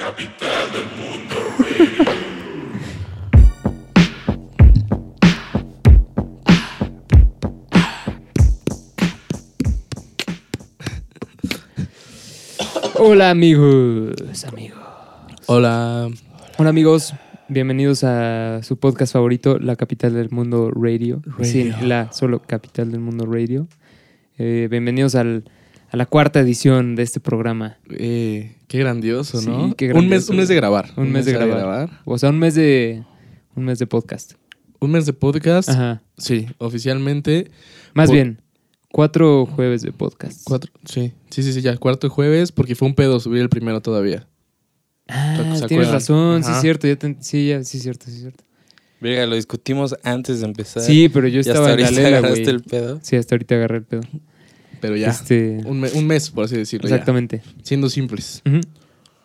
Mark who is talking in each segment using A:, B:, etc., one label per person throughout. A: Capital del mundo.
B: Hola amigos, amigos.
C: Hola.
B: Hola amigos, bienvenidos a su podcast favorito, La Capital del Mundo Radio. Sí,
C: Radio.
B: la solo Capital del Mundo Radio. Eh, bienvenidos al- a la cuarta edición de este programa.
C: Eh, qué grandioso,
B: Sí,
C: ¿no?
B: qué
C: un, mes,
B: grandioso.
C: un mes de grabar.
B: Un, mes de
C: de
B: grabar. O sea, un mes de, un mes de podcast.
C: Un mes de podcast.
B: Ajá.
C: Sí, oficialmente.
B: Más
C: Por-
B: bien, cuatro jueves de podcast.
C: Cuatro, sí, sí, sí, sí, ya. Cuarto jueves, porque fue un pedo subir el primero todavía.
B: Ah,
C: ¿Se acuerdan?
B: tienes razón, sí
C: Ajá.
B: es cierto, ya te- sí, ya, sí es cierto, sí es cierto.
A: Verga, lo discutimos antes de empezar.
B: Sí, pero yo
A: y
B: estaba
A: hasta
B: en la
A: ahorita
B: lela,
A: agarraste
B: güey.
A: el pedo.
B: Sí, hasta ahorita agarré el pedo.
C: Pero ya.
B: Este,
C: Un, me- un mes, por así decirlo. ya.
B: exactamente.
C: Siendo simples.
B: Ujú.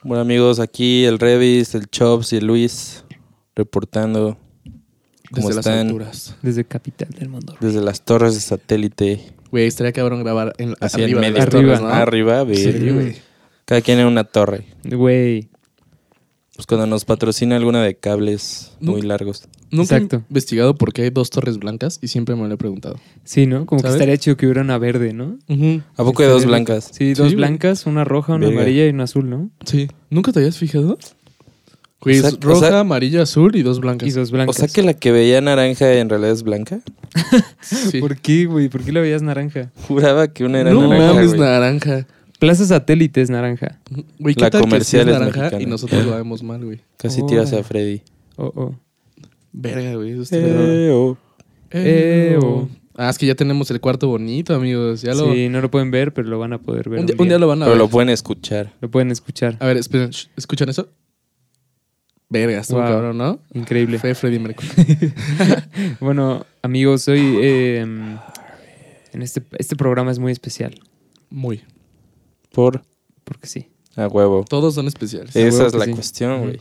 A: Bueno, amigos, aquí el Revis, el Chops y el Luis reportando ¿Cómo
C: Desde las
A: están?
C: alturas.
B: Desde Capital del Mundo.
A: desde las torres de satélite.
C: Güey, estaría cabrón grabar en,
A: Así
C: arriba.
A: en
C: de
A: medio.
C: las
B: Arriba.
C: torres, ¿no?
A: Arriba,
C: Sí,
A: verga.
C: güey.
A: Cada quien en una torre.
B: Güey.
A: Pues cuando nos patrocina alguna de cables
C: Nunca-
A: muy largos.
C: Nunca
B: Exacto.
C: he investigado por qué hay dos torres blancas y siempre me lo he preguntado.
B: Sí, ¿no? Como
C: ¿Sabes?
B: que estaría chido que hubiera una verde, ¿no?
A: ¿A poco hay dos blancas?
B: Sí, dos
C: Sí, güey.
B: blancas, una roja, una
A: Verga.
B: amarilla y una azul, ¿no?
C: Sí. ¿Nunca te habías fijado? Güey, es
A: Exacto, o
C: roja,
A: sea-
C: amarilla, azul y dos blancas.
B: Y dos blancas.
A: O sea que la que veía naranja en realidad es blanca.
C: Sí.
B: ¿Por qué, güey? ¿Por qué la veías naranja?
A: Juraba que una era
C: no
A: naranja.
C: mames,
A: güey.
C: naranja.
B: Plaza satélite es naranja.
C: Güey, ¿qué
A: La
C: tal que sí
A: comercial
C: es
A: es
C: naranja
A: mexicana.
C: y nosotros lo vemos mal, güey?
A: Casi tiras a Freddy.
B: Oh, oh.
C: Verga, güey. Eso está cabrón.
A: Eh, oh.
B: Eh,
C: Eh,
B: oh.
C: Ah, es que ya tenemos el cuarto bonito, amigos. Ya lo...
B: Sí, no lo pueden ver, pero lo van a poder ver.
C: un, día, un día lo Ah. van a
A: Pero
C: ver.
A: lo pueden escuchar.
B: Lo pueden escuchar.
C: A ver, esperen. shh, ¿Escuchan eso? Verga, está
B: Wow.
C: cabrón, ¿no?
B: Increíble.
C: Fue Freddy Mercury.
B: Bueno, amigos, hoy eh, en este, este programa es muy especial.
C: Muy.
A: Por
B: Porque sí.
A: a huevo.
C: Todos son especiales.
B: Eh.
A: Esa
B: huevo
A: es
B: que
A: la
B: sí.
A: cuestión,
B: Ujú.
A: güey.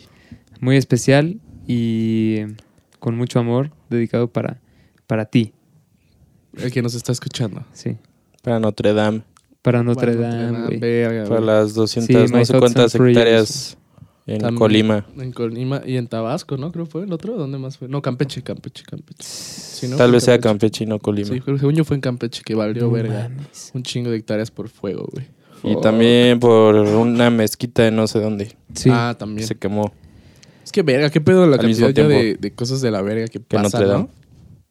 B: Muy especial y eh, con mucho amor dedicado para, para ti.
C: El que nos está escuchando.
B: Sí.
A: Para Notre Dame.
B: Para Notre
C: Bueno,
B: Dame, güey.
C: Verga,
A: Para
C: güey.
A: las 200,
B: Sí, my
A: no sé
B: thoughts
A: cuántas
B: and prayers.
A: hectáreas en
C: También.
A: Colima.
C: En Colima y en Tabasco, ¿no? Creo fue el otro. ¿Dónde más fue? No, Campeche, Campeche, Campeche. Sí, ¿no?
A: Tal
C: Fue
A: vez sea Campeche y no Colima.
C: Sí, creo- según yo fue en Campeche que valió
B: No
C: verga.
B: mames.
C: Un chingo de hectáreas por fuego, güey.
A: Y también
B: Oh.
A: por una mezquita de no sé dónde.
B: Sí.
C: Ah,
A: que
C: también.
A: Se quemó.
C: Es que verga, qué pedo la
A: Al
C: cantidad
A: mismo
C: ya de,
A: tiempo.
C: de cosas de la verga que,
A: Que
C: pasa,
A: Notre
C: ¿no?
A: Dame.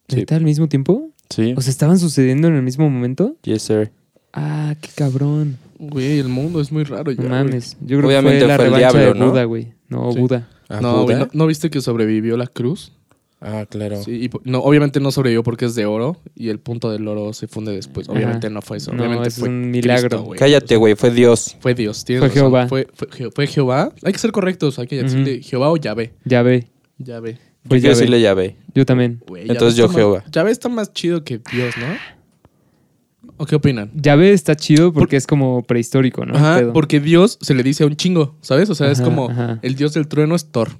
A: Sí.
B: ¿Neta al mismo tiempo?
A: Sí.
B: O sea, ¿estaban sucediendo en el mismo momento?
A: Yes, sir.
B: Ah, qué cabrón.
C: Güey, el mundo es muy raro ya,
B: No
C: güey.
B: mames. Yo creo
A: Obviamente
B: que fue la
A: fue el
B: revancha
A: diablo,
B: de
A: ¿no?
B: Buda, güey. No,
C: Sí.
B: ah, Buda.
C: No, güey, no, ¿no viste que sobrevivió la cruz?
A: Ah, claro.
C: Sí, y po- no, obviamente no sobrevivió porque es de oro y el punto del oro se funde después.
B: Ajá.
C: Obviamente no fue eso.
B: No,
C: obviamente
B: es
C: fue
B: un milagro.
C: güey.
A: Cállate, güey. Fue Dios.
C: Fue Dios, tienes
B: Fue
C: razón.
B: Jehová.
C: Fue, fue Je- fue Jehová. Hay que ser correctos, hay que
B: Ujú.
C: decirle Jehová o Yahvé.
B: Ya ve.
C: Yahvé.
A: Yo
B: Pues
A: quiero
B: ya ve.
A: decirle llave.
B: Yo también.
C: Güey,
A: Entonces
C: Yahvé
A: yo
C: está
A: Jehová.
C: más- Yahvé está más chido que Dios, ¿no? ¿O qué opinan?
B: Ya ve está chido porque es como prehistórico, ¿no?
C: Ajá,
B: Pedo.
C: porque Dios se le dice a un chingo, ¿sabes? O sea, es
B: Ajá,
C: como
B: ajá.
C: el Dios del trueno es Thor,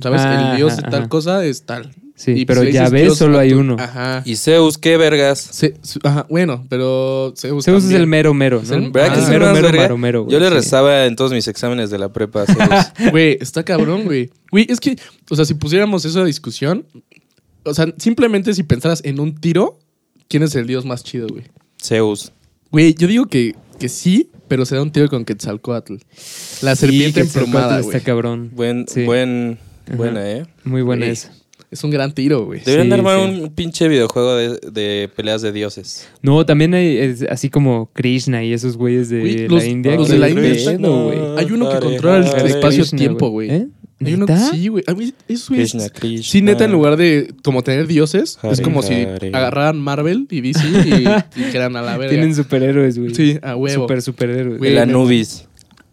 C: ¿sabes?
B: Ah,
C: el Dios
B: ajá,
C: de tal
B: ajá.
C: cosa es tal.
B: Sí,
C: Y, pues,
B: pero
C: le dices
B: ya ve
C: Dios
B: solo
C: a
B: hay
C: tu-
B: uno.
C: Ajá.
A: Y Zeus, qué vergas.
C: Se- su- ajá, bueno, pero Zeus,
B: Zeus es
C: también.
B: el mero mero,
C: Es
B: ¿no?
C: el-
A: ¿Verdad
C: Ah.
A: que es
B: mero
A: más
B: mero
A: verga?
B: maromero, güey.
A: Yo le
B: Sí.
A: rezaba en todos mis exámenes de la prepa. a Zeus.
C: Güey, está cabrón, güey. Güey, es que, o sea, si pusiéramos eso a discusión, o sea, simplemente si pensaras en un tiro, ¿quién es el Dios más chido, güey?
A: Zeus.
C: Güey, yo digo que, que sí, pero se da un tiro con Quetzalcoatl. La
B: Sí,
C: serpiente
B: Quetzalcóatl
C: emplumada,
B: Está
C: güey.
B: cabrón.
A: Buen,
B: Sí.
A: buen,
B: Ajá.
A: buena, ¿eh?
B: Muy buena
C: Güey.
B: esa.
C: Es un gran tiro, güey.
A: Deberían
B: Sí,
A: de armar
B: sí.
A: un pinche videojuego de, de peleas de dioses.
B: No, también hay es así como Krishna y esos güeyes de
C: Güey,
B: la
C: los-
B: India.
C: los
B: que
C: de la
B: están
C: India
B: pedo, güey.
C: Hay uno que controla Ah, el
B: Hare
C: espacio-tiempo,
B: Krishna,
C: güey.
B: ¿Eh?
C: Hay uno-
B: ¿Neta?
C: sí, güey. A mí Eso es.
A: Krishna, Krishna.
C: Sí, neta, en lugar de como tener dioses, es
A: Hare,
C: como si
A: Hare.
C: agarraran Marvel y DC y dijeran a la verga.
B: Tienen superhéroes, güey.
C: Sí, a huevo.
B: Super superhéroes.
C: Güey,
A: El
C: me-
A: Anubis.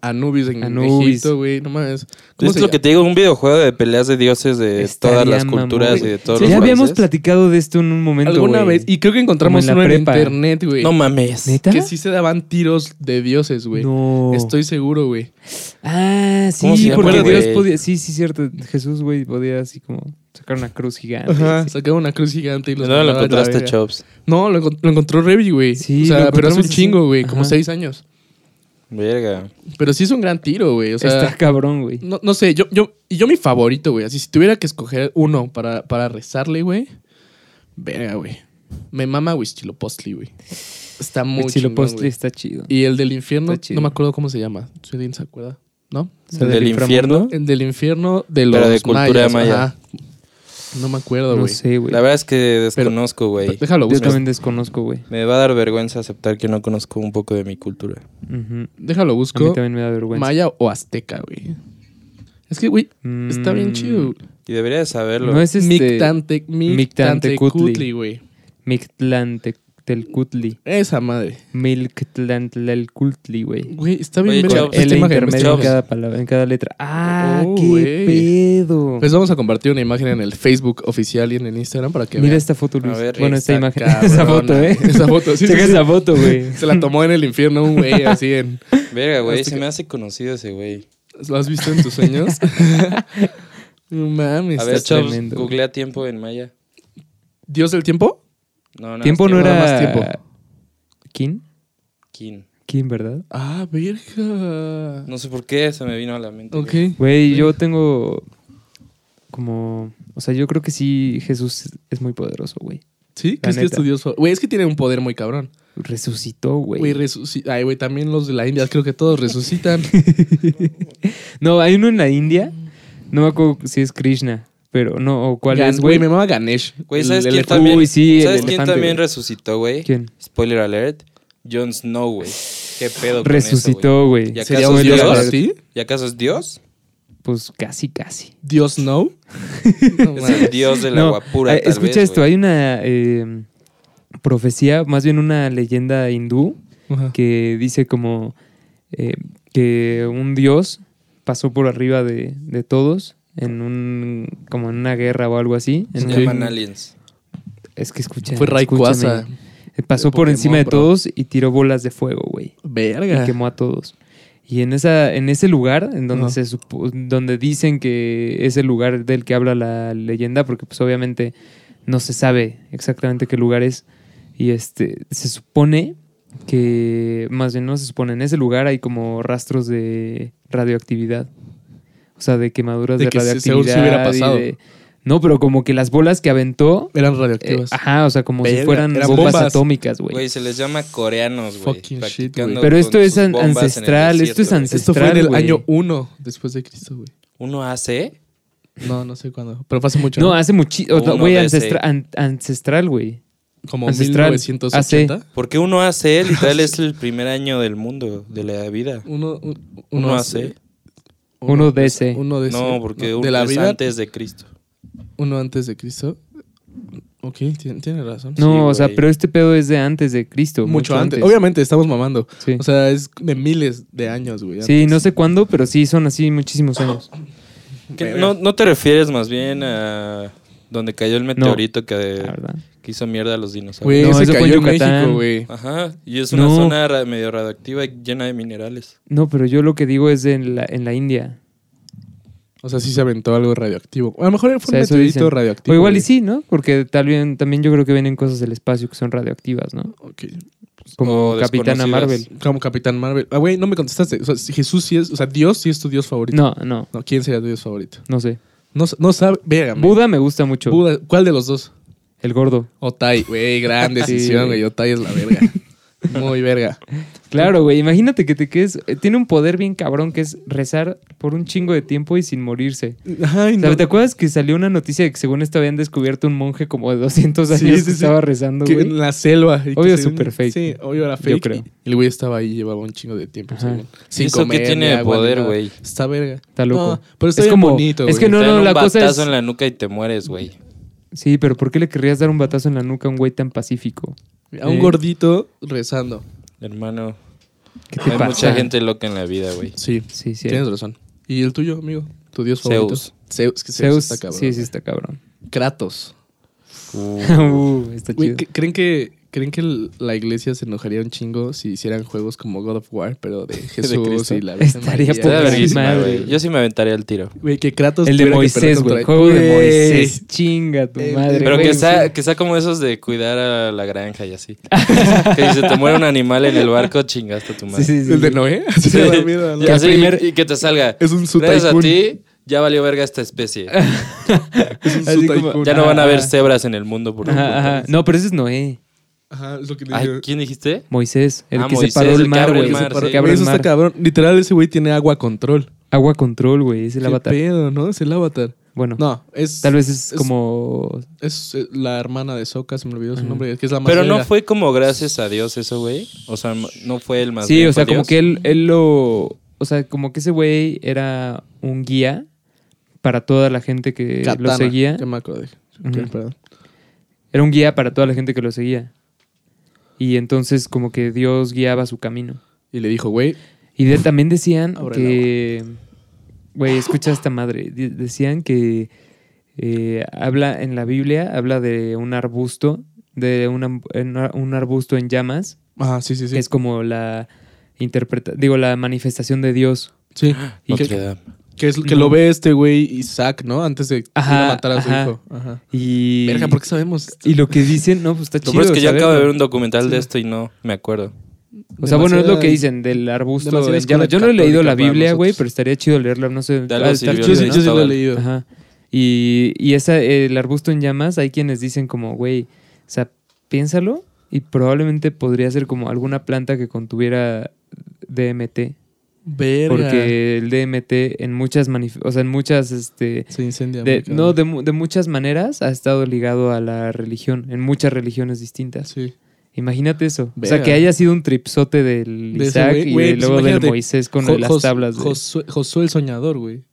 C: Anubis en
B: Anubis.
C: Egipto, güey. No mames. ¿Cómo
A: Es
C: se
A: lo que
C: llama?
A: te digo, un videojuego de peleas de dioses de
B: Estaría
A: todas las
B: mamón.
A: culturas y de todos
C: Sí,
A: los
B: ya habíamos
A: países.
B: platicado de esto en un momento,
C: Alguna
B: güey.
C: vez. Y creo que encontramos
B: Como en
C: uno
B: la
C: en
B: prepa.
C: internet, güey.
A: No mames.
B: ¿Neta?
C: Que sí se daban tiros de dioses, güey.
B: No.
C: Estoy seguro, güey.
B: Ah,
A: ¿Cómo
B: sí,
A: se
B: porque
A: llama,
B: Dios
A: güey?
B: podía... Sí, sí, cierto. Jesús, güey, podía así como sacar una cruz gigante.
C: Ajá.
B: sí.
C: Sacaba una cruz gigante y los
A: No lo
C: mandaba a la
A: encontraste,
C: verga.
A: este Chops.
C: No, lo, encon- lo encontró Revi, güey.
B: Sí, lo
C: o sea, pero hace
B: encontramos
C: un
B: así.
C: chingo, güey. Como
B: Ajá.
C: seis años.
A: Verga.
C: Pero sí es un gran tiro, güey. O sea,
B: Está cabrón, güey.
C: no, no sé, yo, yo, y yo mi favorito, güey. Así, si tuviera que escoger uno para, para rezarle, güey. Verga, güey. Me mama Huichilopostli, güey. Está muy
B: El
C: chingón,
B: chilopostli
C: güey.
B: está chido.
C: Y el del infierno,
B: Está chido.
C: no me acuerdo cómo se llama. Si alguien se acuerda, ¿no?
B: O sea,
A: ¿Del infierno?
C: El del infierno de los
A: Pero de cultura
C: mayas,
A: maya.
C: ajá. No me acuerdo,
B: No
C: güey.
B: sé, güey.
A: La verdad es que
C: Pero-
A: desconozco, güey.
C: Déjalo,
B: Yo
C: busco.
B: también desconozco, güey.
A: Me va a dar vergüenza aceptar que no conozco un poco de mi cultura.
B: Ujú.
C: Déjalo,
B: A mí
C: busco.
B: también me da vergüenza.
C: Maya o azteca, güey. Es que, güey, está bien
B: Mm,
C: chido.
A: Y debería de saberlo.
B: No es este...
C: Mictante,
B: Mictantecutli.
C: Mictantecutli, güey.
B: Mictlantelcutli.
C: Esa madre.
B: Milktlantelcutli, güey.
C: Güey, está
A: Oye,
C: bien verga
A: chavos,
C: esta
B: El
C: imagen,
B: intermedio en
A: chavos.
C: güey.
B: cada palabra, en cada letra. ¡Ah,
C: pues. Oh,
B: qué
C: güey.
B: pedo!
C: Pues vamos a compartir una imagen en el Facebook oficial y en el Instagram para que
B: Mira
C: vean.
B: esta foto, Luis.
A: A ver,
B: bueno, esta
C: Está
B: imagen.
C: cabrona.
B: esa foto, ¿eh?
C: Esa foto, sí, sí,
B: Checa
C: sí.
B: esa foto, güey.
C: Se la tomó en el infierno un güey así en...
A: Verga, güey.
C: Hasta
A: Se
C: que-
A: me hace conocido ese güey.
C: ¿Lo has visto en tus sueños? no mames.
A: A ver,
C: está-
A: chavos,
B: tremendo, güey.
A: googlea tiempo en maya.
C: ¿Dios del tiempo?
A: No, no.
B: Tiempo no
C: nada más
B: era...
C: tiempo.
B: ¿Quién?
A: Kin.
B: ¿Quién, verdad?
C: Ah, verga.
A: No sé por qué se me vino a la mente.
C: Ok.
A: güey.
B: Güey, yo tengo como... O sea, yo creo que sí Jesús es muy poderoso, güey.
C: ¿Sí?
B: La
C: ¿Crees que es
B: neta.
C: tu dios? fa- Güey, es que tiene un poder muy cabrón.
B: Resucitó,
C: Güey,
B: güey.
C: resucita. Ay, güey, también los de la India, creo que todos resucitan.
B: No, hay uno en la India. No me acuerdo si es Krishna, pero no, o cuál
C: Gan-
B: es, güey.
C: Me mama Ganesh.
A: Güey,
C: El-
A: ¿sabes
C: el
A: quién
C: elefante.
A: también?
B: Uy, sí, el
A: ¿Sabes quién
B: elefante,
A: también
B: güey.
A: resucitó, güey?
B: ¿Quién?
A: Spoiler alert. Jon Snow, güey. Qué pedo con eso,
B: Resucitó, güey.
A: ¿Y acaso
C: ¿Sería un
A: es
C: dios
A: Dios?
C: para ti?
A: güey. ¿Y acaso es Dios?
B: Pues casi, casi.
C: ¿Dios no? No
A: Es
C: mames.
A: el Dios del agua pura.
B: eh,
A: tal
B: escucha
A: vez,
B: esto,
A: güey.
B: hay una eh, profecía, más bien una leyenda hindú,
C: Ajá.
B: que dice como eh, que un dios pasó por arriba de, de todos en un como en una guerra o algo así. En
A: Se
B: un-
C: Ok.
A: llaman aliens.
B: es que escucha.
C: Fue Rayquaza.
B: escúchame. Eh, Pasó
C: de
B: por encima
C: Pokémon,
B: de
C: bro.
B: todos y tiró bolas de fuego, güey. Y
C: Verga.
B: quemó a todos. Y en, esa, en ese lugar, en donde,
C: Ajá.
B: se supo- donde dicen que es el lugar del que habla la leyenda, porque pues obviamente no se sabe exactamente qué lugar es, y este, se supone que, más bien no se supone, en ese lugar hay como rastros de radioactividad. O sea, de quemaduras
C: De
B: de,
C: que se-
B: radioactividad.
C: según se hubiera
B: y
C: pasado.
B: de- No, pero como que las bolas que aventó...
C: Eran
B: eh,
C: radioactivas.
B: ajá, o sea, como
C: Verga,
B: si fueran
C: eran
B: bombas,
C: bombas.
B: atómicas, güey.
A: Güey, se les llama coreanos, güey.
C: Fucking shit,
A: practicando
C: güey.
B: Pero
A: con
B: esto es
A: sus
B: an-
A: bombas en el
B: ancestral, esto es
A: desierto, güey.
B: ancestral.
C: Esto fue en el
B: güey.
C: año 1 después de Cristo, güey.
A: ¿Uno hace?
C: No, no sé cuándo. Pero fue hace mucho.
B: No, ah, hace muchísimo.
A: Uno
B: Güey,
A: de
B: ancestra- an- ancestral, güey.
C: Como
B: ancestral.
C: 1980.
A: ¿Por qué uno hace? Literal es el primer año del mundo, de la vida.
C: Uno, un-
A: Uno
C: hace.
A: hace.
B: Uno de ese.
C: Uno de ese.
A: No, porque
C: No,
A: uno
C: de la
A: es
C: vida.
A: antes de Cristo.
C: Uno antes de Cristo. Ok, tiene, tiene razón.
B: No,
A: Sí,
B: o sea,
A: güey.
B: pero este pedo es de antes de Cristo.
C: mucho, antes. Obviamente, estamos mamando.
B: Sí.
C: O sea, es de miles de años, güey.
B: sí,
C: antes. Ah,
B: no sé cuándo, pero sí, son así muchísimos años.
A: ¿Qué-
C: Verga.
A: no, ¿No te refieres más bien a donde cayó el meteorito
B: La
A: que,
B: verdad.
A: que hizo mierda a los dinosaurios?
C: Güey,
B: No,
C: se
B: eso fue en
C: cayó en
B: Yucatán.
C: México, güey.
A: Ajá, y es una
B: No.
A: zona ra- medio radioactiva y llena de minerales.
B: No, pero yo lo que digo es en la, en la India.
C: O sea, sí se aventó algo radioactivo. A lo mejor fue
B: O sea,
C: un
B: eso
C: meteorito
B: dicen.
C: radioactivo.
B: O igual y
C: güey.
B: sí, ¿no? Porque tal bien- también yo creo que vienen cosas del espacio que son radioactivas, ¿no?
C: Ok.
B: Como
A: O
B: Capitana
A: desconocidas.
B: Marvel.
C: Como Capitán Marvel. Ah, güey, no me contestaste. O sea, si Jesús sí es. O sea, Dios sí es tu Dios favorito.
B: No, no,
C: No, ¿quién sería tu Dios favorito?
B: no sé.
C: No, no sabe. Verga, man.
B: Buda me gusta mucho.
C: Buda. ¿Cuál de los dos?
B: El gordo.
C: Otai, güey, gran decisión,
B: Sí.
C: güey. Otai es la verga. Muy verga.
B: Claro, güey. Imagínate que te quedes. eh, Tiene un poder bien cabrón que es rezar por un chingo de tiempo y sin morirse.
C: Ay,
B: O
C: no.
B: sea, ¿Te acuerdas que salió una noticia de que según esto habían descubierto un monje como de 200 años
C: Sí, sí,
B: que
C: sí.
B: estaba rezando,
C: Que
B: güey?
C: en la selva. y que
B: Obvio
C: se-
B: super fake.
C: Sí, obvio era
B: Yo
C: fake.
B: creo.
C: y el güey estaba ahí, llevaba un chingo de tiempo.
B: Ajá.
C: según.
A: ¿Y eso qué
C: comer,
A: tiene
C: ni
A: de
C: agua, ni
A: poder,
C: nada.
A: güey?
C: Está verga.
B: Está loco.
C: No, pero está
B: Es
C: bien
B: como-
C: bonito,
B: es
C: güey.
B: que No,
A: Te dan
B: no,
A: un
B: la cosa
A: batazo
B: es-
A: en la nuca y te mueres, güey.
B: Sí, pero ¿por qué le querrías dar un batazo en la nuca a un güey tan pacífico?
C: A un
B: Eh.
C: gordito rezando.
A: Hermano,
B: ¿Qué te
A: hay
B: pasa?
A: mucha gente loca en la vida, güey.
C: Sí,
B: Sí, sí.
C: tienes razón. ¿Y el tuyo, amigo? ¿Tu dios
A: Zeus.
C: favorito? Zeus. que Zeus,
B: Zeus,
C: está cabrón.
B: sí, sí, está cabrón.
C: Kratos.
A: Uh,
B: Uh, está
C: Güey,
B: chido.
C: ¿cre- ¿creen que ¿Creen que el- la iglesia se enojaría un chingo si hicieran juegos como God of War, pero de Jesús
A: Cristo?
C: y la Virgen
B: Estaría
C: María?
A: Estaría
B: poca
A: verguísima,
B: madre.
A: güey. Yo sí me aventaría el tiro.
C: Güey, que Kratos
B: El de
C: tuviera que pelear
B: Moisés,
C: contra
B: güey.
C: él.
B: Juego de
C: Güey.
B: Moisés. Chinga tu
C: Eh,
B: madre.
A: Pero
B: güey,
A: que sea,
B: sí.
A: que sea como esos de cuidar a la granja y así. que si se te muere un animal en el barco, chingaste a tu madre.
B: Sí, sí, sí.
C: ¿El de Noé? Así
A: Sí.
C: dormido, ¿no?
A: Y, así,
B: el primer-
A: y que te salga.
C: Es un su
A: Gracias a
C: tycoon.
A: ti, ya valió verga esta especie.
C: Es un
B: Así
C: su
B: como-
C: tycoon.
A: Ya no van a haber
B: Ah, Ajá.
A: cebras en el mundo por pues. tu
B: Ajá,
A: culpa.
B: ajá. No, pero ese es Noé.
C: Ajá, es lo que le
A: Ay,
C: digo.
A: ¿Quién dijiste?
B: Moisés. El
A: Ah,
B: que
A: Moisés,
B: separó
A: el
B: el
A: que
B: mar,
A: abre el
B: güey.
A: mar,
B: separó-
A: sí.
B: que abre
C: Eso
B: el
C: está
B: mar.
C: cabrón. Literal, ese güey tiene agua control.
B: Agua control, güey. Es el
C: Qué
B: avatar.
C: pedo, ¿no? Es el avatar.
B: Bueno,
C: No, es,
B: tal vez es,
C: es-
B: como.
C: es eh, la hermana de Sokka, se me olvidó su
B: Ajá.
C: nombre, que es la más
A: Pero no
C: verga.
A: fue como gracias a Dios eso, güey. O sea, no fue el más
B: Sí,
A: bien
B: o sea,
A: fue
B: como
A: Dios.
B: que él, él lo. O sea, como que ese güey era un guía para toda la gente que lo
C: Katana,
B: seguía.
C: Ya me acordé.
B: Ujú.
C: Ok, perdón.
B: Era un guía para toda la gente que lo seguía. Y entonces, como que Dios guiaba su camino.
C: Y le dijo, güey,
B: Y de- también decían
C: Abre el
B: que. Güey, escucha esta madre. De- decían que eh, habla en la Biblia, habla de un arbusto, de un, am- en- un arbusto en llamas,
C: ajá, sí, sí, sí.
B: que es como la interpreta digo, la manifestación de Dios.
C: Sí.
B: Y
A: Notre
B: que-
A: Dame.
C: Que, es, que
B: No.
C: lo ve este güey Isaac, ¿no? Antes de ir a
B: Ajá,
C: matar a su
B: ajá.
C: hijo. Ajá.
B: Y,
C: Verga, ¿por qué sabemos? esto?
B: y lo que dicen, no, pues está
A: Lo
B: chido.
A: peor es que yo acabo de ver
B: saberlo.
A: un documental
C: Sí.
A: de esto y no me acuerdo.
B: O sea, bueno, es lo
C: Demasiada-
B: que dicen del arbusto
C: demasiada
B: en llamas.
C: escuela
B: Yo no he leído la
C: católica para
B: Biblia, güey,
C: nosotros.
B: pero estaría chido leerla, no sé.
A: De algo
B: ha de estar
A: sirvió,
C: Yo
B: chido.
C: sí, yo sí lo he
A: Cristóbal.
C: leído.
B: Ajá. Y, y esa, el arbusto en llamas, hay quienes dicen como, güey, o sea, piénsalo y probablemente podría ser como alguna planta que contuviera DMT.
C: Verga.
B: Porque el DMT en muchas, manif- o sea, en muchas, este...
C: se incendia.
B: de-
C: muy cabrón.
B: no, de, mu- de muchas maneras ha estado ligado a la religión, en muchas religiones distintas.
C: Sí.
B: Imagínate eso. O sea,
C: Verga.
B: que haya sido un tripsote del
C: De ese
B: Isaac
C: güey.
B: y
C: Güey,
B: de-
C: pues
B: luego del
C: imagínate.
B: Moisés con
C: Jo-
B: las
C: Jos-
B: tablas. de-
C: Josué, Josué el soñador, güey.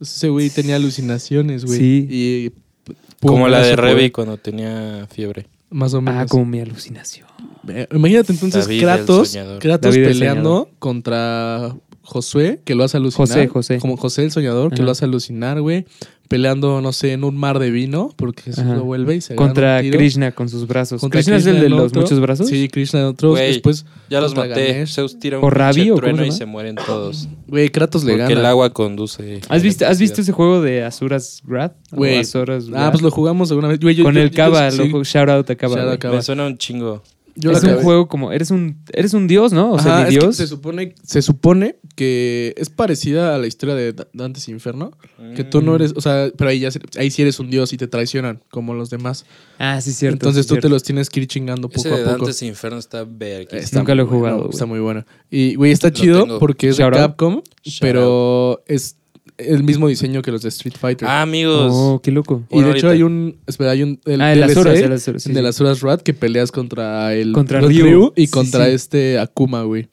C: Ese güey tenía alucinaciones, güey.
B: Sí.
C: Y, p-
A: Como la de
C: ese poder.
A: Revi cuando tenía fiebre.
C: Más o menos.
B: ah, como mi alucinación.
C: Ve- Imagínate entonces
A: David el
C: Kratos,
A: soñador.
C: Kratos
B: David el
C: peleando contra Josué, que lo hace alucinar.
B: José, José.
C: Como José el soñador, que
B: Ajá.
C: lo hace alucinar, güey. Peleando, no sé, en un mar de vino, porque Jesús
B: Ajá.
C: lo vuelve y se gana
B: Contra
C: un tiro.
B: Krishna con sus brazos.
C: Contra
B: ¿Krishna, es el de
C: en
B: los
C: otro.
B: muchos brazos?
C: Sí, Krishna en otro.
A: Güey.
C: Después,
A: Ya los
C: Contra
A: maté.
C: Ganesh.
A: Zeus tira
B: ¿O
A: un
B: Rabi,
A: pinche
B: o cómo
A: trueno
B: se
A: y
B: llama? Pues
A: se mueren todos.
C: güey, Kratos le
A: Porque
C: gana.
A: el agua conduce.
B: ¿Has visto, ¿Has visto
A: electricidad.
B: ese juego de Asuras Wrath? O
C: Güey.
B: Asuras
C: Ah,
B: Wrath.
C: pues lo jugamos alguna vez. Güey, yo-
B: con
C: yo-
B: el
C: yo-
B: Kaba,
C: sí.
B: lo ju- shout out a Kaba.
C: Shout out
B: güey.
C: a Kaba.
A: Me suena un chingo.
C: Yo la
B: es un
C: acabé.
B: juego como. Eres un, eres un dios, ¿no? O
C: Ajá,
B: sea,
C: es que
B: dios.
C: se supone, se supone que es parecida a la historia de Da- Dante's Inferno. Que
A: Mm.
C: tú
B: Mm.
C: no eres, o sea, pero ahí, ya, se- ahí sí eres un dios y te traicionan, como los demás.
B: Ah, sí, cierto.
C: Entonces
B: sí,
C: tú
B: cierto.
C: te los tienes que ir chingando poco
A: Ese de
C: a poco.
A: Dantes Inferno está verga.
C: Está
B: Nunca lo he
C: muy
B: jugado,
C: bueno,
B: güey.
C: Está muy bueno. Y, güey, está
A: Lo
C: chido
A: tengo.
C: porque es de
B: Shout out.
C: Capcom,
A: Shout
C: pero es el mismo diseño que los de Street Fighter.
A: Ah, amigos.
B: Oh, qué loco.
C: y de
A: bueno,
C: hecho
A: ahorita.
C: hay un. Espera, hay un. El
B: ah, el
C: DLC,
B: Asuras, el Asuras. sí,
C: de
B: sí.
C: las Uras Rat que peleas contra el
B: Contra
C: el
B: Ryu.
C: y
B: Sí,
C: contra
B: sí.
C: este Akuma, güey.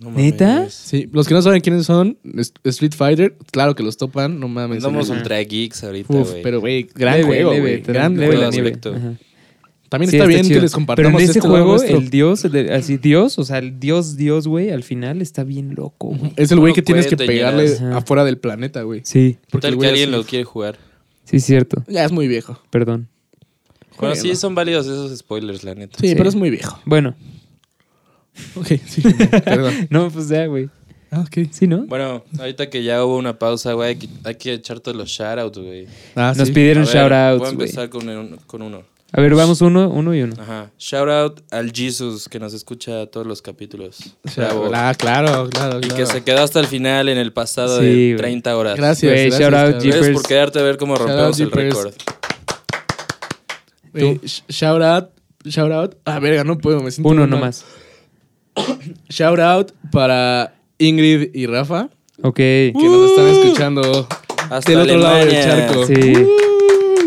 A: No
B: ¿Neta?
A: mames.
C: Sí, los que no saben quiénes son, es- Street Fighter, claro que los topan, no mames.
A: Andamos
B: Ajá.
A: ultra geeks ahorita,
C: Uf,
A: güey.
C: pero güey, gran
B: Leve,
C: juego,
B: leve,
C: güey.
B: tra-
C: Gran
B: leve la
C: juego.
B: nieve.
A: aspecto.
B: Ajá.
C: También
B: Sí,
C: está, bien que
B: chido.
C: les compartamos
B: Pero en ese
C: este lado
B: juego,
C: nuestro.
B: el dios, de- así dios, o sea, el dios, dios, güey, al final está bien loco, güey.
C: Es el güey
A: No
C: que tienes que
A: cuenten, ya
C: pegarle
B: verás. Ajá.
C: afuera del planeta, güey.
B: Sí,
C: Porque el
A: Tal que
C: güey
A: alguien
C: así-
A: lo quiere jugar.
B: sí, cierto.
C: Ya es muy viejo.
B: Perdón.
A: Bueno,
C: Jueguenlo.
A: sí, son válidos esos spoilers, la neta.
C: Sí,
B: Sí.
C: pero es muy viejo.
B: Bueno,
C: Ok, sí, perdón.
B: no, pues ya, güey.
C: Ah, ok.
B: Sí, ¿no?
A: Bueno, ahorita que ya hubo una pausa, güey, hay que, hay que echar todos los shoutouts, güey.
C: Ah,
B: Nos
C: sí.
B: pidieron
A: A ver, Voy a
B: shoutouts, güey.
A: empezar con, un- con uno.
B: A ver, vamos uno, uno y uno.
A: Ajá. Shoutout al Jesus que nos escucha todos los capítulos.
C: O sea,
A: Bravo.
C: Ah, claro, claro, claro.
A: Y que se quedó hasta el final en el pasado
B: Sí, güey.
A: de 30 horas.
C: Gracias,
B: Güey,
C: gracias,
B: shout out,
C: cabrón.
B: Jeep.
A: Gracias
B: Jeepers.
A: por quedarte a ver cómo rompemos el
C: Jeepers.
A: récord.
C: Güey, sh- Shout out, shout out. Ah, verga, no puedo, me siento
B: Uno
C: muy mal.
B: nomás.
C: Shout out para Ingrid y Rafa,
B: Ok.
C: que nos
B: Uh.
C: están escuchando
A: Hasta
C: del otro lado del
A: Alemania.
C: charco.
B: Sí.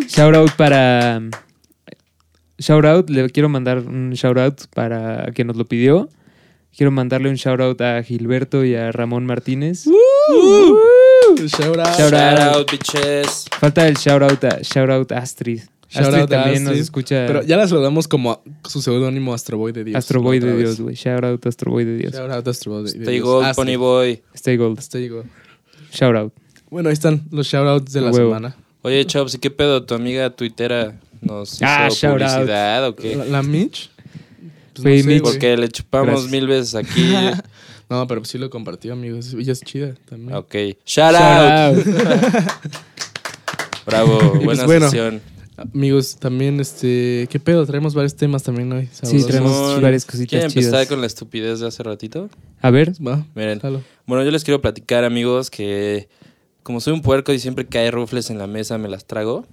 B: Shout out para. Shout out, le quiero mandar un shout out para quien nos lo pidió. Quiero mandarle un shout out a Gilberto y a Ramón Martínez.
C: Uh, Shout out.
B: Shout out.
A: Shoutout, bitches.
B: Falta el shout out a, shout out Astrid.
C: Shout
B: Astrid
C: out a
B: también nos
C: Astrid.
B: escucha.
C: Pero ya la saludamos como su seudónimo Astroboy de Dios.
B: Astroboy
C: la otra
B: de
C: vez.
B: Dios, güey. Shout out Astroboy de Dios.
C: Shout out Astroboy de de Dios.
A: Stay gold,
C: Astrid.
A: Pony Boy.
B: Stay gold.
C: Stay gold.
B: Shout out.
C: Bueno, ahí están los shoutouts de la
B: Huevo.
C: semana.
A: Oye, Chops, ¿y qué pedo? ¿Tu amiga tuitera nos hizo
B: Ah, shoutout.
A: publicidad o qué?
C: La, la Mitch. Pues
B: Güey,
C: no, sé,
B: Mitch.
C: güey.
A: Porque le chupamos
B: Gracias.
A: mil veces aquí.
C: no, pero sí lo compartió, amigos. Ella es chida también.
A: ok. Shout, out.
B: Shout out.
A: Bravo.
C: pues,
A: Buena
C: bueno,
A: sesión.
C: Amigos, también, este. ¿Qué pedo? Traemos varios temas también hoy.
B: Sí,
C: sabrosos.
B: traemos
A: Simón,
B: varias cositas
A: ¿Quieren empezar
B: chidas.
A: con la estupidez de hace ratito?
B: A ver,
C: Va,
A: Miren.
C: jalo.
A: Bueno, yo les quiero platicar, amigos, que como soy un puerco y siempre cae rufles en la mesa, me las trago.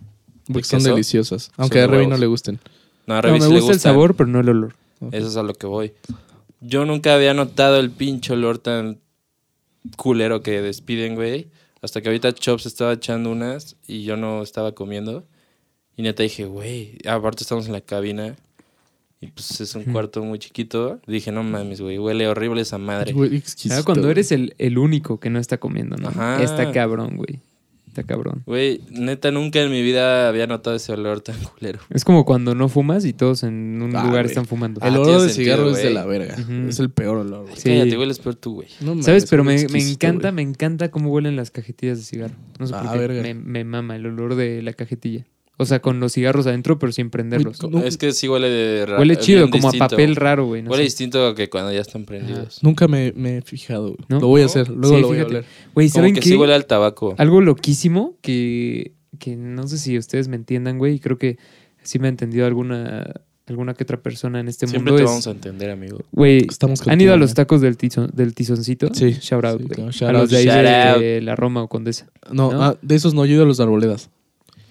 C: Porque
A: ¿De
C: son
A: queso?
C: deliciosas. Aunque
A: de
C: a Revi
A: huevos.
C: no le gusten.
A: No, a
B: no,
A: Revis
B: me
A: le
B: gusta el
A: gustan.
B: sabor, pero no el olor.
A: Eso es a lo que voy. Yo nunca había notado el pinche olor tan culero que despiden, güey. Hasta que ahorita Chops estaba echando unas y yo no estaba comiendo. Y neta dije, güey, aparte estamos en la cabina. Y pues es un cuarto muy chiquito. Dije, no mames, güey, huele horrible esa madre.
C: Güey,
B: Claro,
C: exquisito,
B: Ah, cuando
C: güey.
B: eres el, el único que no está comiendo, ¿no?
A: Ajá.
B: Está cabrón, güey. Está cabrón.
A: Güey, neta nunca en mi vida había notado ese olor tan culero.
B: Es como cuando no fumas y todos en un
C: Ah,
B: lugar
C: güey.
B: están fumando.
A: Ah,
C: El
A: tiene
C: olor de
A: sentido,
C: cigarro es de
A: güey.
C: la verga.
B: Ujú.
C: Es el peor olor, güey.
B: Sí.
A: Cállate, hueles peor tú, güey.
C: No mames,
B: ¿Sabes? Pero
C: huele
B: me, me
C: exquisito,
B: encanta,
C: güey.
B: me encanta cómo huelen las cajetillas de cigarro. No sé
C: Ah,
B: por qué.
C: verga.
B: Me, me mama el olor de la cajetilla. O sea, con los cigarros adentro, pero sin prenderlos.
C: Uy, No.
A: Es que sí huele de ra-
B: Huele
A: bien
B: chido, como
A: distinto.
B: a papel raro, güey. no
A: huele
B: sé.
A: distinto a que cuando ya están prendidos.
C: Nunca me, me he fijado. güey.
B: ¿No?
C: Lo voy a hacer, luego
B: Sí,
C: lo voy
B: fíjate.
C: a oler.
B: Güey, ¿saben
A: Como que
B: qué?
A: sí huele al tabaco.
B: Algo loquísimo que, que no sé si ustedes me entiendan, güey. Y creo que sí me ha entendido alguna, alguna que otra persona en este
A: Siempre te
B: mundo.
A: vamos
B: es,
A: a entender, amigo.
B: Güey,
C: Estamos
B: ¿han ido a
C: contigo,
B: los
C: man.
B: tacos del, tizo- del tizoncito?
C: Sí,
B: Shout out,
C: sí,
B: güey.
C: claro, shout
B: a los
C: out,
B: de ahí
A: shout
B: de, de la Roma o Condesa.
C: No,
B: ¿No?
C: ah, de esos no, yo he ido a los arboledas.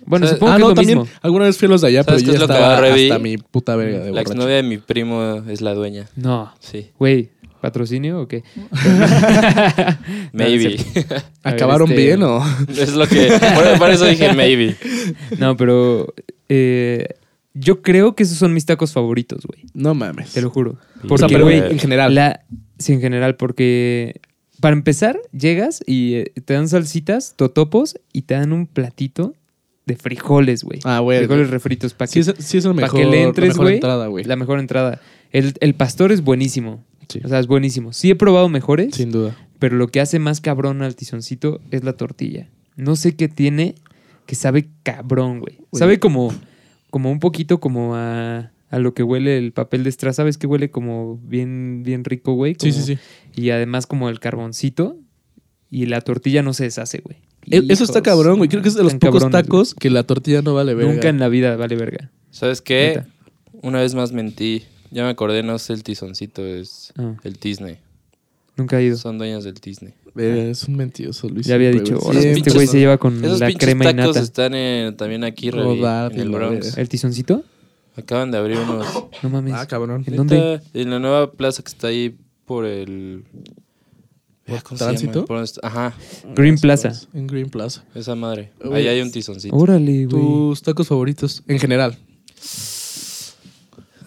B: Bueno,
A: ¿Sabes?
B: supongo
C: ah,
B: que
C: no,
B: es lo
C: también.
B: mismo.
C: Alguna vez fui a los de allá, pero
A: ¿Sabes
C: yo
A: qué
C: ya
A: es lo que
C: estaba
A: va, Revi?
C: hasta mi puta verga de
A: La
C: borracho.
A: exnovia de mi primo es la dueña.
B: No,
A: Sí,
B: güey. ¿Patrocinio o qué?
A: maybe.
B: A ver,
C: ¿Acabaron
B: este-
C: bien o...?
A: es lo que. Por, por eso dije maybe.
B: No, pero eh, yo creo que esos son mis tacos favoritos, güey.
C: No mames.
B: Te lo juro.
A: O sea,
B: Porque,
A: pero
B: güey,
A: en
C: eh, general.
B: la- sí, en general, porque para empezar, llegas y eh, te dan salsitas, totopos y te dan un platito de frijoles, güey.
C: Ah, güey.
B: frijoles refritos para
C: Sí,
B: que,
C: es, sí es lo
B: pa'
C: mejor,
B: que le entres,
C: la mejor
B: güey.
C: entrada, güey.
B: La mejor entrada. El, el pastor es buenísimo.
C: Sí,
B: O sea, es buenísimo. Sí he probado mejores,
C: sin duda.
B: pero lo que hace más cabrón al tizoncito es la tortilla. No sé qué tiene que sabe cabrón, güey.
C: Güey.
B: Sabe como, como un poquito como a, a lo que huele el papel de estrés. ¿Sabes que huele como bien, bien rico, güey?
C: Sí,
B: Como-
C: sí, sí.
B: Y además como el carboncito y la tortilla no se deshace, güey.
C: E- Eso está
B: Hijos,
C: cabrón, güey. Creo que es de los
B: están
C: pocos
B: cabrones,
C: tacos que la tortilla no vale
B: güey.
C: verga.
B: Nunca en la vida vale verga.
A: ¿Sabes qué?
B: Neta.
A: Una vez más mentí. Ya me acordé, no es el tizoncito, es
B: Ah,
A: el Disney.
B: nunca he ido.
A: Son dueños del Disney.
C: Verga, es un mentiroso, Luis.
B: Ya había
C: siempre,
B: dicho,
C: güey.
B: "Ahora este
A: pinches-
B: güey se lleva con
A: Esos
B: la
A: pinches
B: crema Oh, y
A: tacos
B: nata.
A: están en- también aquí, Revi,
C: Rodarte,
A: en el
C: la
A: Bronx.
C: verga.
B: ¿El tizoncito?
A: Acaban de abrir unos.
B: No mames.
C: Ah, cabrón.
B: ¿En dónde?
A: Neta, En la nueva plaza que está ahí por el. Ah, ¿cómo se llama?
C: ¿Tránsito?
A: Por donde está- Ajá,
B: Green Plaza.
C: En Green Plaza.
A: esa madre.
C: Güey.
A: Ahí hay un tizoncito.
B: Órale, güey.
C: Tus tacos favoritos, en general.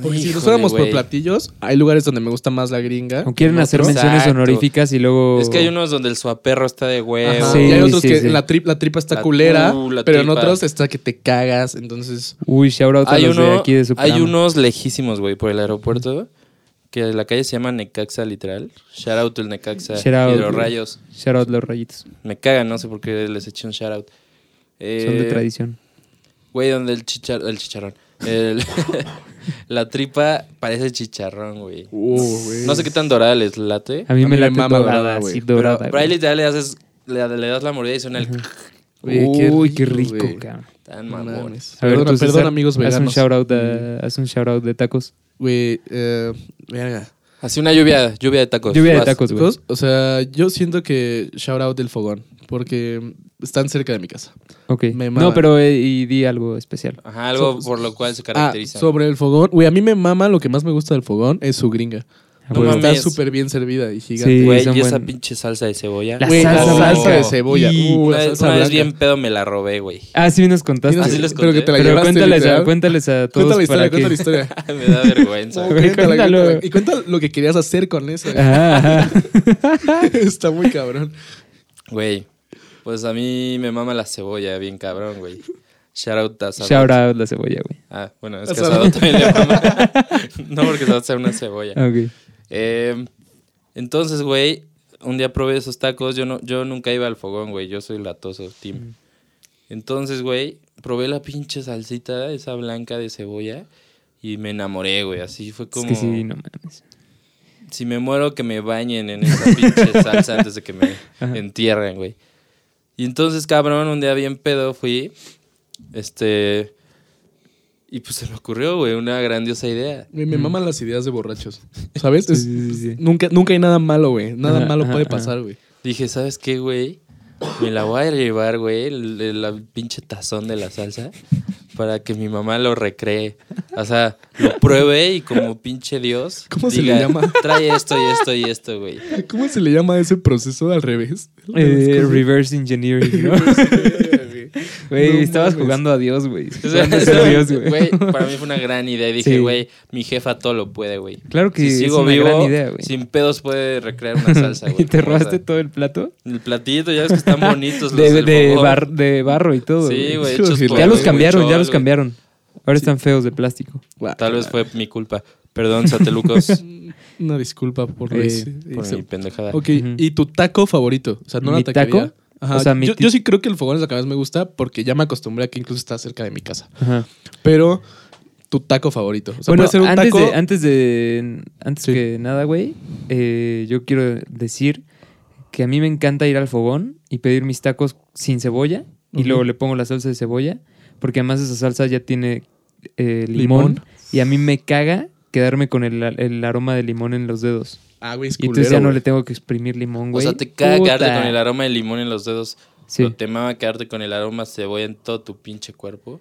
C: Porque si nos
A: Híjole,
C: fuéramos por
A: güey.
C: platillos, hay lugares donde me gusta más la gringa.
B: ¿O quieren
A: No,
B: hacer
A: exacto.
B: menciones honoríficas y luego...
A: Es que hay unos donde el suaperro está de huevo.
C: Ajá.
B: Sí,
C: Eh, y hay otros
B: sí,
C: que
B: sí.
C: La, trip- la tripa está
A: La-
C: culera,
A: uh, la
C: pero en
A: tripa.
C: otros está que te cagas. Entonces,
B: Uy, shout out a
A: Hay,
B: los
A: uno-
B: de aquí de Superama.
A: hay unos lejísimos, güey, por el aeropuerto. Que la calle se llama Necaxa, literal. Shout out el Necaxa.
B: Shout out,
A: y los
B: güey.
A: rayos.
B: Shout out los rayitos.
A: Me cagan, no sé por qué les eché un shout out. Eh,
B: Son de tradición.
A: Güey, donde el, chichar el chicharrón. el- la tripa parece chicharrón, güey.
C: uh,
A: No sé qué tan dorada les late.
B: A mí
C: a
B: me
C: mí me
B: la
C: mama
B: dorada,
C: dorada, güey.
B: así
C: Pero-
B: dorada.
A: Pero ahí
B: güey.
A: literal le haces, le, le das la mordida y suena el
C: Güey,
B: Uy, qué rico,
C: güey.
B: cabrón.
A: tan
C: No
A: mamón.
C: mames.
B: A ver,
C: Perdona,
B: tú, César,
C: perdona, amigos veganos.
B: Haz un, shout out a- haz un shout out de tacos.
C: Güey, eh, verga.
A: Así una lluvia, lluvia de tacos.
B: Lluvia de
A: Vas.
B: tacos, güey.
C: Chicos, o sea, yo siento que shout out del fogón, porque están cerca de mi casa.
A: Ah,
B: Ok.
C: Me mama.
B: No, pero eh, y di algo especial.
A: Ajá, algo
C: So-
A: por lo cual se
C: Ah,
A: caracteriza.
C: sobre el fogón, güey, a mí me mama lo que más me gusta del fogón es su gringa.
B: A
A: No
B: huevo.
A: mames.
C: Está súper bien servida y gigante.
B: Ah, Sí,
A: Güey,
B: son
A: y esa
B: buen-
A: pinche salsa de cebolla.
B: La
C: Güey,
B: salsa
C: salsa
B: blanca.
C: de cebolla.
B: Y-
C: Uh, la
A: Una vez,
C: salsa
A: una vez
C: blanca.
A: bien pedo me la robé, güey.
B: Ah, sí, nos contaste.
A: Así les
C: Pero que
A: conté.
C: te la
B: pero
C: llevaste,
B: cuéntales a,
C: literal.
B: cuéntales a todos.
C: Cuenta la historia,
B: para
C: cuenta la
B: que-
C: historia. Oh,
A: me da vergüenza.
B: Güey,
C: Cuéntala,
B: cuéntalo.
C: cuéntala. Y cuenta lo que querías hacer con eso.
B: Ah, ajá.
C: Está muy cabrón.
A: Güey, pues a mí me mama la cebolla, bien cabrón, güey. Shout out a Sadot.
B: Shout out la cebolla, güey.
A: Ah, bueno, es que a
C: Sadot.
A: Sadot también le mama. no porque Sadot sea una cebolla.
B: Ah, Ok.
A: Eh, entonces, güey, un día probé esos tacos. Yo, no, yo nunca iba al fogón, güey. Yo soy latoso, team. Entonces, güey, probé la pinche salsita, esa blanca de cebolla. Y me enamoré, güey. Así fue como.
B: Es que sí, no mames.
A: Si me muero, que me bañen en esa pinche salsa antes de que me
B: Ajá.
A: entierren, güey. Y entonces, cabrón, un día bien pedo fui. Este. Y pues se me ocurrió, güey, una grandiosa idea.
C: Güey, me maman las ideas de borrachos. ¿Sabes?
B: Mm. Sí,
C: Es-
B: sí, sí, sí.
C: nunca, nunca hay nada malo, güey. Nada
B: Ajá,
C: malo
B: ajá,
C: puede
B: ajá.
C: pasar, güey.
A: Dije, ¿sabes qué, güey? Me la voy a llevar, güey, el, el- la pinche tazón de la salsa para que mi mamá lo recree. O sea, lo pruebe y como pinche Dios.
C: ¿Cómo se le llama?
A: Trae esto y esto y esto, güey.
C: ¿Cómo se le llama ese proceso al revés?
B: Eh, reverse engineering, ¿no? Güey,
C: No
B: estabas
C: mames.
B: jugando a Dios, güey.
A: O sea,
B: Jugando a ser Dios,
A: güey,
B: güey.
A: para mí fue una gran idea. Y Dije,
B: Sí.
A: güey, mi jefa todo lo puede, güey.
B: Claro que
A: Si
B: es
A: sigo
B: una
A: vivo,
B: gran idea, güey.
A: sin pedos puede recrear una salsa, güey.
B: ¿Y te
A: O sea,
B: robaste todo el plato?
A: El platito, ya ves que están bonitos los
B: De,
A: del
B: de,
A: fogón.
B: bar- de barro y todo.
A: Sí,
C: Hijos
A: güey. hechos
C: de la-
A: por
B: Ya los
A: Luis
B: cambiaron, ya
A: Huichol,
B: los
A: güey.
B: cambiaron. Ahora están feos de plástico. Ah,
A: Tal vez fue mi culpa. Perdón, Satelucos,
C: Una disculpa por
B: Eh,
C: lo hice-
A: por
C: hice-
A: mi pendejada.
C: Ok,
B: Ujú.
C: ¿y tu taco favorito? O sea, no
B: ¿Mi
C: la taquería.
B: taco?
C: Ajá.
B: O sea, mi
C: yo,
B: ti-
C: yo sí creo que el fogón es la que más me gusta porque ya me acostumbré a que incluso está cerca de mi casa.
B: Ajá.
C: Pero tu taco favorito. O sea,
B: bueno,
C: puede ser un
B: antes,
C: taco.
B: de, antes de. Antes
C: Sí.
B: que nada, güey. eh, yo quiero decir que a mí me encanta ir al fogón y pedir mis tacos sin cebolla. Y
C: Ujú.
B: luego le pongo la salsa de cebolla. Porque además esa salsa ya tiene eh, limón,
C: Limón.
B: Y a mí me caga quedarme con el, el aroma de limón en los dedos.
C: Ah, güey, es
B: y entonces ya no
C: culero,
B: le tengo que exprimir limón,
A: O
B: güey.
A: sea, te caga
B: Puta.
A: quedarte con el aroma de limón en los dedos.
B: Sí.
A: Pero te mama quedarte con el aroma cebolla en todo tu pinche cuerpo.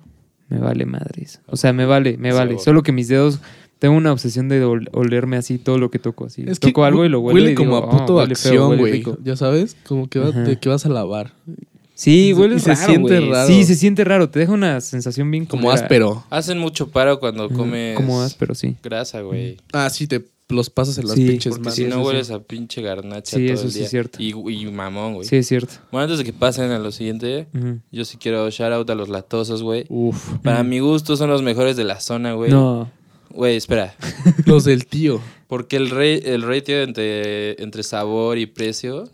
B: Me vale madres. O sea, me vale, me vale.
A: Seguro.
B: Solo que mis dedos. Tengo una obsesión de ol- olerme así todo lo que toco. Así.
C: Es que
B: toco algo y lo huelo.
C: Huele
B: y
C: como
B: digo,
C: a puto
B: "Oh, huele feo,
C: acción,
B: huele
C: güey.
B: rico".
C: Ya sabes, como que, va-
B: Ajá.
C: de que vas a lavar.
B: Sí,
C: Y se-
B: huele
C: y se
B: raro.
C: siente
B: güey.
C: raro.
B: Sí, se siente raro. Te deja una sensación bien
C: Como
B: culera.
C: áspero.
A: Hacen mucho paro cuando
B: Ajá,
A: comes
B: Como áspero, sí.
A: grasa, güey.
C: Ah, sí, te los pasas en las
B: Sí,
C: pinches
B: porque
A: Porque
C: manos.
A: si
B: sí,
A: no
B: eso
A: hueles a pinche garnacha
B: Sí,
A: todo
B: eso
A: el
B: sí
A: día.
B: es cierto.
A: Y, y mamón, güey.
B: Sí, es cierto.
A: Bueno, antes de que pasen a lo siguiente,
B: Ujú.
A: yo sí quiero shout out a los latosos, güey.
C: Uf.
A: Para mi gusto son los mejores de la zona, güey.
B: No.
A: Güey, espera.
C: Los del tío.
A: Porque el rey, el ratio entre, entre sabor y precio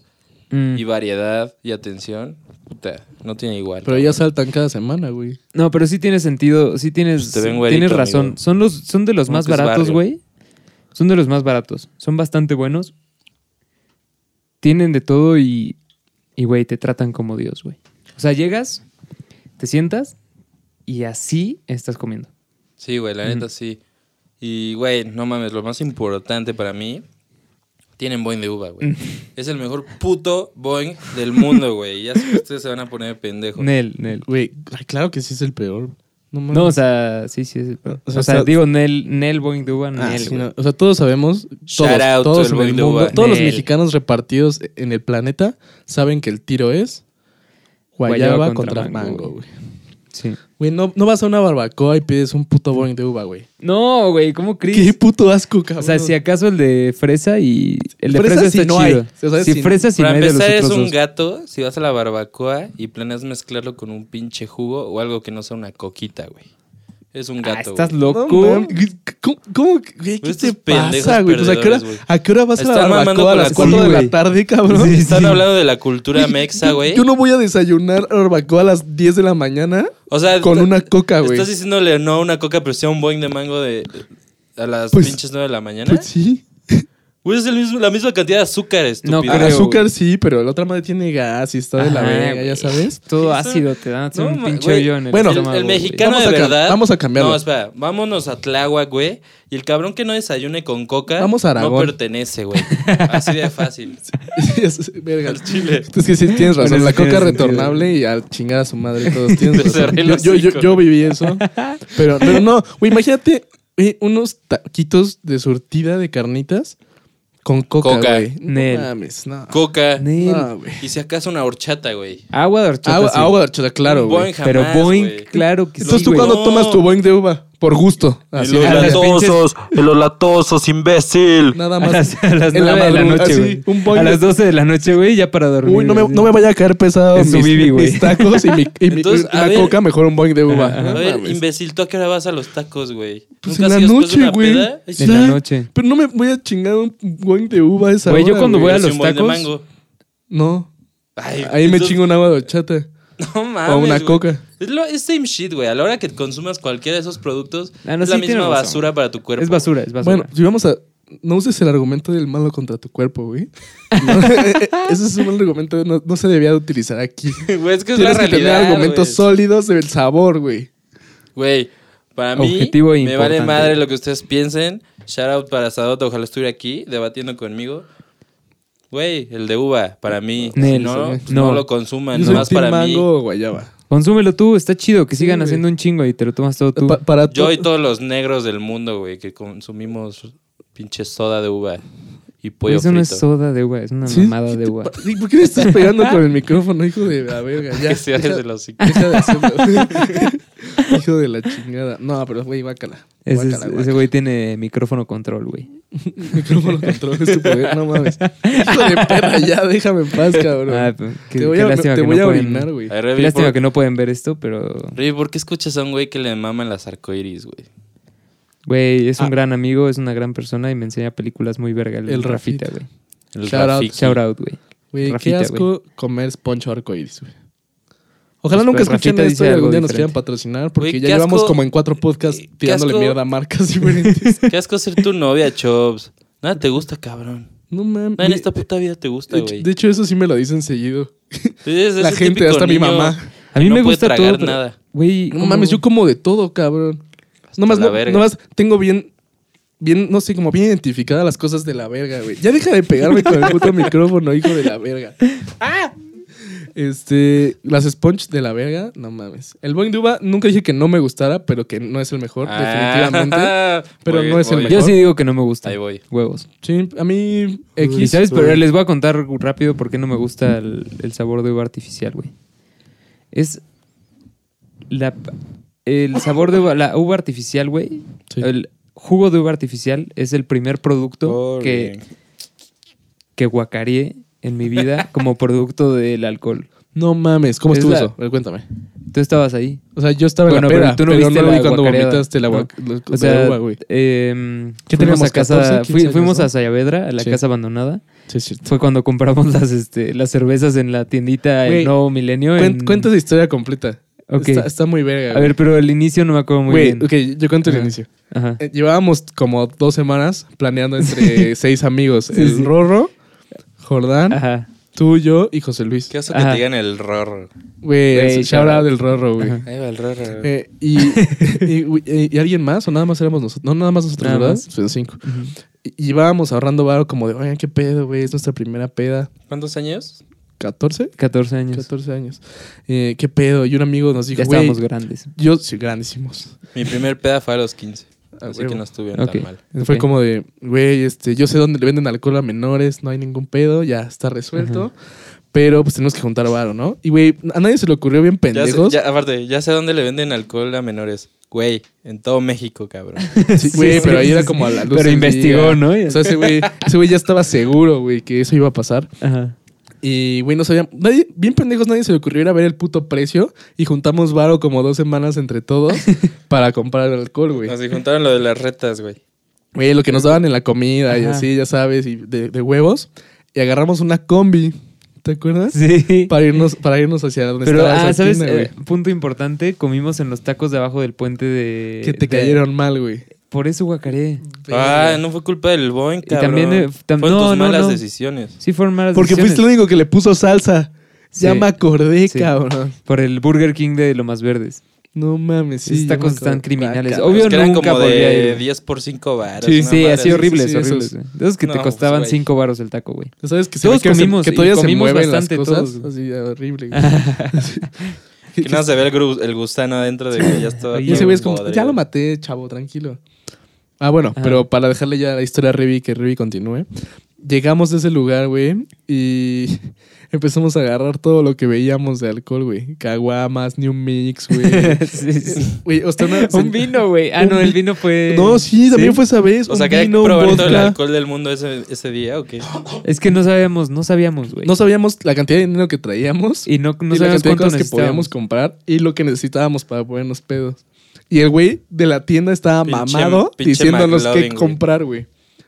B: Mm.
A: y variedad y atención, puta, no tiene igual.
C: Pero ya saltan cada semana, güey.
B: No, pero sí tiene sentido, sí tienes,
A: Pues te ven
B: tienes
A: güerito,
B: razón.
A: amigo.
B: Son los, son de los
A: Como
B: más
A: que es
B: baratos,
A: barrio.
B: güey. Son de los más baratos. Son bastante buenos. Tienen de todo y, y güey, te tratan como Dios, güey. O sea, llegas, te sientas y así estás comiendo.
A: Sí, güey, la neta sí. Y, güey, no mames, lo más importante para mí, tienen Boeing de uva,
B: Mm.
A: güey. es el mejor puto Boeing del mundo, güey. Ya sé que ustedes se van a poner pendejos.
B: Nel, Nel.
C: Güey, ay, claro que sí es el peor. No, mames.
B: No, o sea, sí, sí. sí.
C: O
B: O
C: sea,
B: sea,
C: está-
B: digo Nel, Nel, Boing de Uva,
C: Ah,
B: Nel,
C: sí,
B: güey.
C: no. O sea, todos sabemos,
A: Shout
C: todos,
A: out
C: todos
A: to el
C: en el
A: buen de
C: mundo,
A: uva.
C: todos los
B: Nel.
C: mexicanos repartidos en el planeta saben que el tiro es guayaba contra, mango, güey.
B: Sí.
C: Güey, no, no vas a una barbacoa y pides un puto boing de uva, güey.
B: No, güey, ¿cómo crees?
C: Qué puto asco, cabrón.
B: O sea, si acaso el de fresa y. El de
C: Fresa
B: fresa,
C: si
B: está
C: no hay.
B: chido.
C: O sea,
B: si
C: si-
B: fresa, si no
A: para
B: hay de los
A: empezar, es
B: otros
A: un
B: dos.
A: gato si vas a la barbacoa y planeas mezclarlo con un pinche jugo o algo que no sea una coquita, güey. Es un
B: Ah,
A: gato.
B: estás
A: güey.
B: loco.
C: No, mames, güey, ¿Cómo, cómo que- güey, qué
A: Estos
C: te
A: pendejos
C: pasa, güey? Pues, ¿a, qué hora,
A: perdedores, güey.
C: ¿A qué hora vas a la
A: Están mamando
C: barbacoa? ¿A
A: con
C: las
A: la
C: 4 de
B: comida,
C: la
B: güey.
C: tarde, cabrón?
B: Sí,
A: Están hablando de la cultura mexa,
C: Yo-
A: güey.
C: Yo no voy a desayunar barbacoa a las 10 de la mañana
A: O sea,
C: con
A: te-
C: una coca, güey.
A: Estás diciéndole no a una coca, pero sí a un boing de mango de, de- a las
C: Pues-
A: pinches 9 de la mañana.
C: Pues sí.
A: Güey, es el mismo- la misma cantidad de azúcar, estúpido.
B: No
C: El
B: creo,
C: azúcar
B: güey.
C: sí, pero la otra madre tiene gas y está de la
B: Ajá,
C: verga, ya
B: güey.
C: sabes.
B: Todo
A: Eso-
B: ácido, te dan así
A: No,
B: un
A: ma-
B: pinche
A: güey.
B: hoyo en el
C: Bueno,
B: estómago,
A: el
B: güey.
A: mexicano
C: Vamos a
A: de
C: cam-
A: verdad.
C: vamos a cambiarlo.
A: No, espera, vámonos a Tláhuac, güey. Y el cabrón que no desayune con coca
C: Vamos a
A: no
C: Aragón.
A: pertenece, güey. Así de fácil.
C: Es- verga.
A: Al chile.
C: Es que sí, tienes razón.
B: Bueno,
C: la
B: sí tiene
C: coca
B: sentido.
C: retornable y al chingar a su madre todos. Tienes
A: Te cerré
C: razón.
A: el
C: Yo, yo, yo-
A: hocico.
C: yo viví eso. Pero, pero no, güey, imagínate güey, unos taquitos de surtida de carnitas con coca,
A: Coca.
C: güey. No
B: Nel.
C: mames, no.
A: Coca.
B: Nel.
C: No, güey.
A: Y si acaso una horchata, güey.
B: Agua de horchata.
C: Agua,
B: sí.
C: agua de horchata, claro,
A: Un
C: güey.
A: Boing
B: Pero
A: jamás,
B: Boing,
A: güey.
B: claro que
C: Entonces,
B: sí.
C: ¿tú
B: güey.
C: cuando
A: No.
C: tomas tu boing de uva? Por gusto.
A: Y
C: Así,
A: los
B: a las
A: latosos, y los latosos, imbécil.
C: nada
B: A
C: más.
B: las, a las
C: en la
B: 9 de la
C: madrugada,
B: noche,
C: sí,
B: güey.
C: un boing
B: A
C: de-
B: las 12 de la noche, güey, ya para dormir.
C: Uy, no me,
B: así.
C: no me vaya a caer pesado
B: En su
C: mis,
B: bibi, güey.
C: mis tacos y mi, y mi-
A: Entonces, a
C: la
A: ver.
C: coca, mejor un boing de uva.
B: Ajá.
A: A
C: No
A: ver,
C: mames.
A: imbécil, ¿tú a qué hora vas a los tacos, güey?
C: Pues
A: ¿Nunca
C: en
A: has
C: la
A: ido después de
C: noche,
A: una
C: güey.
A: peda? Ay,
B: En
A: sí.
B: la
C: Ya,
B: noche.
C: Pero no me voy a chingar un boing de uva a esa
B: Güey, yo
C: hora,
B: cuando voy a
A: Pero sí,
B: los
A: un boing de
B: tacos-
A: mango.
C: No,
A: Ay,
C: ahí me
A: entonces-
C: chingo un agua de horchata.
A: No mames.
C: o una
A: güey.
C: coca.
A: Es, lo, es same shit, güey. A la hora que consumas cualquiera de esos productos,
B: Ah, no,
A: es
B: sí
A: la
B: tienes
A: misma
B: razón.
A: basura para tu cuerpo.
B: Es basura, es basura.
C: Bueno, si vamos a. No uses el argumento del malo contra tu cuerpo, güey. No, eh, ese es un mal argumento, no, no se debía de utilizar aquí.
A: Güey, es que es la
C: Tienes que
A: realidad.
C: tener argumentos
A: güey.
C: sólidos del sabor, güey.
A: Güey, para mí
B: Objetivo e
A: me vale
B: importante.
A: madre lo que ustedes piensen. Shout out para Sadota, ojalá estuviera aquí debatiendo conmigo. Güey, el de uva, para mí. Si
B: Nel,
A: no,
B: sí.
A: pues no
B: eh. No.
A: lo consuman,
C: Yo soy
A: nomás
C: team
A: para
C: mango o guayaba.
B: Consúmelo tú, está chido que
C: Sí,
B: sigan
C: güey.
B: haciendo un chingo y te lo tomas todo tú.
C: Pa- para
A: mí. Yo
C: to-
A: y todos los negros del mundo, güey, que consumimos pinche soda de uva y pollo
B: Eso
A: frito.
B: no es soda de uva, es una
C: Sí,
B: mamada
C: sí,
B: de
C: te
B: uva.
C: pa- ¿Y por qué me estás pegando con el micrófono, hijo de la verga? Ya,
A: Que se
C: deja-
A: abres el hocico.
C: deja de hacerlo. hijo de la chingada. No, pero güey, bácala.
B: Ese, es-
C: Guácala, guácala.
B: ese güey tiene micrófono control, güey.
C: Micrófono control es tu poder. No mames. Hijo de perra, ya déjame en paz, cabrón.
B: Ah, pues, qué,
C: te voy
B: qué
C: a,
B: lástima
C: te
B: que
C: voy
B: no
C: a
B: pueden-
C: orinar, güey.
A: Ay,
B: qué
A: Revi,
B: lástima
A: ¿por,
B: que no pueden ver esto, pero...
A: Revi, ¿por qué escuchas a un güey que le maman las arcoiris, güey?
B: Güey, es un
C: Ah.
B: gran amigo, es una gran persona y me enseña películas muy verga. El,
C: El
B: Rafita,
C: Rafita.
B: güey.
A: El
C: Shout out,
A: Rafiki.
B: Shout out, güey.
C: Güey, qué
B: Rafita,
C: asco comer poncho arcoiris, güey. Ojalá
B: Pues,
C: nunca
B: pues,
C: escuchen
B: Rafita
C: esto
B: dice
C: y algún
B: algo
C: día nos quieran
B: diferente.
C: patrocinar porque
A: Güey,
C: ya
A: qué
C: llevamos
A: asco- eh,
C: como en cuatro podcasts
A: qué
C: tirándole
A: asco-
C: mierda a marcas diferentes.
A: Qué asco ser tu novia, Chops. Nada te gusta, cabrón.
C: no mames.
A: Nada en esta puta vida te gusta,
C: de,
A: güey.
C: de hecho, eso sí me lo dicen seguido.
A: Es ese
C: La gente,
A: típico
C: hasta mi
A: niño
C: mamá.
B: A mí
A: no
B: me
A: puede
B: gusta
A: tragar
B: todo. pero-
A: nada.
B: Güey,
C: No
B: ¿cómo?
C: mames, yo como de todo, cabrón.
A: Hasta
C: Nomás,
A: la
C: no,
A: verga.
C: nomás tengo bien, bien, no sé, como bien identificadas las cosas de la verga, güey. Ya deja de pegarme con el puto micrófono, hijo de la verga. Este, las sponge de la verga, no mames. El Boing Duba, nunca dije que no me gustara, pero que no es el mejor, definitivamente.
A: Ah,
C: pero
A: voy,
C: no es el
A: voy.
C: mejor.
B: Yo sí digo que no me gusta.
A: Ahí voy.
B: Huevos.
C: Sí, a mí, X.
B: Y sabes, pero
C: güey.
B: les voy a contar rápido por qué no me gusta el, el sabor de uva artificial, güey. Es la, el sabor de uva, la uva artificial, güey.
C: Sí.
B: El jugo de uva artificial es el primer producto que, que guacareé en mi vida como producto del alcohol.
C: No mames, ¿cómo
B: Es
C: estuvo
B: la-
C: eso? A ver, cuéntame.
B: Tú estabas ahí.
C: O sea, yo estaba
B: Bueno,
C: en la
B: pero
C: pera,
B: tú no
C: pero
B: viste
C: no lo
B: la
C: vi cuando
B: guacareada.
C: vomitaste la, gua- la-
B: O
C: la
B: sea,
C: uva, güey.
B: eh, fuimos
C: ¿Qué teníamos,
B: a casa,
C: 14,
B: fui-
C: 15 años,
B: fuimos
C: no?
B: a Sayavedra, a la
C: Sí.
B: casa abandonada.
C: Sí, es cierto.
B: Fue cuando compramos las, este, las cervezas en la tiendita
C: Güey,
B: El Nuevo Milenio.
C: Cuen-
B: en-
C: Cuenta esa historia completa.
B: Ok.
C: Está, está muy verga.
B: A ver, pero el inicio no me acuerdo muy
C: güey.
B: bien.
C: Güey, ok, yo cuento el
B: Ajá.
C: inicio.
B: Ajá.
C: Eh, Llevábamos como dos semanas planeando entre seis amigos:
B: Sí,
C: el
B: sí.
C: Rorro, Jordán,
B: Ajá.
C: tú, yo y José Luis.
A: ¿Qué hace que
B: Ajá.
A: te digan el rorro?
C: Güey,
B: Güey,
C: el- shout out del Rorro, güey.
B: Ajá.
A: Ahí va el rorro.
C: Eh, y, y- güey, eh, ¿y alguien más? ¿O nada más éramos nosotros? No, nada más nosotros,
B: Nada
C: ¿verdad?
B: más.
C: Son cinco. Y y íbamos ahorrando varo como de, oigan, qué pedo, güey, es nuestra primera peda.
A: ¿Cuántos años?
C: ¿14?
B: 14 años.
C: 14 años. Eh, qué pedo. Y un amigo nos
B: ya
C: dijo, güey,
B: estábamos grandes.
C: yo soy grandísimos.
A: Mi primer peda fue a los 15.
C: Ah,
A: así
C: huevo.
A: que no estuvieron
B: Ok.
A: tan mal.
C: Fue
B: Ok.
C: como de, güey, este, yo sé dónde le venden alcohol a menores, no hay ningún pedo, ya está resuelto. Pero pues tenemos que juntar varo, ¿no? Y güey, a nadie se le ocurrió bien
A: Ya sé-
C: pendejos.
A: ya- aparte, ya sé dónde le venden alcohol a menores. Güey, en todo México, cabrón.
C: Sí, güey,
B: Sí, sí,
C: pero ahí era
B: sí,
C: como a la
B: sí.
C: luz.
B: Pero
C: del
B: investigó,
C: día.
B: ¿no?
C: O sea, ese güey, ese güey ya estaba seguro, güey, que eso iba a pasar.
B: Ajá.
C: Y güey, no sabían, nadie, bien pendejos, nadie se le ocurrió ir a ver el puto precio y juntamos varo como dos semanas entre todos para comprar el alcohol, güey.
A: Nos juntaron lo de las retas, güey.
C: Güey, lo que nos daban en la comida y
B: Ajá.
C: así, ya sabes, y de, de huevos. Y agarramos una combi, ¿te acuerdas?
B: Sí.
C: Para irnos, para irnos hacia donde
B: Pero,
C: estaba
B: ah,
C: esa
B: ¿sabes?
C: esquina, güey.
B: Eh, punto importante, comimos en los tacos de abajo del puente de...
C: que
B: de-
C: te cayeron mal, güey.
B: Por eso guacaré.
A: Ah, no fue culpa del Boeing,
B: Y
A: cabrón.
B: también, eh, tam-
A: Fueron
B: no,
A: tus
B: no,
A: malas
B: no.
A: decisiones.
B: Sí, fueron malas
C: Porque fuiste
B: decisiones.
C: el único que le puso salsa. Ya
B: Sí.
C: me acordé,
B: Sí.
C: cabrón.
B: Por el Burger King de Lo Más Verdes.
C: No mames, sí.
B: Esos
C: ya me
B: tacos
C: acordé.
B: están criminales.
C: Ah,
B: Obvio
A: Es que eran
B: nunca
A: como
B: volví a
A: de
B: ir.
A: 10 por 5 baros.
B: Sí,
A: una
B: sí,
A: madre
B: así
C: sí,
B: horribles,
C: sí, esos.
B: horribles. güey. De esos que
A: No,
B: te
A: pues,
B: costaban
A: güey.
B: 5 baros el taco, güey.
C: ¿Sabes que se
B: Todos
C: ve que se-
B: comimos
C: que
B: y
C: todavía se
B: comimos
C: mueven las
B: bastante
C: cosas?
B: todos.
C: Así, horrible. güey.
A: Que nada se ve el, gru- el gusano adentro de que ya estaba.
C: Y ese
A: todo
C: güey es como,
A: podrido.
C: ya lo maté, chavo, tranquilo. Ah, bueno,
B: Ajá.
C: pero para dejarle ya la historia a Revi, que Revi continúe. Llegamos de ese lugar, güey, y empezamos a agarrar todo lo que veíamos de alcohol, güey. Caguamas, New Mix, güey.
B: Sí, sí.
C: Güey, o sea, una-
B: Un vino, güey. Ah,
C: Un
B: no, el
C: vi-
B: vino fue.
C: No, sí, también
B: ¿Sí?
C: fue esa vez.
A: O sea,
C: un
A: que
C: vino, un
A: probaron todo el
C: vodka.
A: alcohol del mundo ese, ese día, ¿o qué?
B: Es que no sabíamos, no sabíamos, güey.
C: No sabíamos la cantidad de dinero que traíamos.
B: y no, no sabíamos
C: y la cantidad de
B: cuánto
C: cosas que
B: necesitábamos.
C: podíamos comprar y lo que necesitábamos para ponernos pedos. Y el güey de la tienda estaba
A: Pinche-
C: mamado
A: pinche
C: diciéndonos
A: McLovin,
C: qué
A: güey.
C: comprar, güey.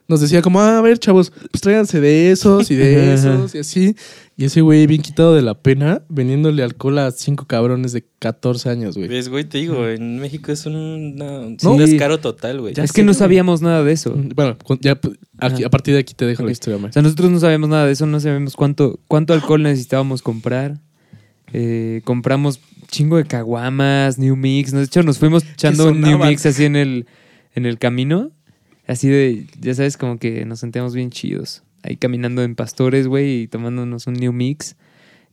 C: nos decía como, "Ah, a ver, chavos, pues tráiganse de esos y de esos y así. Y ese güey bien quitado de la pena, vendiéndole alcohol a cinco cabrones de 14 años, güey.
A: ¿Ves, Pues, güey? Te digo, en México es un, no, es
B: No.
A: un descaro total, güey.
C: Ya
B: es
C: sé,
B: que no
C: güey.
B: sabíamos nada de eso.
C: Bueno, cu- ya, pues, aquí-
B: Ajá.
C: a partir de aquí te dejo
B: Ok.
C: la historia, man.
B: O sea, nosotros no sabemos nada de eso, no sabemos cuánto, cuánto alcohol necesitábamos comprar. Eh, compramos chingo de caguamas, New Mix. De hecho, nos fuimos echando un New
C: sonaban.
B: Mix así en el, en el camino. Así de, ya sabes, como que nos sentíamos bien chidos. Ahí caminando en pastores, güey, y tomándonos un New Mix.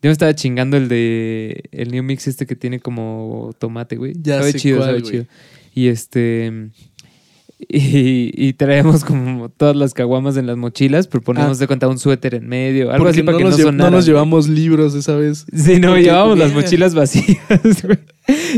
B: Yo me estaba chingando el de. El New Mix este que tiene como tomate, güey.
C: Ya
B: sabe
C: sé
B: chido,
C: cuál,
B: sabe
C: güey.
B: chido. Y este. Y, y traíamos como todas las caguamas en las mochilas, pero poníamos
C: Ah.
B: de cuenta un suéter en medio, algo
C: Porque
B: así para
C: no
B: que no
C: nos lle-
B: sonara.
C: No nos llevamos libros esa vez.
B: Sí, no,
C: Porque-
B: llevábamos las
C: Verga.
B: mochilas vacías, güey.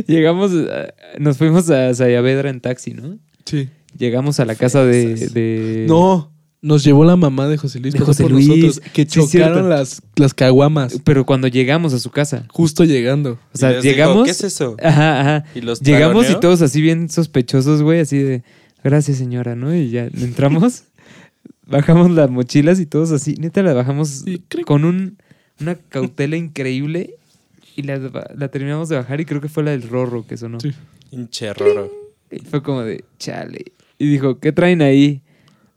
B: Llegamos, a- nos fuimos a Sayavedra en taxi, ¿no?
C: Sí.
B: Llegamos a la casa de...
A: Fresas.
B: de-
C: No, nos llevó la mamá de José Luis.
B: De
C: pasó
B: José
C: por
B: Luis.
C: Nosotros, que
B: Sí, es cierto.
C: chocaron las, las caguamas
B: Pero cuando llegamos a su casa,
C: justo llegando.
B: o sea,
A: Y les digo,
B: llegamos...
A: ¿Qué es eso?
B: Ajá, ajá.
A: Y los
B: Llegamos y
A: todo.
B: todos así bien sospechosos, güey, así de, gracias señora, ¿no? Y ya entramos, bajamos las mochilas y todos así, neta, la bajamos
C: Y cric.
B: con un, una cautela increíble y la, la terminamos de bajar y creo que fue la del rorro que sonó.
C: Sí.
A: Pinche roro.
B: Y fue como de, chale. Y dijo, ¿qué traen ahí?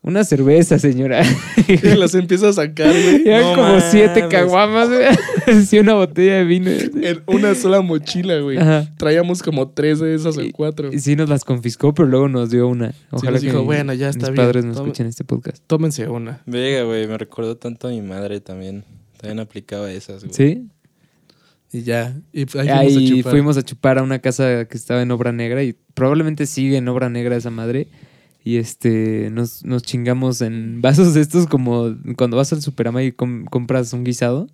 B: Una cerveza, señora.
C: Y las empieza a sacar, güey.
B: Eran
A: No
B: como siete
A: mames.
B: caguamas, güey. Sí, una botella de vino.
C: En una sola mochila, Eh, güey.
B: Ajá.
C: Traíamos como tres de esas o
B: Y-
C: cuatro.
B: Y sí nos las confiscó, pero luego nos dio una. Ojalá
C: nos
B: que
C: dijo, "Bueno, ya está
B: mis
C: bien,
B: padres no
C: toma".
B: escuchen este podcast.
C: Tómense una.
A: Vega, güey, me recordó tanto a mi madre también. También aplicaba esas, güey.
B: ¿Sí?
C: Y ya. Y ahí,
B: Ahí
C: fuimos a chupar.
B: a una casa que estaba en Obra Negra y probablemente sigue en Obra Negra esa madre. Y este, nos, nos chingamos en vasos de estos como cuando vas al Superama y com- compras un guisado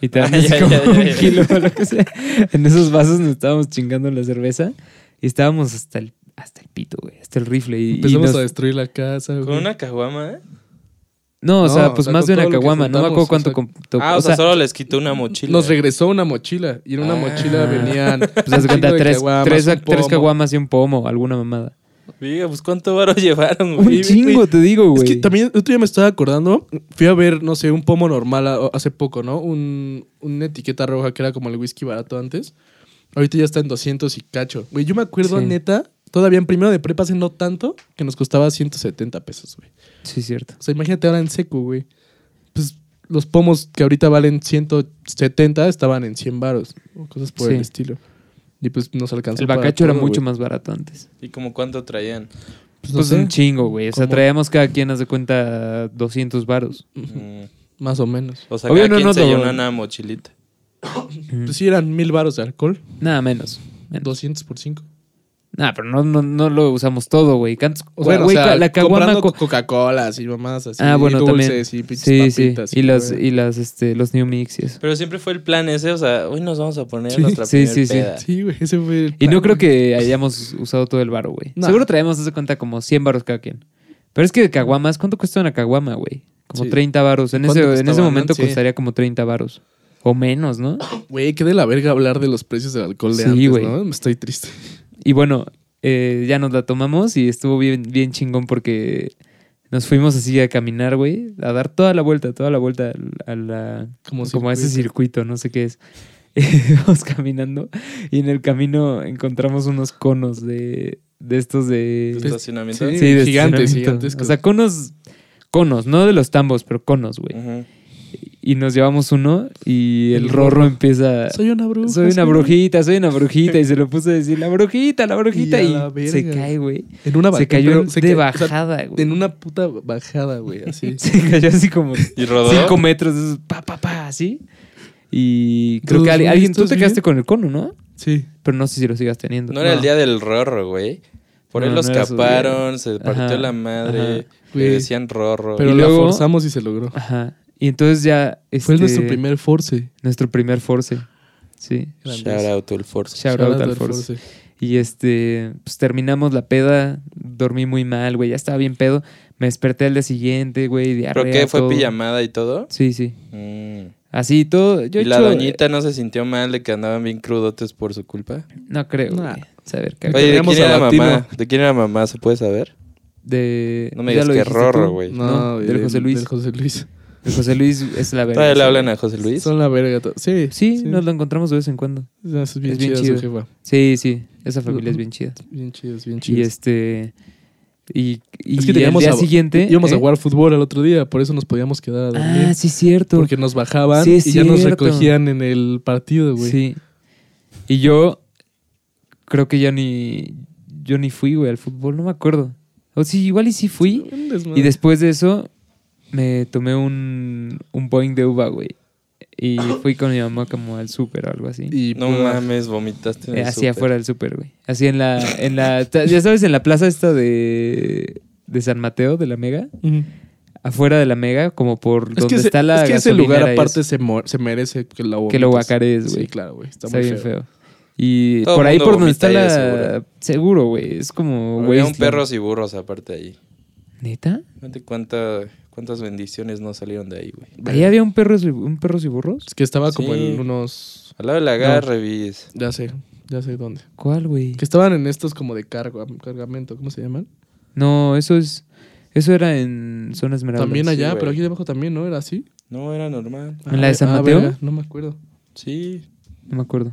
B: y te dan
A: Ah,
B: así
A: ya,
B: como
A: ya, ya,
B: un
A: ya.
B: kilo o lo que sea. En esos vasos nos estábamos chingando la cerveza y estábamos hasta el, hasta el pito, güey, hasta el rifle. Y, y
C: Empezamos
B: nos-
C: a destruir la casa, güey.
A: Con una caguama, ¿eh?
B: No, o
C: No,
B: sea, pues
C: o sea,
B: más
C: con
B: de
C: todo
B: una
C: lo que
B: caguama, no me acuerdo
C: juntamos,
B: cuánto.
C: o sea-
B: com- to-
A: Ah, o, sea, solo les quitó una mochila. eh.
C: Nos regresó una mochila. Y en una
A: Ah.
C: mochila venían.
B: pues haz de cuenta,
C: un chingo de
B: tres,
C: caguamas,
B: tres,
C: un
B: tres
C: pomo.
B: caguamas y un pomo, alguna mamada.
A: Vega, pues cuánto varo llevaron,
B: Un
A: güey.
B: chingo, te digo,
C: Es
B: güey.
C: que también, el otro día me estaba acordando, fui a ver, no sé, un pomo normal a- hace poco, ¿no? Un, una etiqueta roja que era como el whisky barato antes. Ahorita ya está en 200 y cacho. Güey, yo me acuerdo,
B: Sí.
C: neta, todavía en primero de prepa hace no tanto, que nos costaba 170 pesos, güey.
B: Sí, cierto.
C: O sea, imagínate ahora en seco, güey. Pues los pomos que ahorita valen 170 estaban en 100 varos, o cosas por
B: Sí.
C: el estilo. Y pues nos alcanzó
B: El
C: para
B: bacacho era
C: todo,
B: mucho
C: güey.
B: más barato antes.
A: ¿Y como cuánto traían?
C: Pues,
B: Pues,
C: no sé,
B: un chingo, güey. O sea,
C: como-
B: traíamos cada quien, haz de cuenta, 200 varos.
A: Mm.
C: más o menos.
A: O sea,
B: Obvio,
A: cada
B: no,
A: quien
B: no,
A: se
B: no.
A: llevó una mochilita.
C: Pues sí, eran mil varos de alcohol,
B: Nada menos. Mm. menos.
C: 200 por 5.
B: Nah, pero no, no, no lo usamos todo, güey. ¿Cuántos-
C: O sea,
B: güey,
C: o sea,
B: ca- la caguama...
C: comprando
B: co-
C: Coca-Cola y mamás así.
B: ah, bueno, también.
C: dulces y
B: Sí,
C: pinches
B: sí.
C: papitas
B: Y, las,
C: güey.
B: y las, este, los New Mix y eso.
A: Pero siempre fue el plan ese, o sea, hoy nos vamos a poner
C: Sí,
A: nuestra
B: sí,
A: primer
B: sí, sí.
A: peda.
C: Sí, güey, ese fue el
B: Y
C: plan,
B: no creo
C: güey.
B: que hayamos usado todo el varo, güey.
C: No.
B: Seguro traemos, haz de cuenta, como 100 varos cada quien. Pero es que de caguamas, ¿cuánto cuesta una caguama, güey? Como
C: Sí.
B: 30 varos. En
C: ¿Cuánto
B: ese, en
C: costaban,
B: ese
C: no?
B: momento
C: Sí.
B: costaría como 30 varos. O menos, ¿no?
C: Güey, qué de la verga hablar de los precios del alcohol de
B: Sí,
C: antes,
B: güey.
C: ¿no? Estoy triste.
B: Y bueno, eh, ya nos la tomamos y estuvo bien, bien chingón porque nos fuimos así a caminar, güey. A dar toda la vuelta, toda la vuelta a la,
C: Como,
B: como a ese
C: circuito.
B: circuito, no sé qué es. Vamos caminando y en el camino encontramos unos conos de, de estos de...
A: Estacionamiento.
C: Sí.
B: de
C: gigantes,
B: estacionamiento.
C: gigantescos.
B: O sea, conos, conos, no de los tambos, pero conos, güey.
A: Ujú.
B: Y nos llevamos uno y el
C: El
B: rorro empieza...
C: Soy una bruja.
B: Soy una brujita, soy una brujita. Y se lo puso a decir, la brujita, la brujita.
C: Y a
B: Y,
C: la verga.
B: se cae, güey.
C: En una
B: Se
C: bajada,
B: cayó
C: pero se
B: de
C: ca- o sea,
B: bajada, güey.
C: en una puta bajada, güey, así.
B: Se cayó así como
A: ¿Y rodó?
B: 5 metros, esos, pa, pa, pa, así. Y creo
C: Dios
B: que alguien,
C: mío,
B: alguien- tú
C: ¿estás
B: te quedaste
C: bien?
B: con el cono, ¿no?
C: Sí.
B: Pero no sé si lo sigas teniendo.
A: No era el día del rorro, güey. Por él
B: No,
A: los
B: no era su
A: caparon, se partió
B: Ajá,
A: la madre,
B: ajá.
A: le
C: Güey.
A: decían rorro.
C: Pero
B: Y
C: la
B: luego-
C: forzamos y se logró.
B: Ajá. Y entonces ya...
C: Fue
B: este,
C: nuestro primer force.
B: Nuestro primer force. Sí.
A: Shout out el Force.
B: Shout, out al force. Y este, pues terminamos la peda, dormí muy mal, güey, ya estaba bien pedo. Me desperté al día siguiente, güey, diarrea.
A: ¿Pero qué? ¿Fue
B: todo.
A: pijamada y todo?
B: Sí, sí.
A: Mm.
B: Así todo. Yo
A: ¿Y la
B: hecho- eh,
A: doñita no se sintió mal de que andaban bien crudotes por su culpa?
B: No creo,
C: Nah.
B: güey. Saber
C: Oye,
B: cagar.
A: Oye, ¿de
C: teníamos
A: quién era
C: a
A: la
C: Latino.
A: mamá? ¿De quién era la mamá? ¿Se puede saber?
B: de.
A: No me
B: ya
A: digas
B: lo
A: que
B: dijiste
A: Rorro,
B: tú.
A: güey.
B: No, del José Luis.
C: Del José Luis.
B: El José Luis es la verga.
A: ¿Todavía le hablan a José Luis?
C: Son la verga. to- Sí,
B: Sí, nos lo encontramos de vez en cuando.
C: Es bien
B: es bien
C: chida su
B: chido.
C: jefa.
B: Sí, sí. Esa familia es bien chida.
C: Bien chidos, bien
B: Y
C: chidos.
B: este. Y, y
C: Es que teníamos
B: al día
C: a-
B: siguiente.
C: Íbamos a
B: ¿eh?
C: jugar fútbol el otro día, por eso nos podíamos quedar a dormir.
B: Ah, sí, cierto.
C: Porque nos bajaban
B: Sí,
C: y
B: es
C: ya nos
B: cierto.
C: recogían en el partido, güey.
B: Sí. Y yo creo que ya ni yo ni fui, güey, al fútbol, no me acuerdo. O sí, igual y sí fui.
C: Un desmadre.
B: Y después de eso me tomé un, un Boeing de uva, güey. Y fui con mi mamá como al súper o algo así.
C: Y,
A: No
C: pues,
A: mames, vomitaste en
B: Eh,
A: el
B: así
A: súper.
B: afuera del súper, güey. Así en la, en la, ta- ya sabes, en la plaza esta de, de San Mateo, de la Mega.
C: ujú.
B: Afuera de la Mega, como por
C: Es
B: donde
C: que, ese-
B: está la
C: es que ese
B: gasolinera y
C: lugar aparte
B: eso.
C: se, mor- se merece que lo
B: Que lo
C: vomites.
B: guacarees, güey.
C: Sí, claro, güey. Está,
B: Está,
C: muy
B: bien
C: feo.
B: feo. Y
A: Todo
B: por ahí
A: mundo
B: por donde
A: vomita
B: está
A: ahí,
B: la. Seguro, güey. Es como.
A: Había un
B: wasteland.
A: perros y burros aparte ahí.
B: ¿Neta?
A: Fíjate cuánta- cuántas bendiciones no salieron de ahí, güey.
B: ¿Ahí había un perros, y- un perros y burros?
C: Es que estaba como
A: Sí.
C: en unos...
A: Al lado de la garra, revis.
C: Ya sé, ya sé dónde.
B: ¿Cuál, güey?
C: Que estaban en estos como de cargo, cargamento, ¿cómo se llaman?
B: No, eso es. Eso era en Zona Esmeralda.
C: también
A: sí,
C: allá,
A: güey.
C: pero aquí debajo también, ¿no? ¿Era así?
A: No, era normal.
B: ¿En la de San
C: Ah,
B: Mateo?
C: verga, no me acuerdo.
A: Sí.
B: No me acuerdo.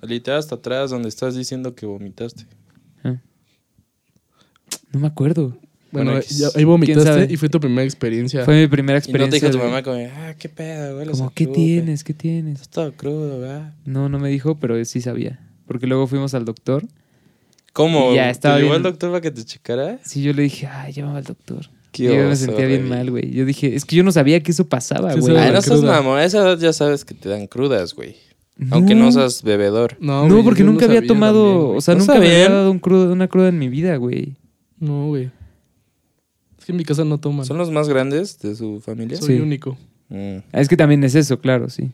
A: Saliste hasta atrás donde estás diciendo que vomitaste.
B: Ah. No me acuerdo.
C: Bueno,
A: Bueno,
C: eh,
A: X.
C: ya- ahí
B: ¿Quién
C: vomitaste
B: sabe?
C: y fue tu primera experiencia.
B: Fue mi primera
A: Y no te
B: experiencia.
A: dijo tu
B: de-
A: mamá como, ah, qué pedo, güey.
B: Como, ¿qué tienes? ¿Qué tienes?
A: Estás todo crudo, ¿verdad?
B: No, no me dijo, pero sí sabía. Porque luego fuimos al doctor.
A: ¿Cómo?
B: Y ya, estaba
A: ¿Te llevó
B: bien.
A: el doctor para que te checara?
B: Sí, yo le dije, ay, llévame al doctor.
A: Qué
B: yo me
A: oso,
B: sentía bien
A: Revi.
B: mal, güey. Yo dije, es que yo no sabía que eso pasaba,
C: Sí,
B: güey. Ah,
C: sabe
A: Ay,
C: la
A: no seas
C: cruda.
A: mamón. A esa edad ya sabes que te dan crudas, güey. Aunque no seas bebedor.
B: No,
C: güey,
B: porque
C: yo lo
B: nunca había
C: sabía
B: tomado,
C: también, güey.
B: o sea,
A: ¿No
B: nunca me había
A: sabían?
B: dado un crudo- una cruda en mi vida, güey.
C: No, güey. Es que en mi casa no toman.
A: ¿Son los más grandes de su familia?
C: Soy
B: Sí.
C: único.
A: Mm.
B: Ah, Es que también es eso, claro, sí.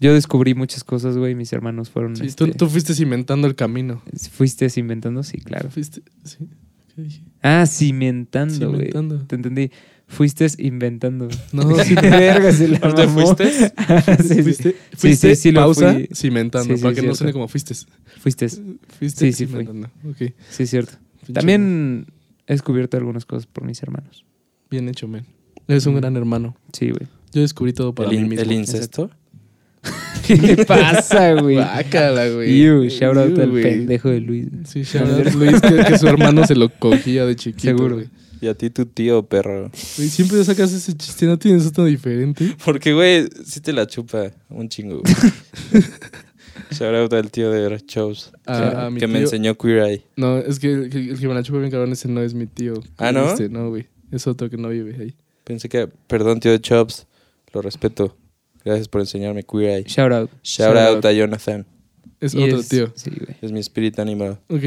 B: Yo descubrí muchas cosas, güey, mis hermanos fueron...
C: Sí,
B: este,
C: tú, tú fuiste cimentando el camino.
B: Fuiste cimentando, sí, claro.
C: Fuiste, sí. ¿Qué dije?
B: Ah, cimentando, güey.
C: Cimentando.
B: Te entendí. Fuiste inventando.
C: No,
B: Sí,
C: sí.
B: verga, se la
A: ¿No te
B: mamó.
A: fuiste?
B: Sí, sí.
C: fuiste,
B: sí,
C: fuiste
B: sí lo
C: pausa
B: fui.
C: cimentando,
B: Sí,
C: para
B: sí,
C: que no
B: cierto.
C: suene como fuiste.
B: Fuiste,
C: Fuiste
B: Sí, sí fui.
C: cimentando. Ok.
B: sí, es cierto.
C: Pinche men.
B: También he descubierto algunas cosas por mis hermanos.
C: Bien hecho, men. Eres
B: Mm.
C: un gran hermano.
B: Sí, güey.
C: Yo descubrí todo para
A: ¿El,
C: mí
A: in-
C: mismo.
A: el incesto?
B: ¿Qué te pasa, güey?
C: Bácala, güey.
B: Iu, shout out
C: Iu,
B: al
C: güey.
B: pendejo de Luis.
C: Sí, shout out Luis, que, que su hermano se lo cogía de chiquito.
B: Seguro.
C: güey.
A: Y a ti tu tío, perro.
C: Güey, Siempre sacas ese chiste, no tienes otro diferente.
A: Porque, güey, sí te la chupa un chingo. güey. Shout out al tío de Shows.
C: A, a mi
A: que me
C: tío-
A: enseñó Queer Eye.
C: No, es que el, que- el que me la chupa bien cabrón, ese no es mi tío.
A: ¿Ah, no?
C: Este, no, güey. Es otro que no vive ahí.
A: Pensé que, perdón, tío de Chops, lo respeto. Gracias por enseñarme Queer Eye.
B: Shout out.
A: Shout out a Jonathan,
C: Es
B: Y
C: otro tío.
B: Sí, güey.
A: es mi espíritu animal.
C: Ok.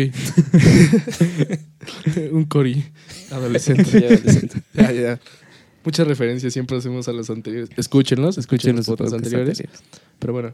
C: Un cori adolescente.
A: Ya, adolescente.
C: ya, ya. Muchas referencias siempre hacemos a los anteriores. Escúchenlos,
B: Escuchen
C: escuchen los
B: los
C: podcasts
B: podcasts
C: anteriores.
B: anteriores.
C: Pero bueno,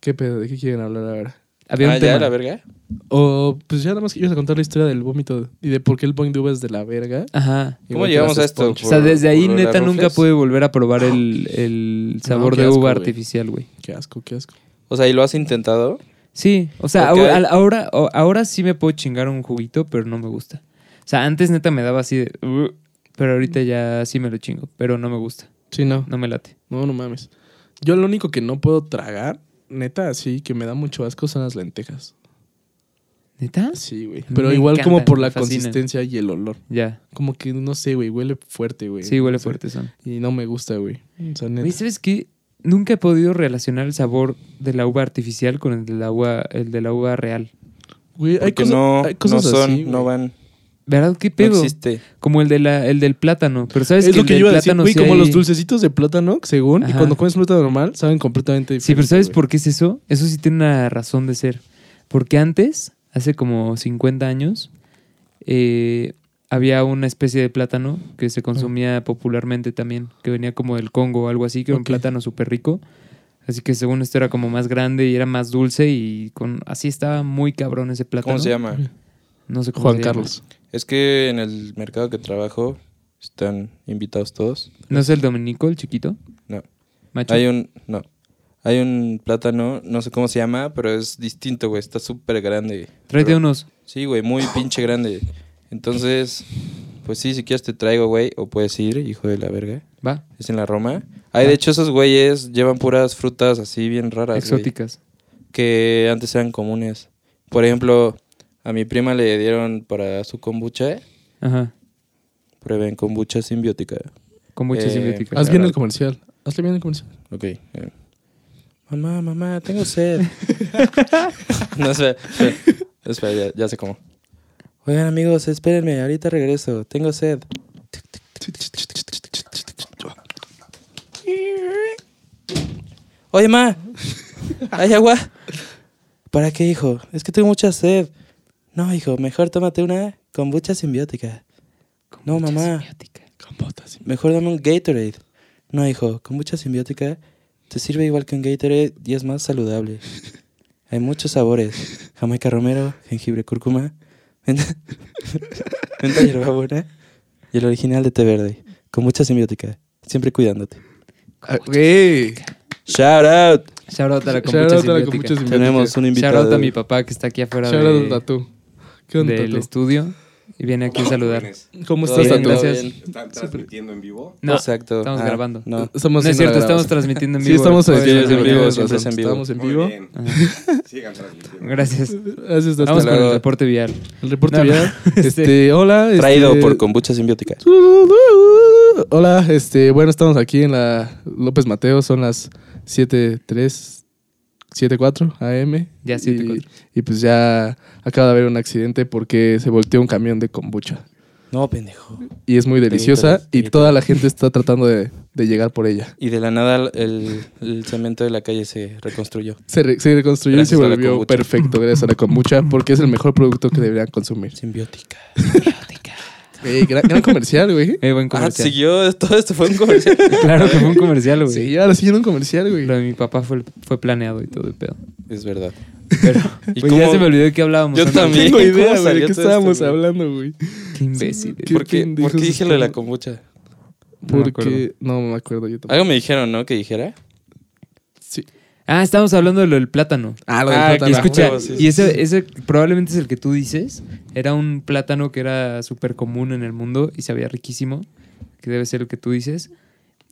C: ¿qué pedo? ¿De qué quieren hablar ahora?
B: Había un
A: ah, ya,
B: tema.
A: la verga.
C: O, pues ya nada más que ibas a contar la historia del vómito y de por qué el Boing Duba es de la verga.
B: Ajá.
A: ¿Cómo
C: Igual que
A: llegamos
C: las
A: a esto?
C: sponges.
B: O sea,
A: ¿Por-
B: desde ahí
A: por la
B: neta nunca
A: Ruffles?
B: pude volver a probar el, el sabor
A: qué
B: de
A: asco,
B: uva
A: güey.
B: artificial, güey.
C: Qué asco, qué asco.
A: O sea, ¿y lo has intentado?
B: Sí, o sea,
A: Ok.
B: ahora, ahora, ahora sí me puedo chingar un juguito, pero no me gusta. O sea, antes neta me daba así de... "Ugh", pero ahorita ya sí me lo chingo, pero no me gusta,
C: Sí, no.
B: no me late.
C: No, no mames. Yo lo único que no puedo tragar, neta, así que me da mucho asco son las lentejas.
B: ¿Neta?
C: Sí, güey.
B: Me
C: Pero igual como
B: encantan,
C: por
B: me
C: la
B: fascinan.
C: consistencia y el olor.
B: Ya.
C: Como que no sé, güey, huele fuerte, güey.
B: Sí, huele
C: No sé.
B: fuerte son.
C: Y no me gusta, güey. O sea,
B: Güey,
C: neta.
B: ¿sabes qué? Nunca he podido relacionar el sabor de la uva artificial con el de la uva, el de la uva real.
C: Güey, hay
A: Porque
C: cosas,
A: no,
C: hay cosas
A: no son,
C: así,
A: no
C: güey.
A: van,
B: ¿Verdad? ¿Qué
A: no
B: pedo?
A: existe.
B: como el, de la, el del plátano. Pero ¿sabes
C: Es,
B: que
C: lo
B: el
C: que
B: del
C: yo iba a decir,
B: plátano
C: güey,
B: sí
C: como
B: hay-
C: los dulcecitos de plátano, según, y
B: Ajá.
C: cuando comes plátano normal, saben completamente diferente.
B: Sí, pero ¿sabes
C: güey.
B: por qué es eso? Eso sí tiene una razón de ser. Porque antes, hace como 50 años, eh, había una especie de plátano que se consumía popularmente también, que venía como del Congo o algo así, que era un
C: Ok.
B: plátano súper rico. Así que según esto era como más grande y era más dulce y con así estaba muy cabrón ese plátano.
A: ¿Cómo se llama?
B: No sé cómo
C: Juan
B: se llama.
C: Carlos.
A: Es que en el mercado que trabajo están invitados todos.
B: ¿No es el Dominico, el chiquito?
A: No.
B: Macho.
A: Hay un, no. Hay un plátano, no sé cómo se llama, pero es distinto, güey. Está súper grande.
B: Tráete
A: Pero-
B: unos.
A: Sí, güey, muy pinche grande. Entonces, pues sí, si quieres te traigo, güey, o puedes ir, hijo de la verga.
B: ¿Va?
A: Es en la Roma. Ay, de hecho, esos güeyes llevan puras frutas así bien raras. güey,
B: Exóticas.
A: que antes eran comunes. Por ejemplo, a mi prima le dieron para su kombucha.
B: Ajá.
A: Prueben kombucha simbiótica.
B: Con mucha
A: Eh,
B: simbiótica.
C: Haz bien el comercial. Hazle bien el comercial.
A: Ok. eh. Mamá, mamá, tengo sed. no sé. Espera, espera, ya, ya sé cómo. Oigan, amigos, espérenme, ahorita regreso. Tengo sed. Oye, ma. ¿Hay agua? ¿Para qué, hijo? Es que tengo mucha sed. No, hijo, mejor tómate una kombucha simbiótica. No, mamá.
C: Con botas.
A: Mejor dame un Gatorade. No, hijo, con mucha simbiótica te sirve igual que un Gatorade y es más saludable. Hay muchos sabores. Jamaica romero, jengibre cúrcuma, menta, menta hierbabuena y el original de té verde. Con mucha simbiótica, siempre cuidándote. Ah,
C: Güey.
A: Shout out.
B: Shout out a la
C: Shout
B: kombucha
C: out a la kombucha
B: simbiótica.
C: simbiótica.
A: Tenemos un
B: Shout out
A: invitado.
B: a mi papá que está aquí afuera
C: Shout out
B: de-
C: a Tatú. ¿Qué onda,
B: del
C: Tatú?
B: estudio y viene aquí a saludar.
C: ¿Cómo
A: Todo
C: estás,
A: bien,
C: Tatú?
A: gracias.
D: ¿Están transmitiendo en vivo?
B: No,
A: Exacto. Ah,
B: estamos grabando. Este
A: No.
B: Ah, No
C: Estamos
B: es
C: en
B: cierto,
C: una
B: estamos
C: grabación.
B: transmitiendo en
C: Sí,
B: vivo.
C: estamos
A: en
B: Todavía
A: vivo,
B: no
A: en vivo,
B: grabamos.
A: siempre es en vivo.
C: Estamos en
D: Muy
C: vivo.
D: bien. Sigan transmitiendo.
B: Gracias.
C: Gracias, Tatú.
B: Vamos con el
A: luego.
B: reporte vial.
C: El reporte
B: No, no.
C: vial. Este, hola. este-
A: Traído por kombucha simbiótica.
C: Hola, este, bueno, estamos aquí en la López Mateo, son las 7.3, 7.4 AM.
B: Ya,
C: Y-
B: 7:04.
C: Y, pues ya acaba de haber un accidente porque se volteó un camión de kombucha.
A: No, pendejo.
C: Y es muy deliciosa
A: Teguito,
C: y
A: teguito.
C: toda la gente está tratando de, de llegar por ella.
A: Y de la nada el, el cemento de la calle se reconstruyó.
C: Se, re- se reconstruyó
A: Gracias
C: y se
A: a la
C: volvió
A: kombucha.
C: perfecto gracias a la kombucha porque es el mejor producto que deberían consumir.
A: Simbiótica.
C: Güey, gran, gran comercial, güey.
B: Eh, buen
A: Ah,
B: comercial.
A: siguió. Todo esto fue un comercial.
B: Claro que fue un comercial, güey.
C: Sí, ahora sí era un comercial, güey.
B: Lo de mi papá fue, fue planeado y todo el pedo.
A: Es verdad.
B: Pero
A: ¿Y
B: pues, ya
A: cómo-
B: se me olvidó de qué hablábamos.
A: Yo
B: antes.
C: No
A: también.
C: tengo
A: ¿Cómo
C: idea, güey, de
A: salió
C: qué
A: todo esto,
C: estábamos
A: güey?
C: hablando, güey.
B: Qué imbécil.
C: ¿Qué
A: ¿Por qué,
C: pendejos
A: por qué dije lo de la
C: estamos?
A: kombucha?
B: No me
C: Porque no me acuerdo yo tampoco.
A: Algo me dijeron, ¿no? Que dijera.
C: Sí.
B: Ah, estábamos hablando de lo del plátano.
C: Ah,
A: del Ah,
B: Y
A: plátano.
B: escucha,
A: huevo, sí,
B: y
A: sí,
B: ese, ese probablemente es el que tú dices. Era un plátano que era súper común en el mundo y sabía riquísimo, que debe ser el que tú dices.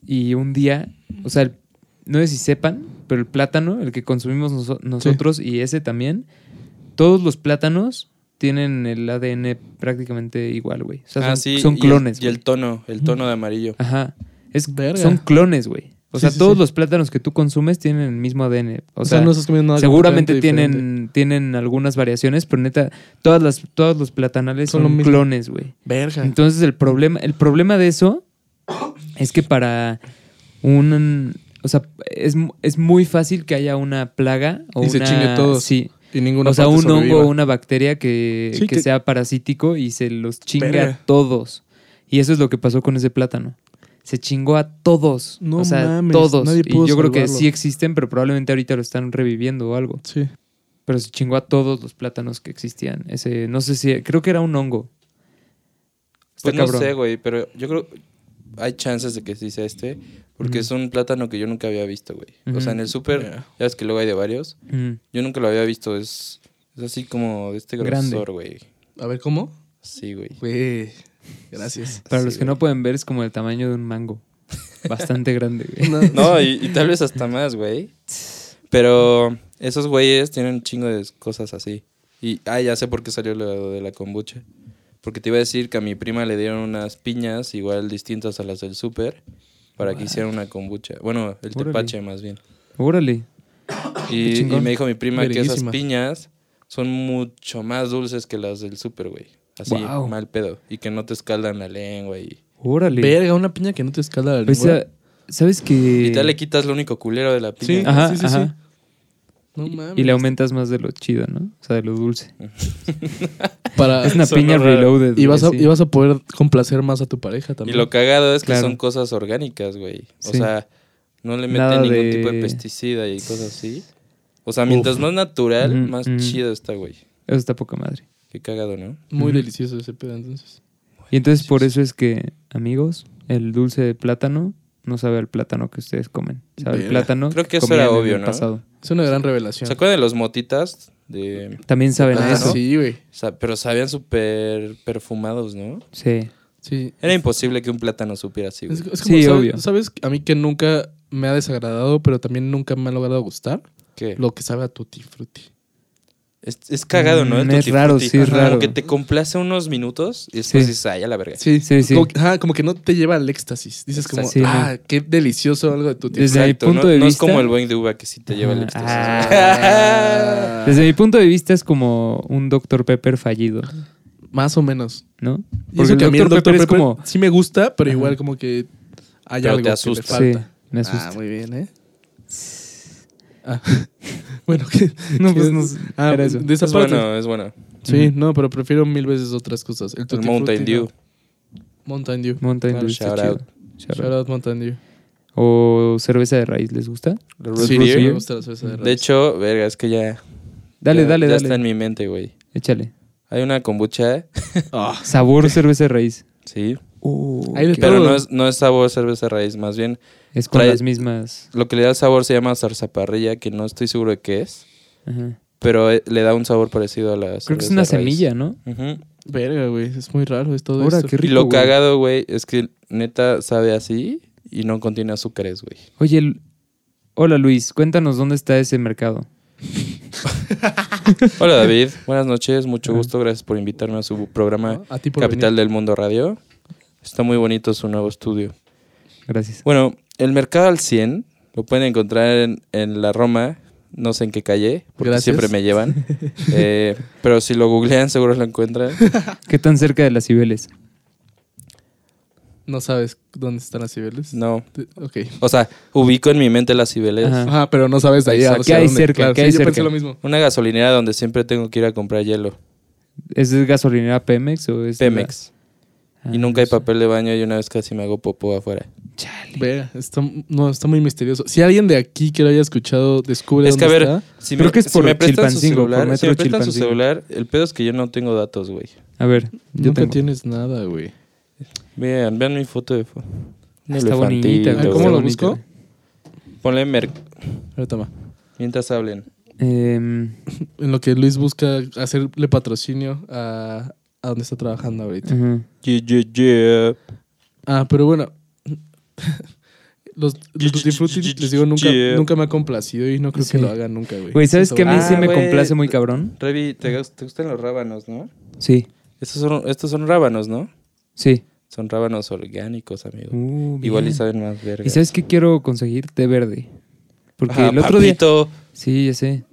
B: Y un día, o sea, el- no sé si sepan, pero el plátano, el que consumimos noso- nosotros y ese también, todos los plátanos tienen el ADN prácticamente igual, güey. O sea,
A: ah,
B: son,
A: sí.
B: son
A: y el-
B: clones.
A: Y el,
B: güey. Ah,
A: tono, el tono de amarillo.
B: Ajá. Es,
C: Verga.
B: son clones, güey. O
C: Sí,
B: sea,
C: sí,
B: todos
C: sí.
B: los plátanos que tú consumes tienen el mismo ADN. O
C: O
B: sea,
C: sea, no estás comiendo nada
B: Seguramente
C: completamente diferente.
B: tienen, tienen algunas variaciones, pero neta, todas las, todos los platanales
C: Son
B: son,
C: lo mismo.
B: clones, güey.
C: Verga.
B: Entonces el problema, el problema de eso es que para un o sea, es, mu- es muy fácil que haya una plaga o
C: Y se
B: una-
C: chingue todo.
B: Sí.
C: y ninguna
B: O sea,
C: parte
B: un hongo
C: sobreviva.
B: o una bacteria que,
C: Sí,
B: que
C: que-
B: sea parasítico y se los chinga
C: Verga.
B: a todos. Y eso es lo que pasó con ese plátano. Se chingó a todos.
C: No
B: o sea,
C: mames,
B: todos.
C: nadie
B: y yo
C: pudo
B: creo que
C: salvarlo.
B: sí existen, pero probablemente ahorita lo están reviviendo o algo.
C: Sí.
B: Pero se chingó a todos los plátanos que existían. Ese, no sé si, creo que era un hongo. Está
A: Pues no
B: cabrón.
A: sé, güey, pero yo creo hay chances de que sí sea este,
B: Ujú.
A: porque es un plátano que yo nunca había visto, güey. O
B: Ujú.
A: sea, en el súper,
C: Ya.
A: ya ves que luego hay de varios.
B: Mm.
A: Yo nunca lo había visto, es, es así como de este
B: Grande.
A: grosor, güey.
C: A ver, ¿cómo?
A: Sí, güey.
C: Güey. Gracias.
B: Para
A: Sí,
B: los que no pueden ver, es como el tamaño de un mango. Bastante grande, güey.
A: No, y, y tal vez hasta más, güey. Pero esos güeyes tienen un chingo de cosas así. Y, ah, ya sé por qué salió lo de la kombucha. Porque te iba a decir que a mi prima le dieron unas piñas igual distintas a las del súper para que hiciera una kombucha. Bueno, el
B: Órale.
A: tepache más bien.
B: Órale. Qué
A: Y, y
B: chingón.
A: me dijo mi prima que esas
C: Verguísima.
A: piñas son mucho más dulces que las del súper, güey. Así,
B: Guau.
A: mal pedo. Y que no te escaldan la lengua y...
B: Órale.
C: Verga, una piña que no te escala la
B: O
C: lengua.
B: sea, ¿sabes que.
A: Y tal le quitas lo único culero de la piña.
C: Sí.
A: güey.
B: Ajá,
C: Sí, sí,
B: ajá.
C: no mames.
B: Y le aumentas más de lo chido, ¿no? O sea, de lo dulce.
C: Para...
B: Es una
A: Sonó
B: piña
A: raro.
B: reloaded.
C: Y vas, a,
B: güey, sí.
C: y vas a poder complacer más a tu pareja
A: Y
C: también.
A: lo cagado es que
B: Claro.
A: son cosas orgánicas, güey. O
B: Sí.
A: sea, no le meten
B: Nada
A: ningún
B: de-
A: tipo de pesticida y cosas así. O sea, mientras más natural,
B: Ujú,
A: más
B: ujú.
A: chido está, güey.
B: Eso está poca madre.
A: Qué cagado, ¿no?
C: Muy
B: Ujú.
C: delicioso ese pedo, entonces.
B: Y entonces por eso es que, amigos, el dulce de plátano no sabe al plátano que ustedes comen. Sabe al
C: Verga.
B: plátano
A: Creo que eso
B: comían
A: era
B: en
A: obvio,
B: el
A: ¿no?
B: pasado.
C: Es una gran
A: ¿Se
C: revelación.
A: acuerdan de los motitas? de...
B: También saben a
C: Ah,
B: eso.
C: sí, güey.
A: sa- pero sabían súper perfumados, ¿no?
B: Sí.
C: Sí.
A: Era imposible que un plátano supiera así, güey.
C: Es, es
B: Sí,
C: como, ¿sabes,
B: obvio.
C: ¿Sabes? A mí que nunca me ha desagradado, pero también nunca me ha logrado gustar
A: ¿Qué?
C: lo que sabe a tutti frutti.
A: Es, es cagado, ¿no? El
B: Mm, es
A: tutti
B: raro,
A: frutti.
B: sí, es
A: Ajá.
B: raro.
A: Como que te complace unos minutos y después
B: Sí.
A: dices, ay, a la verga.
C: Sí,
B: Sí, sí.
C: Como, que- ajá, como que no te lleva al éxtasis. Dices como,
B: Sí, no.
C: ah, qué delicioso algo de tutti
B: Desde mi
A: Exacto,
B: punto
A: no,
B: de
A: no es
B: vista-
A: como el buen de uva que sí te lleva el
B: Ah,
A: éxtasis.
B: ah. Desde mi punto de vista es como un Dr. Pepper fallido,
C: frutti. Más o menos.
B: ¿no?
C: Y
B: Porque
C: eso
B: el
C: que a mí
B: Dr. Pepper es
C: Pepper
B: como...
C: sí me gusta, pero
B: Ajá.
C: igual como que hay
A: Pero
C: algo
A: te
C: que le
A: asusta.
B: Sí,
C: falta.
B: me asusta.
C: Ah, muy bien, ¿eh? Ah. bueno, ¿qué?
B: No, pues
C: qué-
B: no sé,
C: Ah,
B: era eso.
C: de esa
A: Es
C: parte.
A: bueno, es bueno.
C: Sí,
B: Ujú.
C: no, pero prefiero mil veces otras cosas. El,
A: El
C: Tutti
A: Mountain
C: Frutti, no.
A: Dew.
C: Mountain Dew.
B: Mountain
C: Claro,
B: Dew, está
A: Shout
B: chido.
A: out.
B: Shout
C: Shout
B: out.
C: out Mountain Dew.
B: O cerveza de raíz, ¿les gusta?
A: The
B: Red
C: Sí,
A: Root
B: Beer.
C: me
A: Beer.
C: gusta la cerveza de
A: De
C: raíz.
A: hecho, verga, es que ya.
B: Dale,
A: ya-
B: dale,
A: ya
B: dale.
A: está en mi mente, güey.
B: Échale.
A: Hay una kombucha, ¿eh?
C: Ah,
B: Sabor cerveza de raíz.
A: sí.
C: Ahí de
A: Pero
C: todo.
A: no es, no es sabor cerveza raíz, más bien
B: Es con
A: Trae-
B: las mismas.
A: lo que le da el sabor se llama zarzaparrilla, que no estoy seguro de qué es,
B: Ajá.
A: pero eh, le da un sabor parecido a pues, la
B: Creo que es
A: cerveza
B: una
A: raíz.
B: semilla, ¿no?
A: Ujú.
C: Verga, güey. Es muy raro, es todo
B: Ahora,
C: esto.
B: qué
A: Y
B: rico.
A: lo
B: güey.
A: cagado, güey, es que neta sabe así y no contiene azúcares, güey.
B: Oye, Lu- hola Luis, cuéntanos dónde está ese mercado.
A: Hola David, buenas noches,
B: Ah.
A: mucho gusto, gracias por invitarme a su programa
C: ¿No? A ti por
A: Capital
C: venir.
A: del Mundo Radio. Está muy bonito su nuevo estudio.
B: Gracias.
A: Bueno, el mercado al 100 lo pueden encontrar en, en la Roma, no sé en qué calle, porque
C: Gracias.
A: siempre me llevan. Eh, pero si lo googlean, seguro lo encuentran.
B: ¿Qué tan cerca de las Cibeles?
C: No sabes dónde están las Cibeles.
A: No.
C: Te- Ok.
A: O sea, ubico en mi mente las Cibeles.
B: Ajá.
C: Ajá, pero no sabes de ahí.
A: Ah. Exacto.
C: o sea,
B: ¿Qué hay
C: dónde.
B: cerca?
C: Claro,
B: ¿Qué
C: sí,
B: hay
C: yo
B: cerca?
C: pensé lo mismo.
A: Una gasolinera donde siempre tengo que ir a comprar hielo,
B: ¿Es de gasolinera Pemex o es.
A: Pemex.
B: la-
A: Y
B: Ah, no
A: nunca hay
B: sé.
A: papel de baño y una vez casi me hago popó afuera.
B: Chale.
C: Verga, está, no, está muy misterioso. Si alguien de aquí que lo haya escuchado descubre
A: Es que,
C: dónde
A: a ver,
C: está,
A: Si
B: Creo
A: me,
B: que es
A: si
B: por
A: me prestan su
B: Chilpancingo, por
A: celular, si
B: Metro
A: me prestan su
B: Chilpancingo.
A: celular, el pedo es que yo no tengo datos, güey.
B: A ver, yo
C: nunca
B: tengo.
C: tienes nada, güey.
A: Vean, vean mi foto de fo- un
B: Está
A: elefantito,
B: bonita,
A: güey.
B: güey.
C: ¿Cómo lo
B: Está bonita.
A: Ponle mer-
C: Ahora toma.
A: mientras hablen.
B: Em,
C: En lo que Luis busca hacerle patrocinio a, a donde está trabajando ahorita.
B: ajá.
A: Yeah, yeah, yeah.
C: Ah, pero bueno. Los, los Tutti Frutti, les digo, nunca,
A: Yeah.
C: nunca me ha complacido y no creo
B: Sí.
C: que lo hagan nunca, güey.
B: Güey, ¿sabes
C: Siento-
B: qué a mí sí
A: Ah,
B: me
A: güey.
B: complace muy cabrón?
A: Revi, te, gus- te gustan los rábanos, ¿no?
B: Sí,
A: Estos son, estos son rábanos, ¿no?
B: sí.
A: Son rábanos orgánicos, amigo.
B: Uh,
A: Igual y
B: bien.
A: saben más verga.
B: ¿Y sabes qué quiero conseguir? Té verde. Porque
A: Ajá,
B: el otro día.
A: papito,
B: Sí, ya sé.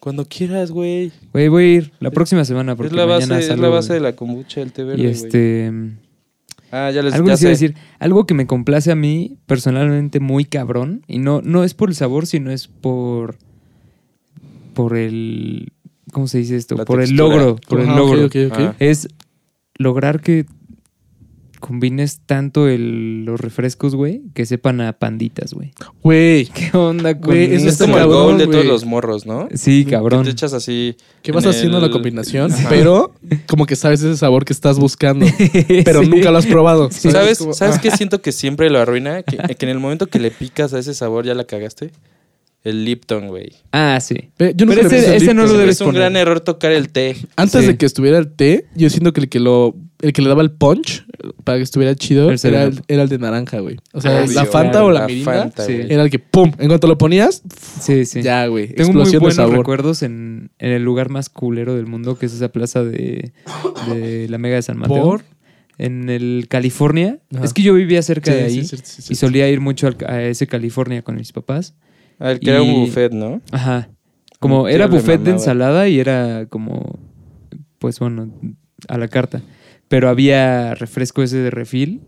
A: Cuando quieras, güey.
B: Güey, voy a ir la próxima semana Ah, porque
A: Es la base,
B: mañana
A: es
B: salgo,
A: la base de
B: güey.
A: la kombucha, el té verde,
B: Y
A: güey.
B: este. em,
A: Ah, ya les
B: Algo
A: ya
B: les iba a
A: sé.
B: decir, algo que me complace a mí personalmente muy cabrón, y no, no es por el sabor, sino es por. por el. ¿Cómo se dice esto?
A: La
B: por el
A: textura.
B: logro. Por el
C: Ah, ok,
B: logro.
C: ok, ok.
A: Ah.
B: Es lograr que combines tanto el- los refrescos, güey, que sepan a panditas, güey.
C: Güey,
B: ¿Qué onda con
C: Güey, eso
A: Es
B: eso?
A: como el
C: Cabrón,
A: goal de
C: güey.
A: todos los morros, ¿no?
B: Sí,
A: Que
B: cabrón.
A: te echas así.
C: que
A: en
C: vas haciendo
A: el-
C: la combinación,
A: Ajá.
C: pero como que sabes ese sabor que estás buscando, pero
B: Sí.
C: nunca lo has probado.
A: ¿Sabes,
C: Como-
A: ¿sabes
C: Ah,
A: qué siento que siempre lo arruina? Que, que en el momento que le picas a ese sabor ya la cagaste. El Lipton, güey.
B: Ah, sí.
C: ve, Yo nunca
B: Pero ese-
C: le puse
B: ese
C: Lipton.
B: no lo
A: Siempre
B: debes
A: es un
B: poner.
A: gran error tocar el té.
C: Antes
B: Sí.
C: de que estuviera el té, yo siento que el que lo el que le daba el punch eh, para que estuviera chido
B: El
C: era el,
B: Seven-Up.
C: era el de naranja, güey. O sea,
B: Obvio,
C: la Fanta
B: claro,
C: o la, Mirinda
A: Fanta,
B: sí.
A: güey.
C: era el que pum, en cuanto lo ponías,
B: Sí, sí.
C: ya, güey,
B: Tengo muy
C: explosión de
B: buenos
C: sabor.
B: recuerdos en, en el lugar más culero del mundo, que es esa plaza de, de la Mega de San Mateo.
C: ¿Por?
B: En el California.
C: Ajá.
B: Es que yo vivía cerca
C: Sí,
B: de
C: sí,
B: ahí
C: sí, sí, sí.
B: y solía ir mucho al- a ese California con mis papás.
A: Ah, el que era un
B: Y-
A: buffet, ¿no?
B: Ajá. Como
A: Mi tío
B: era
A: le
B: buffet de
A: mamaba.
B: ensalada y era como, pues bueno, a la carta. Pero había refresco ese de refil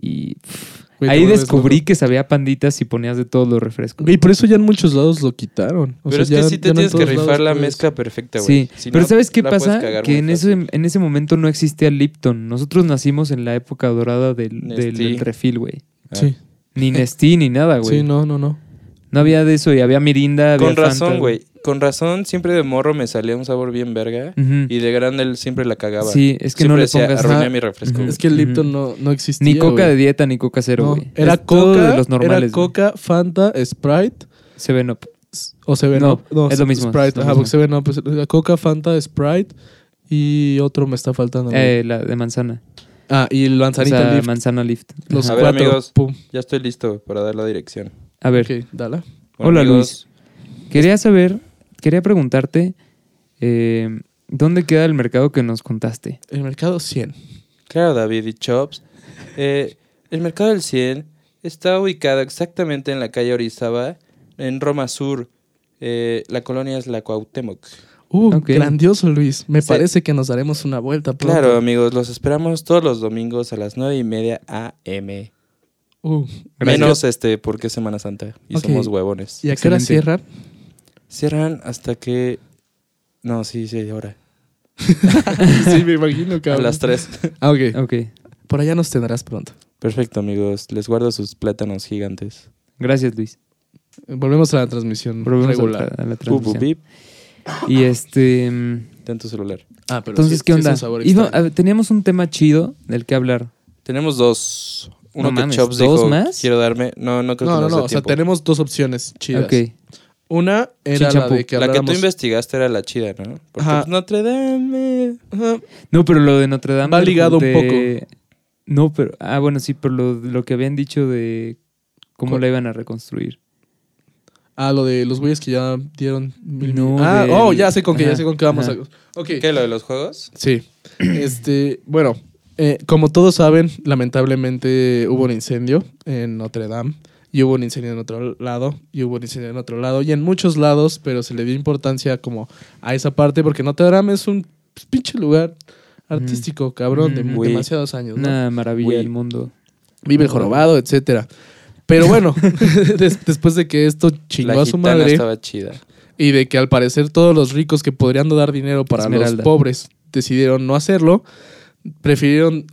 B: y pff,
C: Güey, te
B: ahí
C: vuelves
B: descubrí
C: loco.
B: que sabía panditas y ponías de todos los refrescos.
C: Güey, por eso ya en muchos lados lo quitaron. O sea,
A: Pero es
C: ya-
A: que sí
C: ya
A: te
C: no en
A: tienes que
C: todos lados
A: rifar la
C: puedes.
A: mezcla perfecta, güey.
B: Sí,
A: Si
B: pero
A: no,
B: ¿sabes qué
A: la puedes
B: pasa?
A: cagar
B: Que
A: muy
B: en em,
A: fácil.
B: ese, en ese momento no existía Lipton. Nosotros nacimos en la época dorada del, del
A: Nestí.
B: refil, güey.
A: Ah.
C: Sí,
B: Ni Nestí ni nada, güey.
C: sí,
B: no.
C: no, no, no.
B: había de eso y había Mirinda, había
A: Con razón,
B: Fanta.
A: güey. Con razón, siempre de morro me salía un sabor bien verga.
B: Ujú.
A: Y de grande él siempre la cagaba.
B: Sí, es que
A: siempre
B: no le
A: decía,
B: pongas
A: arruiné
B: nada.
A: mi refresco.
B: Ujú.
A: güey".
C: Es que el Lipton
B: Ujú.
C: no, no existía.
B: Ni coca
C: güey.
B: de dieta, ni coca cero,
C: No,
B: güey.
C: Era
B: Es todo
C: coca,
B: de los normales.
C: era coca, Fanta, Sprite
B: Se ven up.
C: O Seven
B: No,
C: Up. No,
B: es lo mismo,
C: Sprite.
B: es lo
C: ajá,
B: mismo.
C: porque Seven Up es- pues, la Coca, Fanta, Sprite y otro me está faltando. güey.
B: Eh, la de manzana.
C: ah, y el
B: O
C: manzanita
B: sea,
C: Leaf.
B: manzana lift.
C: Los
A: A
B: Ajá.
A: ver,
C: cuatro.
A: amigos.
C: Pum.
A: Ya estoy listo para dar la dirección.
B: A ver,
C: Ok, dala.
B: Hola, quería saber, quería preguntarte, eh, ¿dónde queda el mercado que nos contaste?
C: El mercado 100.
A: Claro, David y Chops. Eh, el mercado del 100 está ubicado exactamente en la calle Orizaba, en Roma Sur. Eh, la colonia es la Cuauhtémoc.
C: Uh,
B: Ok.
C: grandioso Luis. Me
A: Sí.
C: parece que nos daremos una vuelta pronto.
A: Claro, amigos, los esperamos todos los domingos a las 9 y media AM.
C: Uh,
B: Gracias.
A: Menos este, porque es Semana Santa y
C: Ok.
A: somos huevones.
C: ¿Y a qué hora
B: Excelente.
C: cierran?
A: Cierran hasta que. No, sí, sí, ahora.
C: sí, me imagino,
A: A
C: cabrón.
A: las 3.
C: Ah, ok.
B: Ok,
C: Por allá nos tendrás pronto.
A: Perfecto, amigos. Les guardo sus plátanos gigantes.
B: gracias Luis.
C: Volvemos a la transmisión
B: Volvemos a la,
C: regular.
B: a la
A: Pup, pup,
B: transmisión.
A: pip,
B: Y este... mm,
A: ten tu celular.
C: Ah, pero
B: Entonces,
C: sí-
B: ¿qué
C: sí es
B: onda?
C: un sabor
B: Iba-
C: extraño.
B: a ver, teníamos un tema chido del que hablar.
A: Tenemos dos. Uno
B: No
A: que
B: mames,
A: Chops
B: ¿dos
A: dijo,
B: más?
A: Quiero darme. No, no creo
C: No,
A: que
C: no,
A: nos
C: no.
A: dé
C: O sea,
A: tiempo.
C: tenemos dos opciones chidas.
B: Ok.
C: Una era la
B: Chinchampú.
C: de que
A: La que tú
C: habláramos...
A: investigaste era la chida, ¿no? Porque
C: Ajá.
A: pues, Notre Dame.
C: Ajá.
B: No, pero lo de Notre Dame.
C: Va ligado un
B: de- No, pero. Ah, bueno, sí, pero lo, lo que habían dicho de cómo
C: ¿Cuál?
B: la iban a reconstruir.
C: Ah, lo de los güeyes que ya dieron mil
B: No,
C: mil- Ah,
B: del-
C: oh, ya sé con que, ya
B: Ajá,
C: sé con que vamos
B: ajá.
C: a... Ok.
A: ¿Qué? ¿Lo de los juegos?
C: Sí. Este, bueno, eh, como todos saben, lamentablemente hubo un incendio en Notre Dame. Y hubo un incendio en otro lado, y hubo un incendio en otro lado, y en muchos lados, pero se le dio importancia como a esa parte, porque Notre Dame es un pinche lugar artístico, cabrón, de
B: Mm,
A: güey.
C: demasiados años. ¿no?
B: Una maravilla
A: Güey.
B: del mundo.
C: Vive el jorobado, etcétera. Pero bueno, des- después de que esto chingó
A: la
C: a su
A: gitana
C: madre
A: estaba chida.
C: y de que al parecer todos los ricos que podrían dar dinero para
B: Esmeralda.
C: los pobres decidieron no hacerlo, prefirieron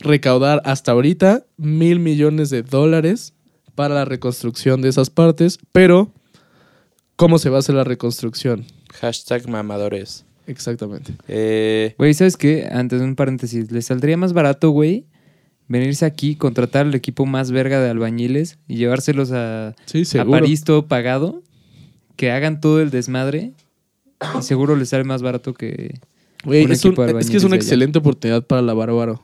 C: recaudar hasta ahorita mil millones de dólares para la reconstrucción de esas partes, pero ¿cómo se va a hacer la reconstrucción?
A: Hashtag mamadores.
C: Exactamente.
A: Eh,
B: Güey, ¿sabes qué? Antes de un paréntesis, ¿les saldría más barato, güey? Venirse aquí, contratar el equipo más verga de albañiles y llevárselos a,
C: Sí,
B: a
C: seguro.
B: París todo pagado. Que hagan todo el desmadre. Y seguro les sale más barato que.
C: Güey,
B: un
C: es, un-
B: equipo de
C: es que es
B: albañiles
C: una
B: de allá.
C: excelente oportunidad para la Bárbaro.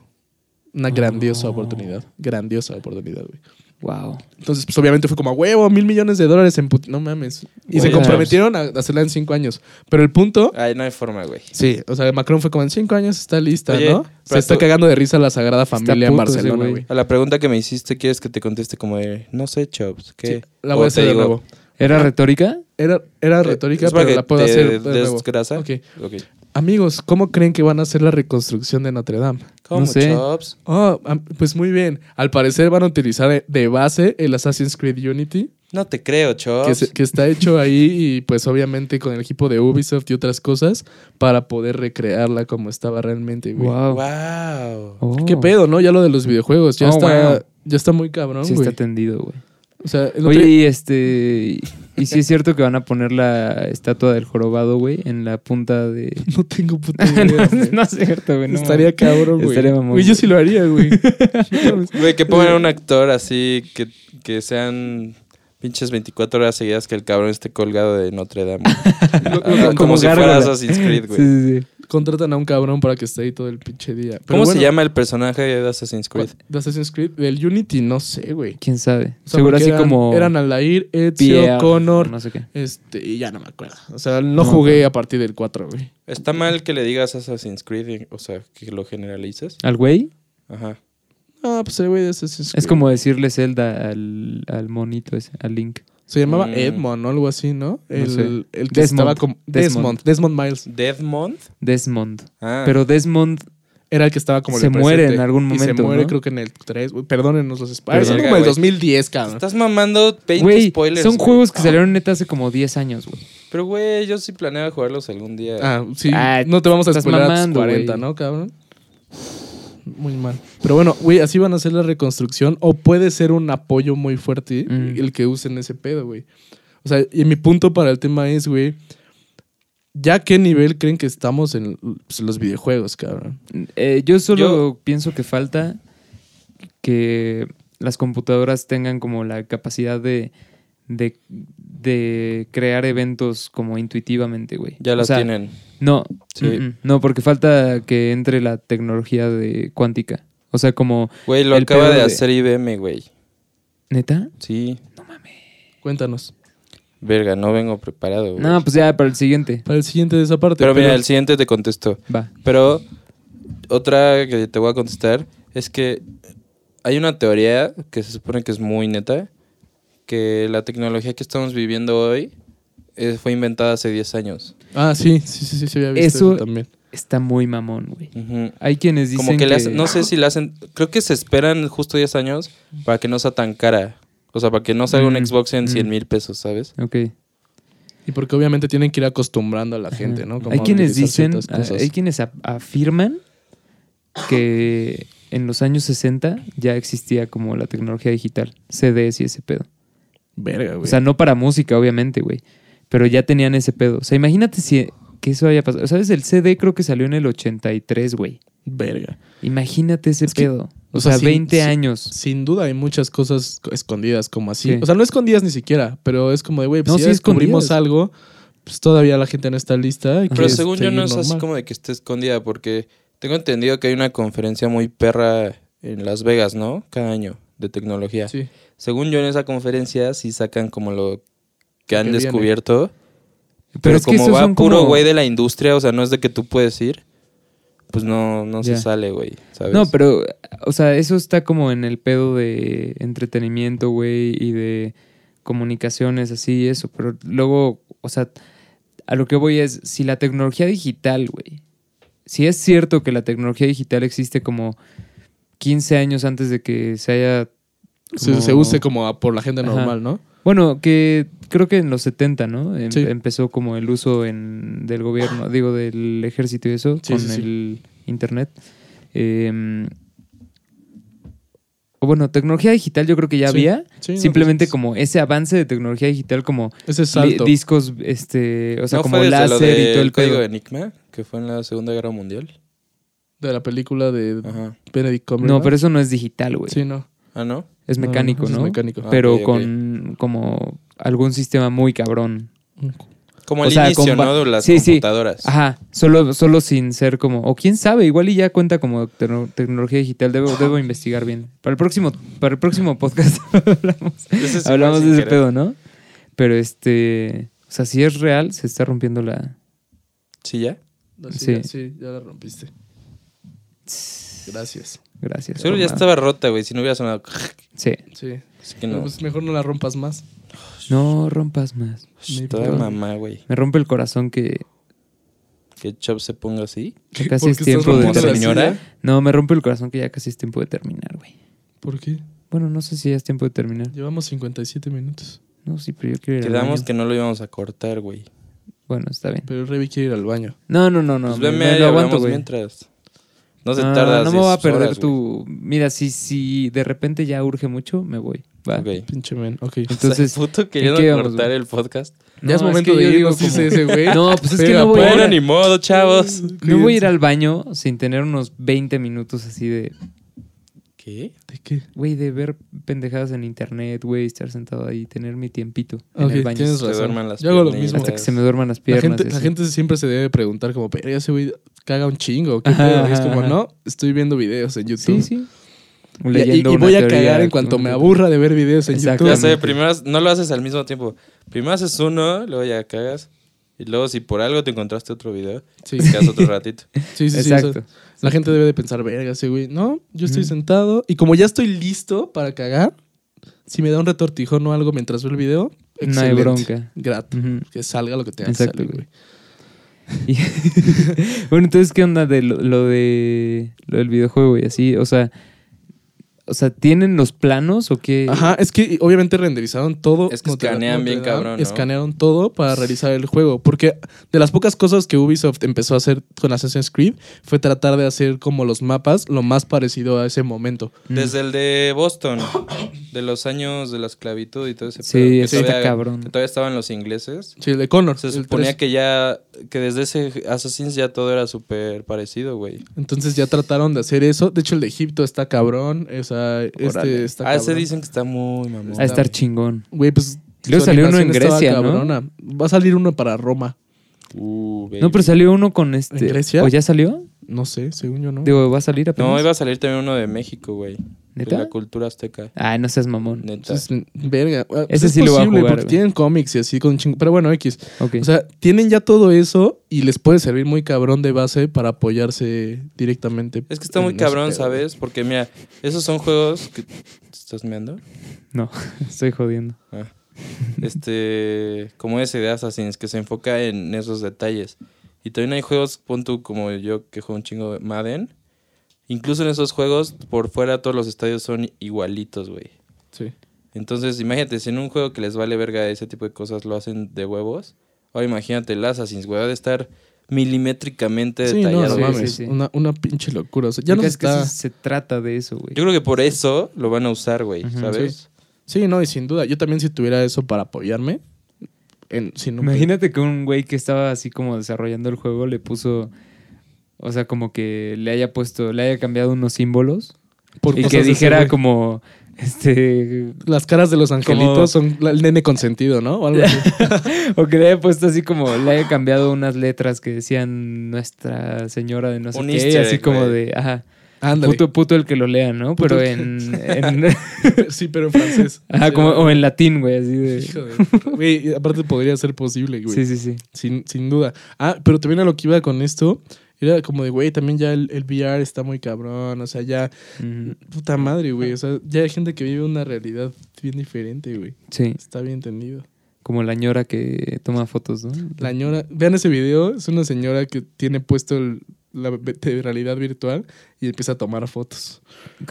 C: Una grandiosa
B: Oh.
C: oportunidad. Grandiosa oportunidad, güey.
B: ¡Wow!
C: Entonces, pues obviamente fue como, huevo, mil millones de dólares en put- No mames. Y se
A: Oye,
C: comprometieron a hacerla en cinco años. Pero el punto...
A: ay, no hay forma, güey.
C: Sí, o sea, Macron fue como en cinco años está lista,
A: Oye,
C: ¿no?
A: pero
C: Se está
A: tú-
C: cagando de risa la Sagrada Familia en
B: puto ese
C: Barcelona,
B: güey.
C: güey.
A: A la pregunta que me hiciste, ¿quieres que te conteste como de, no sé, Chops? ¿qué?
C: Sí, la voy
A: O
C: a hacer
A: te
C: de
A: digo, eh,
C: nuevo.
B: ¿Era retórica?
C: Era, era retórica,
A: ¿es para
C: pero
A: que
C: la puedo
A: te
C: hacer de nuevo.
A: desgrasa?
C: Ok.
A: Ok.
C: Amigos, ¿cómo creen que van a hacer la reconstrucción de Notre Dame?
A: ¿Cómo,
B: sé.
A: Chops?
C: Oh, am- pues muy bien. Al parecer van a utilizar de- de base el Assassin's Creed Unity,
A: No te creo, Chops.
C: que, se- que está hecho ahí y pues obviamente con el equipo de Ubisoft y otras cosas para poder recrearla como estaba realmente, güey.
B: ¡Wow!
A: Wow.
B: Oh.
C: ¿Qué pedo, no? Ya lo de los videojuegos, ya,
B: Oh,
C: está,
B: wow.
C: ya está muy cabrón,
B: Sí,
C: güey.
B: está tendido, güey.
C: O sea, el otro-
B: Oye, y este. Y si es cierto que van a poner la estatua del jorobado, güey, en la punta de.
C: No tengo puta idea.
B: no,
C: güey.
B: no es cierto, güey. no
C: Estaría
B: mames.
C: cabrón, güey.
B: Estaría mamón,
C: Güey, yo sí lo haría, güey.
A: Güey, que pongan a un actor así que, que sean pinches 24 horas seguidas que el cabrón esté colgado de Notre Dame. Ah, como, si fuera
B: gárgola.
A: Assassin's Creed, güey.
B: Sí, sí, sí.
C: Contratan a un cabrón para que esté ahí todo el pinche día. Pero
A: ¿Cómo se
C: bueno,
A: llama el personaje de Assassin's Creed?
C: De Assassin's Creed, del Unity, no sé, güey.
B: Quién sabe.
C: O sea,
B: Seguro
C: porque
B: así
C: eran-
B: como.
C: Eran Aldair, Ezio,
B: Pierre,
C: Connor,
B: No sé qué.
C: este, y ya no me acuerdo. O sea, no jugué a partir del 4, güey.
A: Está mal que le digas Assassin's Creed, o sea, que lo generalices.
B: ¿Al güey?
A: Ajá.
C: Ah, pues el güey de Assassin's Creed.
B: Es como decirle Zelda al, al monito ese, al Link.
C: Se llamaba
A: Mm.
C: Edmond o algo así, ¿no? El,
B: sé.
C: el que
B: Desmond.
C: estaba como... Desmond.
B: Desmond.
C: Desmond Miles.
A: Deathmond.
B: Desmond.
A: Ah,
B: Pero Desmond.
C: Era el que estaba como en
B: Se
C: el
B: muere
C: presente.
B: en algún
C: Y se
B: momento,
C: muere
B: ¿no?
C: creo que en el 3. Güey, Perdónenos los spoilers. Son
A: Verga,
C: como el
A: güey.
C: 2010, cabrón.
A: estás mamando 20
B: Güey,
A: spoilers.
B: son
A: güey. Ah.
B: juegos que salieron neta hace como 10 años, güey.
A: Pero, güey, yo sí planeaba jugarlos algún día.
C: Ah, sí.
B: Ah,
C: no te vamos a
B: estás
C: spoiler a tus
B: mamando,
C: 40,
B: güey.
C: ¿no, cabrón? Muy mal. Pero bueno, güey, así van a hacer la reconstrucción o puede ser un apoyo muy fuerte
B: Mm.
C: el que usen ese pedo, güey. O sea, y mi punto para el tema es, güey, ¿ya qué nivel creen que estamos en pues, los videojuegos, cabrón?
B: Eh, yo solo pienso que falta que las computadoras tengan como la capacidad de de, de crear eventos como intuitivamente, güey.
A: Ya
B: O
A: las
B: sea,
A: tienen.
B: No,
A: Sí.
B: mm-mm, no, porque falta que entre la tecnología de cuántica. O sea, como,
A: Güey, lo
B: el
A: acaba
B: pedo
A: de
B: de-
A: hacer IBM, güey.
B: ¿neta?
A: Sí.
C: Cuéntanos.
A: Verga, no vengo preparado, güey.
B: No, pues ya para el siguiente.
C: Para el siguiente de esa parte.
A: Pero mira, el siguiente te contesto.
B: Va.
A: Pero otra que te voy a contestar es que hay una teoría que se supone que es muy neta, que la tecnología que estamos viviendo hoy eh, fue inventada hace 10 años.
C: Ah, sí, sí, sí, sí, se había visto
B: Eso-
C: eso también.
B: Está muy mamón, güey.
A: Ujú.
B: Hay quienes dicen
A: Como que, le
B: que-
A: hacen, no sé si la hacen, creo que se esperan justo 10 años para que no sea tan cara. O sea, para que no salga
B: Mm,
A: un Xbox en
B: mm.
A: 100 mil pesos, ¿sabes?
B: Ok.
C: Y porque obviamente tienen que ir acostumbrando a la gente, ¿no? Como
B: hay
C: a
B: quienes
C: utilizar
B: dicen,
C: ciertas cosas.
B: hay quienes a- afirman que en los años 60 ya existía como la tecnología digital, CDs y ese pedo.
C: Verga, güey.
B: O sea, no para música, obviamente, güey. Pero ya tenían ese pedo. O sea, imagínate si que eso haya pasado. ¿Sabes? El CD creo que salió en el 83, güey.
C: Verga.
B: Imagínate ese
C: Es que-
B: pedo. O,
C: o
B: sea,
C: sea, sí,
B: 20
C: sí.
B: años.
C: Sin duda hay muchas cosas escondidas como así.
B: Sí.
C: O sea, no escondidas ni siquiera, pero es como de, güey, pues
B: No,
C: si
B: sí
C: ya descubrimos
B: escondidas.
C: algo, pues todavía la gente no está lista. y
A: Pero
C: quiere
A: según yo
C: seguir
A: no es así
C: normal.
A: como de que esté escondida, porque tengo entendido que hay una conferencia muy perra en Las Vegas, ¿no? Cada año, de tecnología.
C: Sí.
A: Según yo en esa conferencia sí sacan como lo que han
C: viene.
A: descubierto.
B: Pero,
A: Pero,
B: es que
A: como
B: esos
A: va
B: son
A: puro
B: como-
A: güey de la industria, o sea, no es de que tú puedes ir, pues no, no
B: Ya.
A: se sale, güey. ¿sabes?
B: No, pero, o sea, eso está como en el pedo de entretenimiento, güey, y de comunicaciones, así y eso. Pero luego, o sea, a lo que voy es, si la tecnología digital, güey, si es cierto que la tecnología digital existe como 15 años antes de que se haya...
C: Se,
B: como-
C: se use como a- por la gente
B: Ajá.
C: normal, ¿no?
B: Bueno, que creo que en los 70, ¿no? Em-
C: Sí.
B: Empezó como el uso en, del gobierno, digo, del ejército y eso,
C: Sí,
B: con
C: sí, sí.
B: el internet. Em, o bueno, tecnología digital yo creo que ya
C: Sí.
B: había.
C: Sí, no,
B: Simplemente
C: pues,
B: como ese avance de tecnología digital, como
C: Ese
B: li-
C: salto.
B: discos, este, o sea,
A: ¿No
B: como
A: fue desde lo
B: láser y todo
A: del
B: el
A: código
B: pedo.
A: Enigma, que fue en la Segunda Guerra Mundial.
C: De la película de
A: Ajá.
C: Benedict Cumberbatch.
B: No, pero eso no es digital, güey.
C: Sí, no.
A: Ah, ¿no?
B: Es
C: No, no,
B: mecánico,
C: eso
B: ¿no?
C: Es mecánico.
A: Ah,
B: Pero
A: ok, ok.
B: con como algún sistema muy cabrón.
C: Mm.
A: Como
B: O
A: el
B: sea,
A: inicio,
B: con va-
A: ¿no? De las
B: Sí, sí.
A: computadoras.
B: Ajá, solo, solo sin ser como, o quién sabe, igual y ya cuenta como tecno- tecnología digital, debo, debo investigar bien. Para el próximo, para el próximo podcast hablamos,
A: Ese sí fue
B: hablamos
A: sin
B: de ese
A: querer.
B: pedo, ¿no? Pero este, o sea, si es real, se está rompiendo la...
A: Sí, ya.
C: Así,
B: Sí.
C: ya- sí, ya la rompiste. Gracias.
B: Gracias.
A: Seguro ya
B: Omar.
A: estaba rota, güey, si no hubiera sonado.
B: Sí.
C: Sí.
A: Así que
C: Pero
A: no.
C: Pues mejor no la rompas más.
B: No rompas más.
A: Shh,
C: ni
A: Toda
C: pedo.
A: mamá, güey.
B: Me rompe el corazón que
A: Que Chop se ponga así.
B: ya casi
C: ¿Por
B: es
C: qué estás
B: tiempo de
A: Como
C: rompiendo la
B: terminar.
A: señora.
C: silla?
B: No, me rompe el corazón que ya casi es tiempo de terminar, güey.
C: ¿Por qué?
B: Bueno, no sé si ya es tiempo de terminar.
C: Llevamos 57 minutos.
B: No, sí, pero yo quiero ir al
A: Quedamos
B: baño.
A: que no lo íbamos a cortar, güey.
B: Bueno, está bien.
C: Pero el Revi quiere ir al baño.
B: No, no, no, no.
A: pues
B: me-
A: veme
B: me
A: ahí,
B: lo
A: hablamos
B: aguanto, güey.
A: mientras. No se
B: Ah,
A: tarda.
B: No me voy a
A: seis
B: perder
A: horas, güey.
B: tu. Mira, si, si de repente ya urge mucho, me voy. ¿va?
A: Ok.
C: Pinche men. Ok.
B: Entonces,
A: O sea, puto
B: qué
A: queriendo
B: íbamos,
A: cortar
B: güey?
A: el podcast.
B: no,
C: ya es momento
B: que
C: de
B: yo digo
C: irnos, dice ese güey.
B: No, pues es que
C: Pega,
B: no voy, a-
A: Bueno, ni modo, chavos.
B: no voy a ir al baño sin tener unos 20 minutos así de.
A: ¿Qué?
C: ¿De qué?
B: Güey, de ver pendejadas en internet, güey, estar sentado ahí, tener mi tiempito en
C: Ok,
B: el baño.
C: tienes
A: Se
C: razón.
A: duerman las
C: Yo hago lo
A: piernas.
C: mismo.
B: Hasta que se me duerman las
C: La
B: piernas.
C: gente,
B: y
C: la
B: así.
C: gente siempre se debe preguntar como, pero ese güey caga un chingo. ¿qué
B: Ajá,
C: pedo?". Y es
B: ajá,
C: como,
B: ajá.
C: no, estoy viendo videos en
B: Sí,
C: YouTube.
B: sí.
C: Y- y-
B: Leyendo
C: y,
B: una
C: voy a
B: teoría,
C: cagar en cuanto
B: una-
C: me aburra de ver videos en
B: Exacto.
A: Ya
C: YouTube.
A: sé,
B: Totalmente.
A: primero has- no lo haces al mismo tiempo. Primero haces uno, luego ya cagas. Y luego, si por algo te encontraste otro video,
C: Sí,
A: te quedas otro ratito.
C: sí, sí, sí, o sea,
B: Exacto.
C: La gente debe de pensar, verga, ese güey. No, yo estoy
B: Ujú.
C: sentado y como ya estoy listo para cagar, si me da un retortijón o algo mientras veo el video,
B: No hay
C: excelente,
B: bronca.
C: Grato.
B: Ujú.
C: Que salga lo que tenga
B: Exacto,
C: que salir, güey.
B: Y- bueno, entonces, ¿qué onda de lo, lo de lo del videojuego y así? O sea, o sea, ¿tienen los planos o qué?
C: Ajá, es que obviamente renderizaron todo.
A: Es que
C: como te-
A: escanean
C: como te
A: bien
C: dan,
A: cabrón, ¿no?
C: Escanearon todo para realizar el juego. Porque de las pocas cosas que Ubisoft empezó a hacer con Assassin's Creed fue tratar de hacer como los mapas lo más parecido a ese momento.
B: Mm.
A: Desde el de Boston, de los años de la esclavitud y todo ese
B: Sí,
A: pedo, que
B: eso está cabrón.
A: que todavía estaban los ingleses.
C: Sí, el de Connor.
A: Se
C: el
A: suponía
C: tres.
A: que ya, que desde ese Assassin's ya todo era súper parecido, güey.
C: Entonces ya trataron de hacer eso. De hecho, el de Egipto está cabrón. O sea, este
B: Órale.
C: está
A: Ah, ese
C: cabrón.
A: dicen que está muy mamón.
B: a estar chingón.
C: Güey, pues
B: Luego
C: Su
B: salió uno en
C: animación estaba
B: Grecia, ¿no?
C: cabrona. Va a salir uno para Roma.
A: Uh, baby.
B: No, pero salió uno con este.
C: ¿En Grecia?
B: ¿O ya salió?
C: No sé, según yo no.
B: Digo, va a salir apenas.
A: No, iba a salir también uno de México, güey. De
B: ¿Neta? Ah,
A: la cultura azteca.
B: Ay, no seas mamón.
A: Neta.
C: Entonces, verga. Ah, pues
B: Ese
C: es
B: sí lo voy a
C: posible,
B: jugar,
C: porque
B: güey.
C: tienen cómics y así con chingo. Pero bueno, X.
B: Ok.
C: O sea, tienen ya todo eso y les puede servir muy cabrón de base para apoyarse directamente.
A: Es que está muy
C: en ese
A: cabrón,
C: pedo.
A: ¿sabes? Porque mira, esos son juegos que... ¿Te ¿Estás meando?
B: no, estoy jodiendo.
A: Ah. Este, como ese de Assassin's, que se enfoca en esos detalles. Y también hay juegos, pon tú, como yo que juego un chingo de Madden. Incluso en esos juegos, por fuera todos los estadios son igualitos, güey.
C: Sí.
A: Entonces, imagínate, si en un juego que les vale verga ese tipo de cosas lo hacen de huevos. Ahora imagínate el Assassin's, güey, ha de estar milimétricamente
C: Sí, no,
A: detallado.
C: no
B: Sí,
C: mames.
B: sí, sí.
C: Una, una pinche locura. O sea, ya no
B: Porque
C: se
B: es que eso
C: está.
B: se trata de eso, güey.
A: Yo creo que por eso lo van a usar, güey,
B: Ujú.
A: ¿sabes?
C: Sí, no, y sin duda. Yo también si tuviera eso para apoyarme. En, sin un
B: Imagínate que un güey que estaba así como desarrollando el juego le puso. O sea, como que le haya puesto, le haya cambiado unos símbolos.
C: por
B: y
C: cosas
B: que
C: de ese
B: dijera
C: güey.
B: como. Este.
C: Las caras de los angelitos
B: como-
C: son la- el nene consentido, ¿no? O algo así.
B: O que le haya puesto así como. Le haya cambiado unas letras que decían Nuestra Señora de no sé
A: Un
B: qué. Y
A: easter
B: así
A: egg,
B: como
A: güey.
B: de. Ajá.
C: Ándale.
B: Puto, puto el que lo lea, ¿no?
C: Puto
B: Pero
C: el que-
B: en. en-
C: Sí, pero en francés.
B: ajá, como, o en latín, güey. Así de.
C: Hijo de- Güey, y aparte podría ser posible, güey.
B: Sí, sí, sí.
C: Sin, sin duda. Ah, pero también a lo que iba con esto, era como de, güey, también ya el, el VR está muy cabrón, o sea, ya,
B: Ujú.
C: puta madre, güey, o sea, ya hay gente que vive una realidad bien diferente, güey.
B: Sí.
C: Está bien entendido.
B: Como la ñora que toma fotos, ¿no?
C: La señora, vean ese video, es una señora que tiene puesto el- la ve- de realidad virtual y empieza a tomar fotos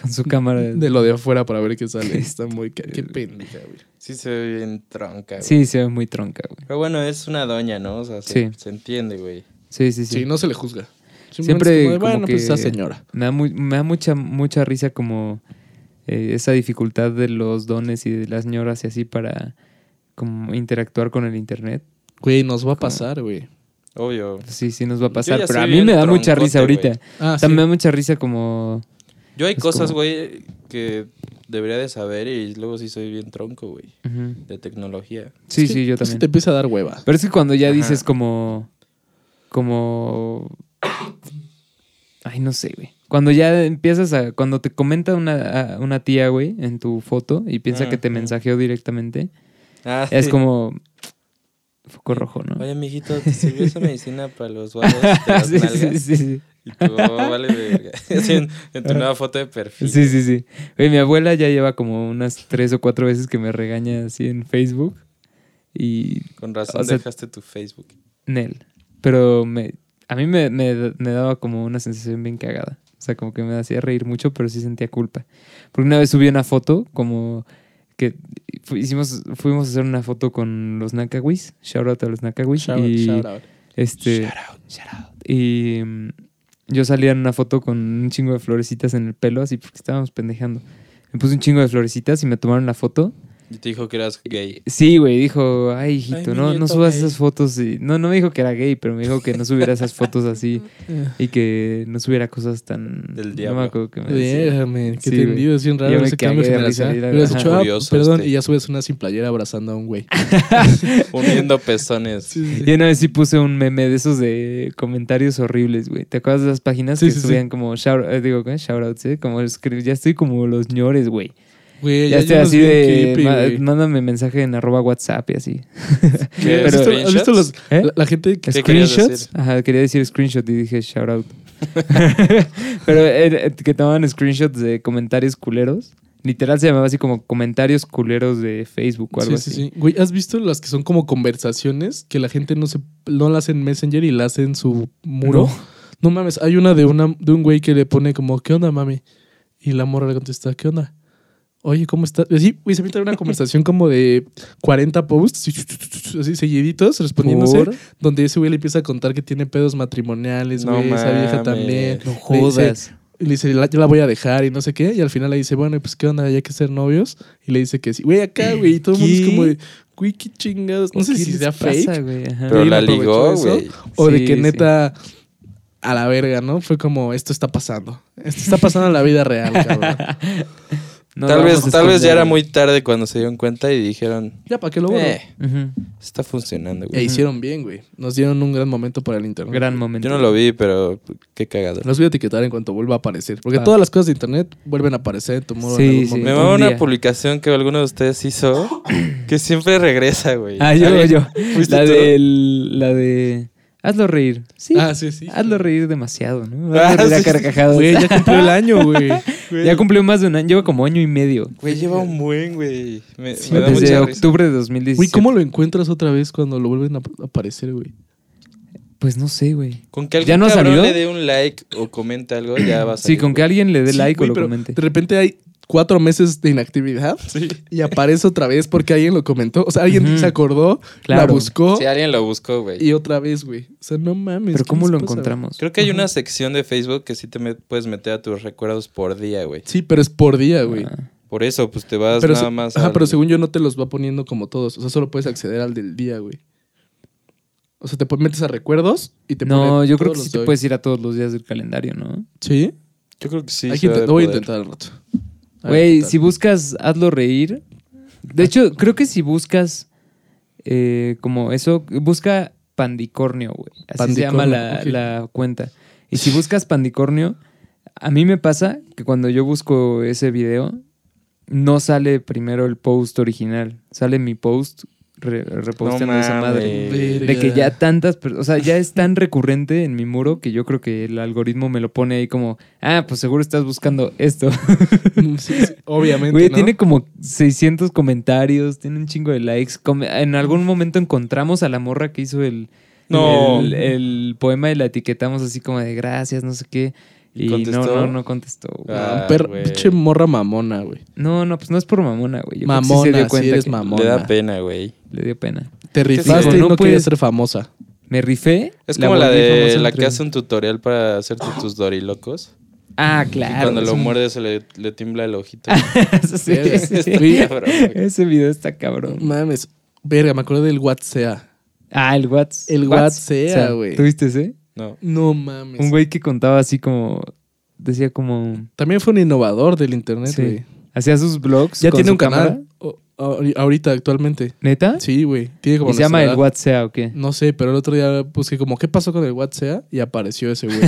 B: Con su cámara.
C: de lo de afuera para ver qué sale. Está muy... ca- Qué pendeja, güey.
A: Sí, se ve bien tronca, güey.
B: Sí, se ve muy tronca, güey.
A: Pero bueno, es una doña, ¿no? O sea, se,
B: Sí.
A: se entiende, güey.
B: Sí, sí, sí.
C: Sí, no se le juzga. Simplemente
B: Siempre
C: es como de,
B: como
C: bueno,
B: que-
C: pues esa señora.
B: me, da mu- me da mucha, mucha risa como eh, esa dificultad de los dones y de las ñoras y así para como interactuar con el internet.
C: Güey, nos va a pasar, güey.
A: Obvio.
B: Sí, sí nos va a
A: Yo
B: pasar,
A: ya
B: pero
A: soy
B: a mí
A: bien
B: me da mucha
A: troncote,
B: risa ahorita.
A: güey.
C: Ah,
B: O sea, me da mucha risa como...
A: Yo hay
B: Es
A: cosas,
B: como-
A: güey, que debería de saber y luego sí soy bien tronco, güey.
B: Ujú.
A: De tecnología.
B: Sí,
C: Es que
B: sí, yo
C: eso
B: también.
C: te empieza a dar hueva.
B: Pero es que cuando ya
A: Ajá.
B: dices como... Como... Ay, no sé, güey. Cuando ya empiezas a... Cuando te comenta una, a- una tía, güey, en tu foto y piensa que te
A: Ujú.
B: mensajeó directamente,
A: Ah,
B: es
A: sí.
B: como... Foco rojo, ¿no?
A: Oye, mijito, ¿te sirvió esa medicina para los guapos de las
B: sí, sí,
A: nalgas?
B: sí, sí.
A: Y tú, oh, vale, verga. Así en, en tu nueva foto de perfil.
B: Sí, sí, sí. Oye, mi abuela ya lleva como unas tres o cuatro veces que me regaña así en Facebook. Y
A: Con razón
B: O sea-
A: dejaste tu Facebook.
B: Nel. Pero me, a mí me, me- me daba como una sensación bien cagada. O sea, como que me hacía reír mucho, pero sí sentía culpa. Porque una vez subí una foto como que fu- hicimos, fuimos a hacer una foto con los Nakawis. Shout out a los Nakawis.
C: Shout out,
B: y
C: shout out.
B: Este, Y mm, yo salía en una foto con un chingo de florecitas en el pelo, así porque estábamos pendejando. Me puse un chingo de florecitas y me tomaron la foto.
A: Y te dijo que eras gay.
B: Sí, güey, dijo, ay,
A: Ay,
B: hijito,
A: mi
B: no, no
A: nieto
B: subas
A: gay".
B: esas fotos. Y- no, no me dijo que era gay, pero me dijo que no subiera esas fotos así y que no subiera cosas tan...
A: Del
B: No
A: diablo.
B: me acuerdo que me decía.
C: Déjame, qué
B: Sí, güey.
C: tendido, es bien
B: Yo
C: raro
B: me
C: ese cambio de
B: cagué de risa,
C: generación.
B: mira,
C: Hubieras
B: ajá.
C: dicho, ah,
A: Curioso
C: perdón,
A: este.
C: y ya subes una sin playera abrazando a un güey.
A: Uniendo pezones.
B: Y una vez sí puse un meme de esos de comentarios horribles, güey. ¿Te acuerdas de las páginas
C: Sí,
B: que
C: sí, sí.
B: subían como shout, eh, digo, ¿qué? shoutouts? eh? Como escri- ya estoy como los ñores, güey.
C: Güey,
B: Ya
C: hay
B: estoy
C: unos
B: así
C: bien
B: de.
C: creepy,
B: ma-
C: güey.
B: mándame mensaje en arroba WhatsApp y así.
A: ¿Qué?
C: ¿Has
B: pero-
C: visto- ¿Has visto los,
B: ¿Eh?
C: la, la gente que...
A: ¿Qué querías
B: ¿Screenshots?
A: decir?
B: Ajá, quería decir screenshot y dije shout out. Pero era- que tomaban screenshots de comentarios culeros. Literal se llamaba así como comentarios culeros de Facebook o algo
C: Sí, sí,
B: así.
C: sí. Güey, ¿has visto las que son como conversaciones que la gente no se no la hacen Messenger y la hacen en su muro?
B: No.
C: No, mames, hay una de una de un güey que le pone como, "¿Qué onda, mami?" Y la morra le contesta, "¿Qué onda?" Oye, ¿cómo estás? Y Así, güey, se pinta una conversación como de 40 posts, así, así seguiditos, respondiéndose,
B: Por-
C: donde ese güey le empieza a contar que tiene pedos matrimoniales,
A: No
C: güey, esa vieja
A: mames.
C: también.
B: No
C: Le dice-
B: jodas.
C: Y le dice, "La- yo la voy a dejar y no sé qué. Y al final le dice, bueno, pues qué onda, ya hay que ser novios. Y le dice que sí. Güey, acá, güey. Y todo el mundo es
B: ¿Qué?
C: como de, güey, qué chingados. No sé
B: ¿Qué
C: si
B: les
C: sea
B: pasa,
C: fake.
B: güey? Ajá.
A: Pero
C: Y
A: la
C: él aprovechó
A: ligó,
C: eso.
A: güey.
C: O de
B: Sí,
C: que
B: sí.
C: neta, a la verga, ¿no? Fue como, esto está pasando. Esto está pasando en la vida real, cabrón.
B: No
A: tal
B: lo
A: vez,
B: vamos a
A: tal vez ya
B: esconder.
A: era muy tarde cuando se dieron cuenta y dijeron,
C: Ya, ¿para qué lo borro?
A: eh,
B: Ujú.
A: está funcionando,
C: E
A: güey.
C: hicieron bien, güey. Nos dieron un gran momento para el internet.
B: Gran momento.
A: Yo no lo vi, pero qué cagado.
C: Los voy a etiquetar en cuanto vuelva a aparecer. Porque
B: Va.
C: todas las cosas de internet vuelven a aparecer en tu muro
B: Ah. Sí,
C: en algún
B: sí.
A: Me
C: momento.
A: va
B: Un
A: una
B: día.
A: publicación que alguno de ustedes hizo que siempre regresa, güey.
B: Ah, yo,
A: ¿Alguien?
B: yo.
A: ¿Fuiste
B: La
A: tú?
B: del. La de. Hazlo reír. Sí.
C: Ah, sí, sí.
B: Hazlo reír demasiado, ¿no?
A: Ah,
B: Hazlo reír a
A: sí, sí.
B: carcajadas.
C: Güey, ya cumplió el año, güey.
B: Ya cumplió más de un año, lleva como año y medio.
A: Güey, lleva un buen, güey. Me, me da
B: Desde
A: mucha risa.
B: octubre de 2017.
C: Güey, ¿cómo lo encuentras otra vez cuando lo vuelven a ap- a aparecer, güey?
B: Pues no sé, güey.
A: Con que algún
B: ¿Ya no ha
A: cabrón
B: salido?
A: le dé un like o comente algo, ya va a
B: Sí,
A: salir,
B: con que alguien le dé
C: Sí,
B: like
C: güey,
B: o lo
C: pero
B: comente.
C: De repente hay cuatro meses de inactividad
A: güey. Sí.
C: y aparece otra vez porque alguien lo comentó. O sea, alguien
B: Ujú.
C: se acordó, la
B: Claro.
C: buscó
A: Si alguien lo buscó, güey.
C: y otra vez, güey. O sea, no mames.
B: Pero
C: ¿qué
B: ¿cómo
C: les
B: lo
C: pasa, güey?
B: encontramos?
A: Creo que hay una sección de Facebook que sí te met- puedes meter a tus recuerdos por día, güey.
C: Sí, pero es por día, güey.
B: Ah,
A: Por eso, pues te vas
C: pero,
A: nada
C: se-
A: más.
C: ajá,
A: al-
C: pero según yo no te los va poniendo como todos. O sea, solo puedes acceder al del día, güey. O sea, te pon- metes a recuerdos y te
B: No,
C: pone
B: yo creo que
C: todos los
B: sí
C: de
B: te
C: hoy.
B: puedes ir a todos los días del calendario, ¿no?
C: ¿Sí?
A: Yo creo que sí.
C: Hay
A: se
C: que
A: va
C: intent-
A: de
C: lo voy a
A: poder.
C: intentar al rato. A ver
B: Güey,
C: qué tal.
B: si buscas hazlo reír. De hecho, creo que si buscas eh, como eso, busca pandicornio, güey. Así
C: Pandicornio,
B: se llama la,
C: ok.
B: la cuenta. Y si buscas pandicornio, a mí me pasa que cuando yo busco ese video, no sale primero el post original, sale mi post re- reposteando esa madre.
A: mames.
B: De que ya tantas, per- o sea, ya es tan recurrente en mi muro que yo creo que el algoritmo me lo pone ahí como, ah, pues seguro estás buscando esto.
C: Sí, sí, obviamente.
B: Güey,
C: ¿no?
B: tiene como 600 comentarios, tiene un chingo de likes. Come- En algún momento encontramos a la morra que hizo el,
A: No.
B: el, el poema y la etiquetamos así como de gracias, no sé qué.
A: ¿Y
B: Y no,
A: contestó?
B: no, no contestó. güey.
A: Ah.
C: Un perro-
A: güey.
C: pinche morra mamona, güey.
B: No, no, pues no es por mamona, güey. Yo creo que sí
C: Mamona,
B: se dio
C: sí
B: cuenta
C: eres
B: que
C: mamona.
A: Le da pena, güey.
B: Le dio pena.
C: Te
A: sí,
C: rifaste y
B: no
C: no,
B: puedes-
C: querías ser famosa.
B: Me rifé.
A: Es como la
B: volví
A: de
B: famosa
A: la
B: entre-
A: que hace un tutorial para hacerte tus dorilocos.
B: Ah,
A: Y
B: claro.
A: cuando
B: es
A: lo
B: un- Ah.
A: muerde se le, le timbla el ojito.
B: Sí, sí.
A: Está cabrón, güey.
B: Ese video está cabrón.
C: Mames. Verga, me acordé del WhatsApp.
B: Ah, el Whats.
C: El
B: Whats,
C: Whatsea,
B: o sea,
C: güey.
B: ¿Tuviste ese?
A: No.
C: No mames.
B: Un güey que contaba así como. Decía como.
C: También fue un innovador del internet,
B: Sí.
C: güey.
B: Hacía sus vlogs.
C: Ya
B: con
C: tiene
B: su
C: un
B: cámara.
C: canal. o- ahori- ahorita, actualmente.
B: ¿Neta?
C: Sí, güey. Tiene como Mm,
B: ¿Y se llama
C: nuestra
B: el
C: edad.
B: WhatsApp o qué?
C: No sé, pero el otro día busqué como, ¿qué pasó con el WhatsApp? Y apareció ese güey.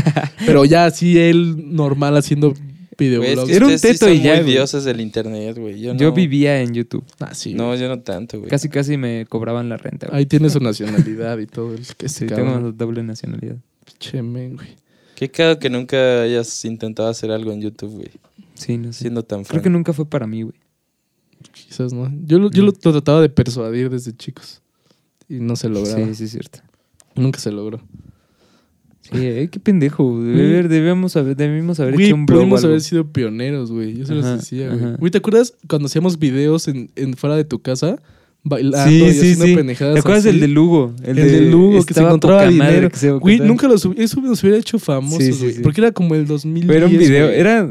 C: pero ya así él normal haciendo
A: Güey, es
C: videoblogs.
A: que
B: Era un
A: ustedes sí
B: teto
A: son
B: y ya,
A: muy
B: güey.
A: dioses del internet, güey. Yo,
B: Yo
A: no.
B: vivía en YouTube.
C: Ah, sí, güey.
A: No, yo no tanto, güey.
B: Casi, casi me cobraban la renta. güey.
C: Ahí tiene su nacionalidad y todo. El que
B: sí,
C: se
B: tengo doble nacionalidad.
C: güey.
A: Qué cagado que nunca hayas intentado hacer algo en YouTube, güey.
B: Sí, no sé.
A: Siendo tan fan.
B: Creo que nunca fue para mí, güey.
C: Quizás no. Yo, lo, yo
B: Mm.
C: lo, lo trataba de persuadir desde chicos. Y no se lograba.
B: Sí, sí, es cierto.
C: Nunca se logró.
B: Sí, eh, qué pendejo. Debe- Debemos haber, debimos haber
C: Güey,
B: hecho un blog. o
C: pudimos
B: algo.
C: haber sido pioneros, güey. Yo se los
B: Ajá,
C: decía, güey.
B: ajá.
C: Güey, ¿te acuerdas cuando hacíamos videos en, en fuera de tu casa? Bailando
B: Sí,
C: y
B: sí,
C: haciendo
B: sí.
C: pendejadas
B: ¿Te acuerdas
C: así?
B: del de Lugo?
C: El, de Lugo, que se
B: estaba
C: encontraba
B: poca madre
C: dinero.
B: que se
C: Güey,
B: encontraba-
C: nunca lo subí. Eso nos hubiera hecho famosos,
B: Sí,
C: güey.
B: sí, sí.
C: Porque era como el 2010.
B: Pero era un video,
C: güey.
B: era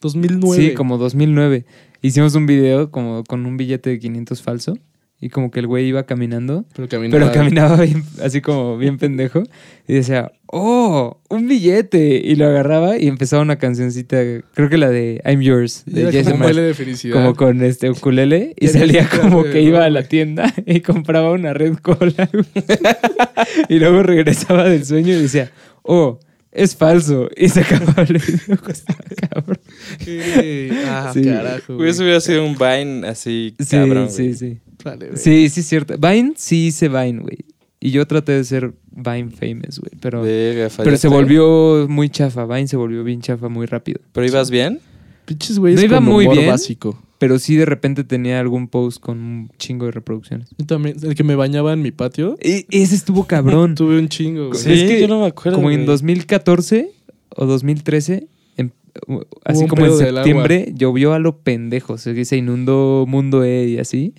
C: 2009.
B: Sí, como 2009. Hicimos un video como con un billete de 500 falso y como que el güey iba caminando,
C: Pero caminaba.
B: pero caminaba bien- así como bien pendejo y decía, "Oh, un billete" y lo agarraba y empezaba una cancioncita, creo que la de I'm Yours
C: Y
B: de
C: era
B: Jesse
C: como un
B: Mars.
C: baile de felicidad.
B: Como con este ukulele y
C: Ya
B: salía
C: dijiste,
B: como
C: güey,
B: que iba a
C: güey.
B: la tienda y compraba una red cola. güey. y luego regresaba del sueño y decía, oh, es falso. Y se acababa el video. Estaba cabrón.
C: Güey, Ah,
B: Sí.
C: carajo.
A: Güey, eso hubiera sido un Vine así,
B: Sí,
A: cabrón,
B: sí,
A: güey.
B: sí.
C: Vale, güey.
B: Sí, sí, es cierto. Vine, sí hice Vine, güey. Y yo traté de ser Vine famous, güey. Pero,
A: Verga,
B: pero se
A: fallaste.
B: volvió muy chafa. Vine se volvió bien chafa muy rápido.
A: ¿Pero ibas bien?
C: Pinches güeyes
B: No iba
C: con
B: muy
C: humor
B: bien.
C: básico.
B: Pero sí de repente tenía algún post con un chingo de reproducciones.
C: Yo también, el que me bañaba en mi patio,
B: Y ese estuvo cabrón.
C: tuve un chingo, güey.
B: Sí, es que
A: yo no me acuerdo.
B: como en
A: güey.
B: 2014 o 2013, en- em, u- así
C: un
B: como en
C: pedo del
B: septiembre, llovió a lo pendejo. Se, se inundó Mundo E y así.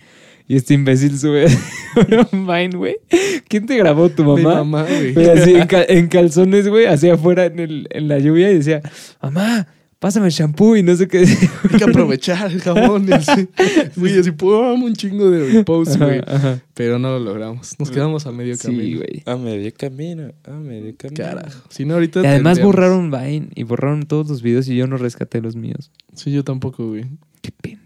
B: Y este imbécil sube un Vine, güey. ¿Quién te grabó tu
C: Mi
B: mamá?
C: mamá,
B: Güey,
C: güey.
B: así en, cal- en calzones, güey, hacia afuera en, el- en la lluvia y decía, mamá, pásame el shampoo y no sé qué. decía.
C: Hay que aprovechar el jabón. y así. Güey, así, pum, un chingo de posts, güey.
B: Ajá.
C: Pero no lo logramos. Nos quedamos a medio camino.
B: Sí, güey.
A: A medio Ah, camino, a medio camino.
C: Carajo. Si no, ahorita.
B: Y además
C: tendríamos-
B: borraron Vine y borraron todos los videos y yo no rescaté los míos.
C: Sí, yo tampoco, güey.
B: Qué pendejo.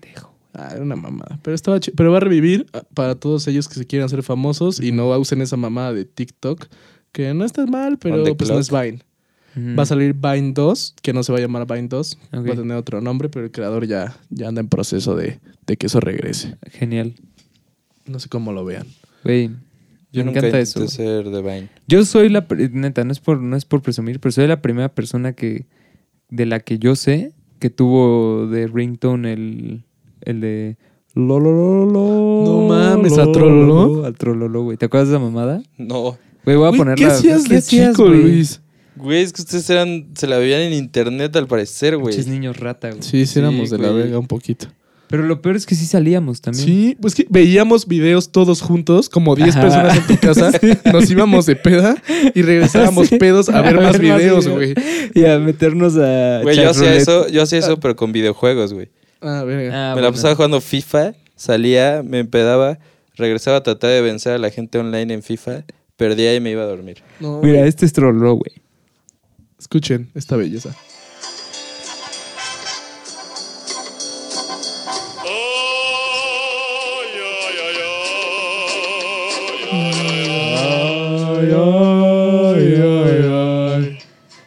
C: Ah, era una mamada. Pero estaba chi- Pero va a revivir ah, para todos ellos que se quieran hacer famosos y no usen esa mamada de TikTok. Que no está mal, pero
A: On the
C: pues no es
A: clock.
C: Vine. Va a salir Vine 2, que no se va a llamar Vine 2.
B: Mm. Ok.
C: Va a tener otro nombre, pero el creador ya, ya anda en proceso de, de que eso regrese.
B: Genial.
C: No sé cómo lo vean.
B: Güey,
A: Yo
B: me
A: nunca
B: encanta
A: intenté
B: eso.
A: ser de Vine.
B: Yo soy la, pr- neta, no es por, no es por presumir, pero soy la primera persona que, de la que yo sé que tuvo de ringtone el, el de... Lo, lo, lo, lo,
C: No
B: lo,
C: mames,
B: lo,
C: ¿a
B: lo,
C: Trololo?
B: lo, lo, Al trololo, güey. ¿Te acuerdas de esa mamada?
A: No.
B: Güey, voy a
C: Güey,
B: poner
C: ¿Qué
B: la-
C: hacías de
B: hacías,
C: chico,
B: güey?
C: Luis?
A: Güey, es que ustedes eran, se la veían en internet al parecer, güey.
B: Pinches niños rata, güey.
C: Sí, sí, éramos de la
A: güey.
C: verga un poquito.
B: Pero lo peor es que sí salíamos también.
C: Sí, pues que veíamos videos todos juntos, como 10
B: Ajá.
C: personas en tu casa, nos íbamos de peda y regresábamos
B: Sí.
C: pedos a ver
B: A
C: más
B: ver más
C: videos,
B: videos.
C: güey.
B: Y a meternos a...
A: Güey, yo
B: chat
A: hacía
B: roulette.
A: eso, yo hacía eso, pero con videojuegos, güey.
C: Ah,
B: Ah,
C: verga.
A: me la
B: bueno.
A: pasaba jugando FIFA, salía, me empedaba, regresaba a tratar de vencer a la gente online en FIFA, perdía y me iba a dormir.
C: No,
B: Mira,
C: güey.
B: este es trollo, güey.
C: Escuchen esta belleza.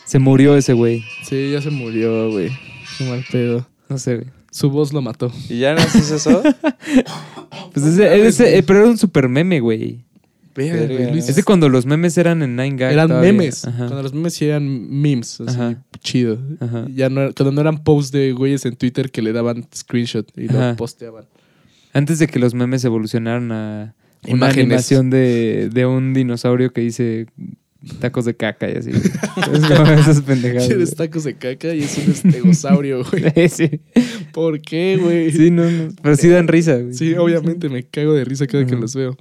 B: Se murió ese güey.
C: Sí, ya se murió, güey. Qué mal pedo.
B: No sé, güey.
C: Su voz lo mató.
A: ¿Y ya no haces eso?
B: Pues ese, ese- eh, pero era un super meme, güey.
C: Verga,
A: Verga.
C: Luis.
B: Ese cuando los memes eran en Nine Gag.
C: eran
B: todavía.
C: memes.
B: Ajá.
C: Cuando los memes sí eran memes, así
B: Ajá.
C: chido.
B: Ajá.
C: Ya no era- cuando no eran posts de güeyes en Twitter que le daban screenshot y
B: Ajá.
C: lo posteaban.
B: Antes de que los memes evolucionaran a una
C: Imágenes.
B: animación de, de un dinosaurio que dice tacos de caca y así. güey. es como esas pendejadas. güey.
C: Tienes tacos de caca y es un estegosaurio, güey.
B: sí,
C: ¿Por qué, güey?
B: sí, no, no. Pero sí dan risa, güey.
C: Sí, obviamente me cago de risa cada que
B: Ujú.
C: los veo.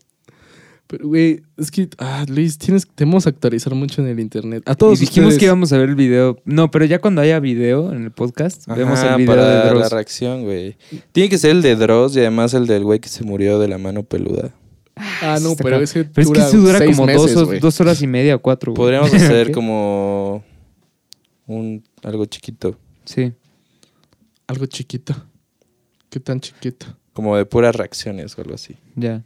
C: Pero, güey, es que, ah, Luis, tienes, tenemos que actualizar mucho en el internet. A todos
B: y dijimos
C: ustedes.
B: que íbamos a ver el video. No, pero ya cuando haya video en el podcast, vemos
A: Ajá,
B: el video
A: Ah, para
B: de
A: la
B: Dross.
A: reacción, güey. Tiene que ser el de Dross y además el del güey que se murió de la mano peluda.
C: Ah, no,
B: Está
C: pero
B: cabrón.
C: ese
B: Pero es que eso dura
C: seis
B: como
C: meses,
B: dos,
C: güey.
B: dos horas y media o cuatro. güey.
A: Podríamos hacer
B: Ok.
A: como un algo chiquito,
B: Sí.
C: Algo chiquito. ¿Qué tan chiquito?
A: como de puras reacciones o algo así.
B: Ya.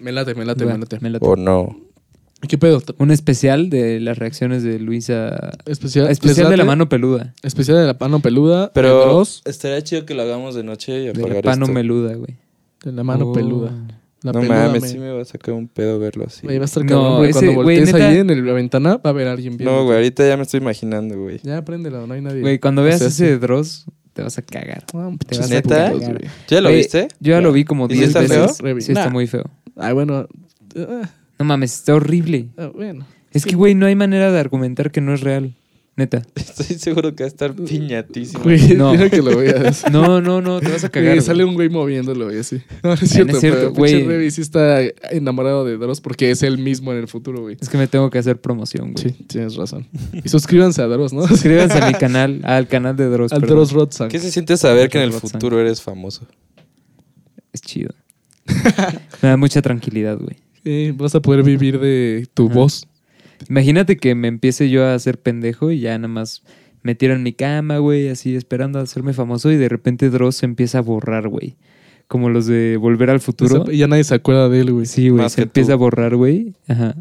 C: Me late, me late,
B: Va,
C: me late.
B: me late.
A: O no.
C: ¿Qué pedo? T-
B: Un especial de las reacciones de Luisa.
C: Especial, ¿les
B: especial
C: late?
B: de la mano peluda.
C: Especial de la mano peluda. de,
A: Pero
C: Dross,
A: estaría chido que lo hagamos de noche y
B: De la
A: apagar
B: pano
A: esto.
B: meluda, güey.
C: de la mano
B: Oh.
C: peluda. La
A: no
C: peluda
A: mames,
C: me-
A: sí me va a sacar un pedo verlo así.
C: Güey, va a estar
B: No,
C: cabrón. porque
B: ese,
C: cuando
B: güey,
C: voltees
B: neta-
C: ahí en el- la ventana, va a haber alguien viendo.
A: No, güey, ahorita ya me estoy imaginando, güey.
C: Ya apréndelo, no hay nadie.
B: Güey, cuando veas
C: O sea,
B: ese
C: sí.
B: de Dross, te vas a cagar.
C: Ah,
B: Te
C: pinches
A: vas a ¿Neta?
C: putos, güey.
A: ¿Ya lo
B: Güey,
A: viste?
B: Yo ya lo vi como
A: ¿Y sí
B: 10
A: está
B: veces.
C: feo?
B: Sí, está
C: Nah.
B: muy feo.
C: Ay, bueno. ah,
B: No mames, está horrible.
C: ah, bueno.
B: Es que, güey, no hay manera de argumentar que no es real. Neta.
A: Estoy seguro que va a estar piñatísimo.
C: Güey,
B: No.
C: deja que lo veas.
B: No, no, no, te vas a cagar.
C: Güey,
B: güey. Ah,
C: sale un güey moviéndolo y así. No, no es cierto,
B: es cierto,
C: pero pinche
B: güey.
C: Revy sí está enamorado de Dross porque es él mismo en el futuro, güey.
B: Es que me tengo que hacer promoción, güey.
C: Sí, tienes razón. Y suscríbanse a Dross, ¿no?
B: Suscríbanse a mi canal, al canal de Dross.
C: Al
B: perdón.
C: Dross Rodsan.
A: ¿Qué se siente saber que en el
B: Rock Song.
A: futuro eres famoso?
B: Es chido. me da mucha tranquilidad, güey.
C: Sí, vas a poder vivir de tu
B: Ajá.
C: voz.
B: Imagínate que me empiece yo a hacer pendejo y ya nada más me tiro en mi cama, güey, así esperando a hacerme famoso y de repente Dross se empieza a borrar, güey. Como los de Volver al Futuro.
C: Y ya nadie se acuerda de él, güey.
B: Sí, güey,
A: Más
B: se
A: que
B: empieza
A: tú.
B: a borrar, güey. Ajá.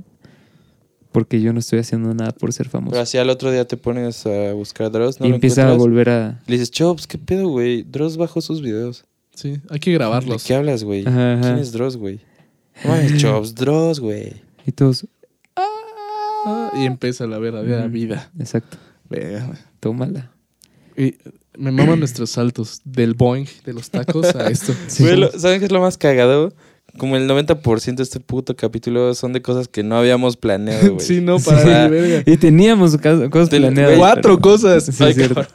B: Porque yo no estoy haciendo nada por ser famoso.
A: Pero así al otro día te pones a buscar Dross, ¿no?
B: y
A: lo
B: empieza a
A: encuentras?
B: volver a...
A: Le dices, Chops, ¿qué pedo, güey? Dross bajó sus videos.
C: Sí, hay que
A: ¿De
C: grabarlos.
A: qué hablas, güey?
B: Ajá, ajá.
A: ¿Quién es Dross, güey? No mames, Chops, Dross, güey.
B: Y todos...
C: Ah, y empieza la verdadera
B: Mm.
C: vida.
B: Exacto.
C: Verga.
B: Tómala.
C: Y me maman nuestros saltos del Boeing, de los tacos a esto.
B: Sí.
A: Güey, lo- ¿Saben qué es lo más cagado? Como el 90% de este puto capítulo son de cosas que no habíamos planeado, güey.
C: Sí, no, para
A: Sí.
C: de verga.
B: Y teníamos cas- cosas
A: Ten-
B: planeadas.
C: Cuatro
B: pero-
C: cosas.
B: Sí, es cierto.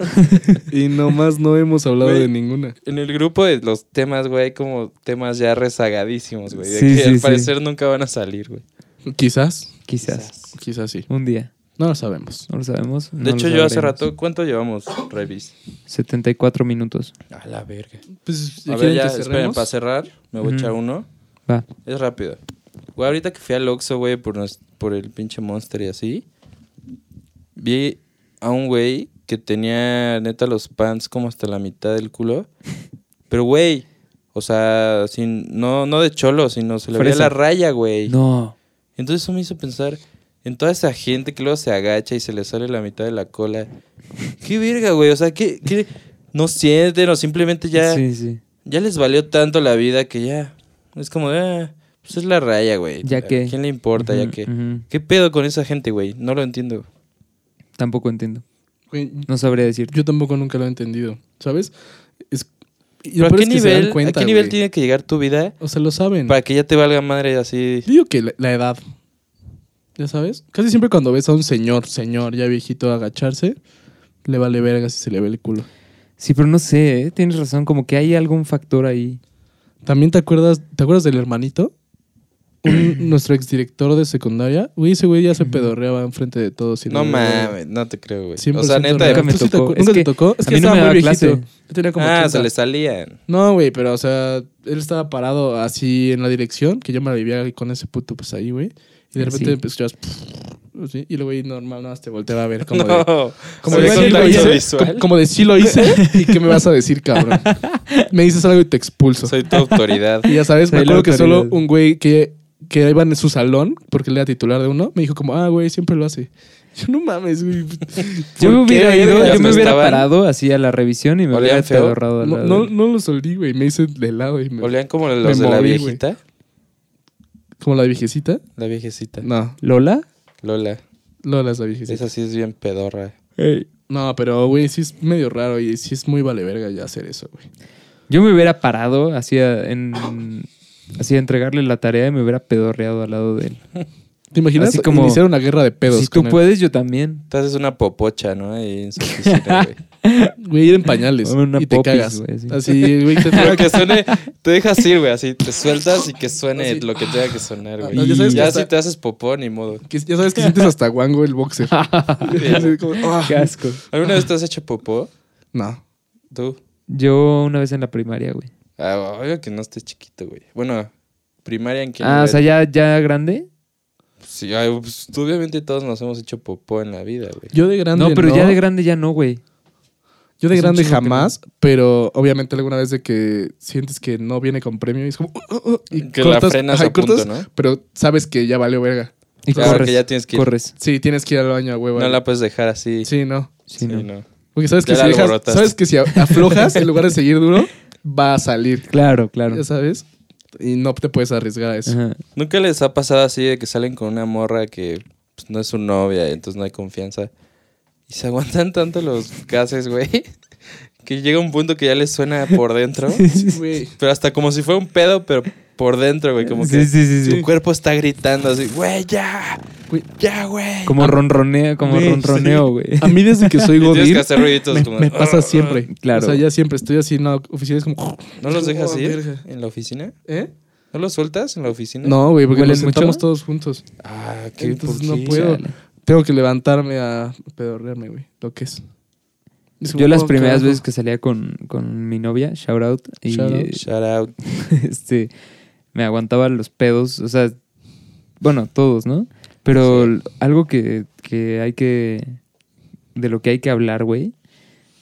C: Y nomás no hemos hablado
A: Güey.
C: de ninguna.
A: En el grupo de los temas, güey, hay como temas ya rezagadísimos, güey. De
B: Sí,
A: que
B: sí,
A: al
B: sí.
A: parecer nunca van a salir, güey.
C: Quizás,
B: Quizás.
C: quizás sí.
B: Un día.
C: No lo sabemos.
B: No lo sabemos. no
A: De hecho,
B: lo
A: yo hace
B: sabremos.
A: rato, ¿cuánto llevamos, Revis?
B: 74 minutos.
A: A la verga.
C: Pues,
A: A ver,
C: ¿quieren
A: ya,
C: que
A: esperen,
C: cerremos?
A: para cerrar, me voy a
B: Ujú.
A: echar uno.
B: Va.
A: Es rápido. Güey, ahorita que fui al Oxxo, güey, por, nos- por el pinche Monster y así, vi a un güey que tenía neta los pants como hasta la mitad del culo Pero, güey, o sea, sin, no, no de cholo, sino se le veía
B: Fresa.
A: la raya, güey.
B: No.
A: Entonces eso me hizo pensar en toda esa gente que luego se agacha y se le sale la mitad de la cola. Qué verga, güey. O sea, ¿qué, qué no sienten o simplemente ya,
B: Sí, sí.
A: ya les valió tanto la vida que ya es como, ah, pues es la raya, güey.
B: Ya
A: ¿A
B: que.
A: ¿Quién le importa? ya
B: Ujú,
A: que.
B: ujú.
A: ¿Qué pedo con esa gente, güey? No lo entiendo.
B: Tampoco entiendo.
C: Güey,
B: No sabría decirte.
C: Yo tampoco nunca lo he entendido, ¿sabes? Es, y
A: Pero
C: lo
A: ¿A
C: peor
A: qué,
C: es que se dan
A: nivel,
C: cuenta,
A: ¿A qué nivel
C: güey.
A: tiene que llegar tu vida
C: O sea, lo saben.
A: para que ya te valga madre así?
C: Yo Digo que la, la edad. ¿Ya sabes? Casi siempre cuando ves a un señor, señor ya viejito agacharse, le vale verga si se le ve el culo.
B: Sí, pero no sé, ¿eh? tienes razón, como que hay algún factor ahí.
C: También te acuerdas, ¿te acuerdas del hermanito? Un- nuestro exdirector de secundaria. Güey, ese güey ya se pedorreaba enfrente de todos. y
A: no
C: le-
A: mames, no te creo, güey.
C: 100%
A: O sea, neta,
C: real.
B: nunca me
C: ¿Tú sí te
B: tocó.
C: acu-
B: Es
C: ¿Nunca
B: que
C: te tocó? Es
B: a
C: que
B: mí no
C: estaba
B: me
C: muy
B: daba
C: viejito.
B: clase.
C: Yo tenía como
A: ah,
C: 80.
A: se le salían.
C: No, güey, pero o sea, él estaba parado así en la dirección, que yo me la vivía con ese puto pues ahí, güey. Y de repente
B: Sí.
C: pues, escuchabas... pff, así, y el güey normal nada más te volteaba a ver como de...
A: No.
C: Como
A: Se
C: de,
A: ve
C: sí lo
A: contacto
C: hice,
A: visual.
C: como- como de sí lo hice y qué me vas a decir, cabrón. Me dices algo y te expulso.
A: Soy tu autoridad.
C: Y ya sabes, me
B: Soy la
C: acuerdo que solo
B: autoridad.
C: un güey que, que iba en su salón, porque él era titular de uno, me dijo como, ah, güey, siempre lo hace. Yo no mames, güey.
B: Yo me
A: ¿Por qué,
B: hubiera
A: verga?
B: ido,
A: Ya
B: yo me
A: no
B: hubiera
A: estaban-
B: parado así a la revisión y me
A: ¿Olían
B: hubiera
A: feo?
B: pedorrado al
C: No,
B: lado.
C: no, no lo solí, güey. Me hice de lado y me...
A: Olían como los de la
C: morí, güey.
A: viejita.
C: ¿Como la viejecita?
A: La viejecita.
C: No,
B: ¿Lola?
A: Lola.
C: Lola es la viejecita.
A: Esa sí es bien pedorra.
C: No, pero, güey, sí es medio raro y sí es muy vale verga ya hacer eso, güey.
B: Yo me hubiera parado así a, en, así a entregarle la tarea y me hubiera pedorreado al lado de él.
C: ¿Te imaginas
B: Así como-
C: iniciar una guerra de pedos
B: si tú
C: con él?
B: puedes, yo también.
A: Te haces una popocha, ¿no? Ahí en su oficina, güey.
C: Güey, ir en pañales
B: Una
C: y te
B: popis,
C: cagas.
B: güey, sí.
C: Así, güey, te
A: Pero que suene, te dejas ir, güey, así te sueltas y que suene
C: Así.
A: lo que tenga que sonar, güey.
B: Ah, No,
A: ya
B: ya sabes que
A: ya
C: está-
A: si te haces popó, ni modo.
C: que ya sabes que sientes hasta guango el boxer. Así como, ah.
B: Qué asco.
A: ¿Alguna vez te has hecho popó?
C: No.
A: ¿Tú?
B: Yo una vez en la primaria, güey.
A: Ah, obvio que no estés chiquito, güey. Bueno, primaria en que...
B: Ah, o sea, ya, ya grande.
A: Sí, ay, pues, obviamente todos nos hemos hecho popó en la vida, güey.
C: Yo de grande
B: No, pero ya de grande ya no, güey.
C: Yo de
B: es un
C: grande
B: chingo que
C: jamás, pero obviamente alguna vez de que sientes que no viene con premio y es como... "Uh, uh, uh", y
A: Que la frenas a punto, ¿no?
C: Pero sabes que ya valió verga.
B: Y
A: Claro,
B: corres.
A: que ya tienes que ir.
B: corres.
C: Sí, tienes que ir al baño, güey.
A: No la puedes dejar así.
C: Sí, no.
B: Sí, no.
C: Porque sabes que,
A: Ya
C: si
A: la
C: dejas,
A: alborotas.
C: sabes que si a- aflojas, en lugar de seguir duro, va a salir.
B: Claro, claro.
C: Ya sabes. Y no te puedes arriesgar a eso.
B: Ajá.
A: ¿Nunca les ha pasado así de que salen con una morra que pues, no es su novia, entonces no hay confianza? Y se aguantan tanto los gases, güey, que llega un punto que ya les suena por dentro.
C: Sí, güey.
A: Pero hasta como si fuera un pedo, pero por dentro, güey. Como que
B: Sí, sí, sí,
A: su
B: sí.
A: cuerpo está gritando así, güey, ya,
C: Güey.
A: ya, güey.
B: Como ronronea, como
C: Güey,
B: ronroneo, güey.
C: A mí desde que soy
A: Y tienes
C: Godín,
A: que hacer ruiditos
C: me,
A: como- "Ah,
C: me pasa siempre.
B: Claro.
C: O sea, ya siempre estoy así en la oficina, es como...
A: ¿No los dejas
C: Oh,
A: ir
C: verga.
A: en la oficina?
C: ¿Eh?
A: ¿No los sueltas en la oficina?
C: No, güey, porque
B: ¿Huelen
C: nos sentamos
B: mucho?
C: todos juntos.
A: Ah, qué
C: Entonces
A: ¿por
C: no
A: qué?
C: puedo.
B: Chale.
C: Tengo que levantarme a pedorrearme, güey. Lo que es. Es como,
B: Yo las
C: oh,
B: primeras
C: carajo.
B: veces que salía con, con mi novia, shout out, y
C: Shout out.
B: eh,
A: Shout out.
B: este, me aguantaba los pedos, o sea, bueno, todos, ¿no? Pero l- algo que, que hay que, de lo que hay que hablar, güey,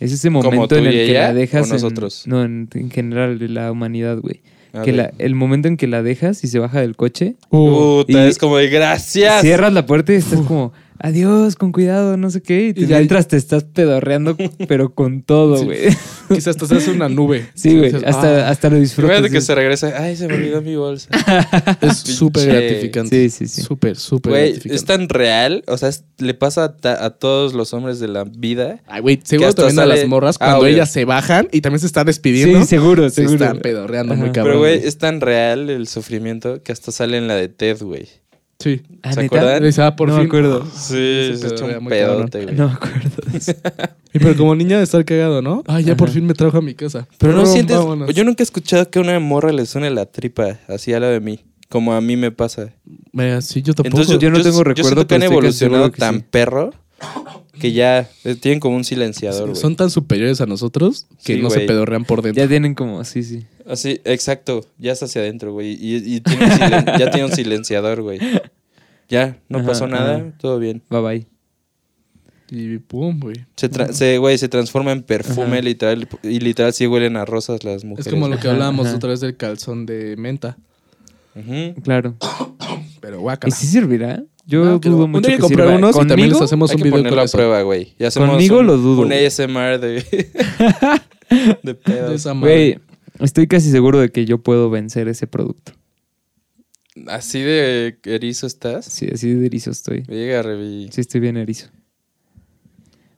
B: es ese
A: ¿Como
B: momento
A: tú
B: en el
A: y
B: que
A: ella
B: la dejas...
A: o
B: en-
A: nosotros?
B: no, en, en general, de la humanidad, güey.
A: A
B: Que
A: ver.
B: la- el momento en que la dejas y se baja del coche,
C: Uh,
A: Puta,
B: y-
A: es como de gracias.
B: Cierras la puerta y estás como, adiós, con cuidado, no sé qué. Y, te-
C: Y ya-
B: mientras te estás pedorreando, pero con todo,
C: Sí.
B: güey.
C: quizás hasta hace una nube.
B: Sí, güey.
C: Dices,
B: hasta,
C: ah,
B: hasta lo disfrutas.
A: Imagínate que
B: sí.
A: se regresa. Ay, se me olvidó mi bolsa.
C: "Ah, es
A: pinche-
C: súper gratificante.
B: Sí, sí, sí.
C: Súper, súper
A: Güey,
C: gratificante.
A: es tan real. O sea, es- le pasa a, ta- a todos los hombres de la vida.
C: Ay, güey, seguro
A: hasta
C: también a
A: sale-
C: las morras
A: Ah,
C: cuando
A: obvio.
C: ellas se bajan y también se están despidiendo.
B: Sí, seguro,
C: se
B: seguro.
C: están pedorreando muy
B: Ajá.
C: cabrón.
A: Pero, güey, es tan real el sufrimiento que hasta sale en la de Ted, güey.
C: Sí.
B: Ah,
A: ¿Se
B: ¿neta?
A: acuerdan?
C: Le dice, ah, por
B: no
C: fin.
B: me acuerdo.
A: Sí,
C: Ese
A: se echa
C: pedorrea
A: un
C: muy cabrón.
A: pedote, güey.
B: No me acuerdo de eso.
C: Y pero como niña de estar cagado, ¿no? Ah, ya por
B: Ajá.
C: fin me trajo a mi casa.
A: Pero no
C: Pum,
A: sientes.
C: vámonos.
A: Yo nunca he escuchado que a una morra le suene la tripa así a la de mí. Como a mí me pasa.
C: Mira, sí, yo tampoco.
A: Entonces,
B: yo no tengo
A: siento
B: recuerdo,
A: que han
B: pero estoy casi seguro
A: evolucionado
B: que
A: tan
B: sí.
A: perro que ya eh, tienen como un silenciador, güey.
C: son tan superiores a nosotros que
A: Sí,
C: no se
A: güey.
C: pedorrean por dentro.
B: Ya tienen como, sí, sí.
A: Así, exacto. Ya está hacia adentro, güey. Y, y tiene un silen- ya tiene un silenciador, güey. Ya, no
B: Ajá,
A: pasó nada,
B: ajá.
A: todo bien.
B: Bye bye.
C: Y pum, güey.
A: Se, tra- se, güey, se transforma en perfume,
B: Ajá.
A: literal. Y literal sí huelen a rosas las mujeres.
C: Es como lo que
B: Ajá,
C: hablábamos
B: ajá.
C: otra vez del calzón de menta.
A: Ujú.
B: Claro.
C: Pero
B: ¿Y
C: guácala.
B: si servirá? Yo
C: Ah, No, que-
B: dudo
C: un
B: mucho
C: día
B: que
C: comprar
B: sirva.
C: unos y también les
B: Conmigo,
C: hacemos
A: Hay
C: un
A: que
C: video
A: ponerlo
C: con
A: a
C: eso.
A: prueba, güey. Y hacemos
B: Conmigo
A: un,
B: lo dudo.
A: Un ASMR de, de
C: De
A: pedos.
C: esa
B: Güey,
C: madre.
B: estoy casi seguro de que yo puedo vencer ese producto.
A: Así de erizo estás.
B: Sí, así de erizo estoy.
A: Llega, Revi.
B: Sí, estoy bien erizo.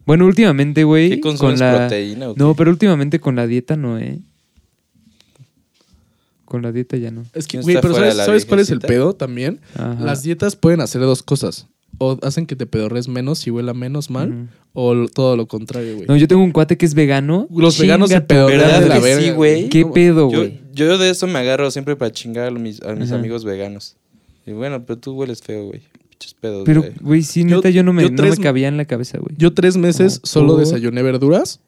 B: Bueno, últimamente, güey.
A: ¿Qué consumes?
B: con la-
A: ¿Proteína o qué?
B: No, pero últimamente con la dieta no, ¿eh? Con la dieta ya no.
C: Es que,
A: ¿Quién
C: güey,
A: está
C: pero
A: fuera de
C: ¿sabes,
A: la
C: ¿sabes cuál es el
A: virgencita?
C: pedo también?
B: Ajá.
C: Las dietas pueden hacer dos cosas. O hacen que te pedorres menos y huela menos mal,
B: Ujú.
C: o lo- todo lo contrario, güey.
B: No, yo tengo un cuate que es vegano.
C: Los veganos se
B: Chinga tu
C: pedorrean
A: ¿Verdad
C: de la
A: que sí,
C: verga.
A: güey?
B: ¿Qué
C: No,
B: pedo,
A: Yo,
B: güey?
A: yo de eso me agarro siempre para chingar a mis, a mis
B: Ajá.
A: amigos veganos. Y bueno, pero tú hueles feo, güey. Pinches pedos,
B: Pero,
A: güey.
B: güey, sí,
C: Yo-
B: neta, yo, no, me,
C: yo
B: no
C: tres-
B: me cabía en la cabeza, güey.
C: Yo tres meses
B: No,
C: solo
B: por-
C: desayuné verduras.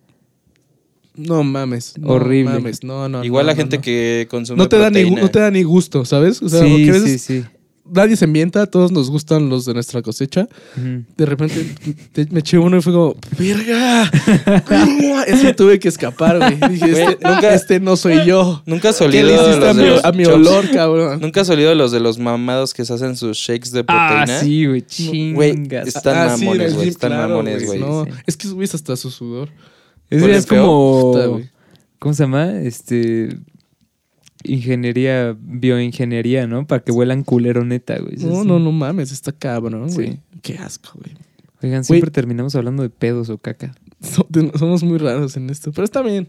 C: No mames. no
B: Horrible.
C: mames, no, no, no,
A: Igual la
C: no,
A: gente
C: no.
A: que consume
C: No te, da ni, gu-
A: proteína.
C: no te da ni gusto, ¿sabes? O sea,
B: sí,
C: porque a
B: sí,
C: veces
B: sí,
C: nadie se mienta, todos nos gustan los de nuestra cosecha.
B: Ujú.
C: De repente te- me eché uno y fue como, ¡verga! ¡verga! Ese tuve que escapar, güey. Dije,
A: Güey,
C: este,
A: nunca-
C: este no soy yo.
A: Nunca has
C: ¿Qué
A: olido
C: le hiciste a
A: los de
C: mi,
A: los
C: a mi
A: chops?
C: olor, cabrón?
A: Nunca has olido los de los mamados que se hacen sus shakes de proteína.
B: Ah, sí, güey, chingas.
A: Güey, están
C: Ah, sí,
A: mamones,
C: del
A: güey.
C: gym,
A: Están
C: claro,
A: mamones, güey.
C: No,
B: sí.
C: es que subís hasta su sudor.
B: Ese
A: ¿Huele
B: es
A: feo?
B: como...
C: Puta, güey.
B: ¿Cómo se llama? Este... Ingeniería, bioingeniería, ¿no? Para que huelan culero neta, güey. Es
C: No,
B: así.
C: no, no mames, está cabrón,
B: Sí.
C: güey. Qué asco, güey.
B: Oigan, siempre
C: Güey.
B: terminamos hablando de pedos o caca.
C: So- de- somos muy raros en esto, pero está bien.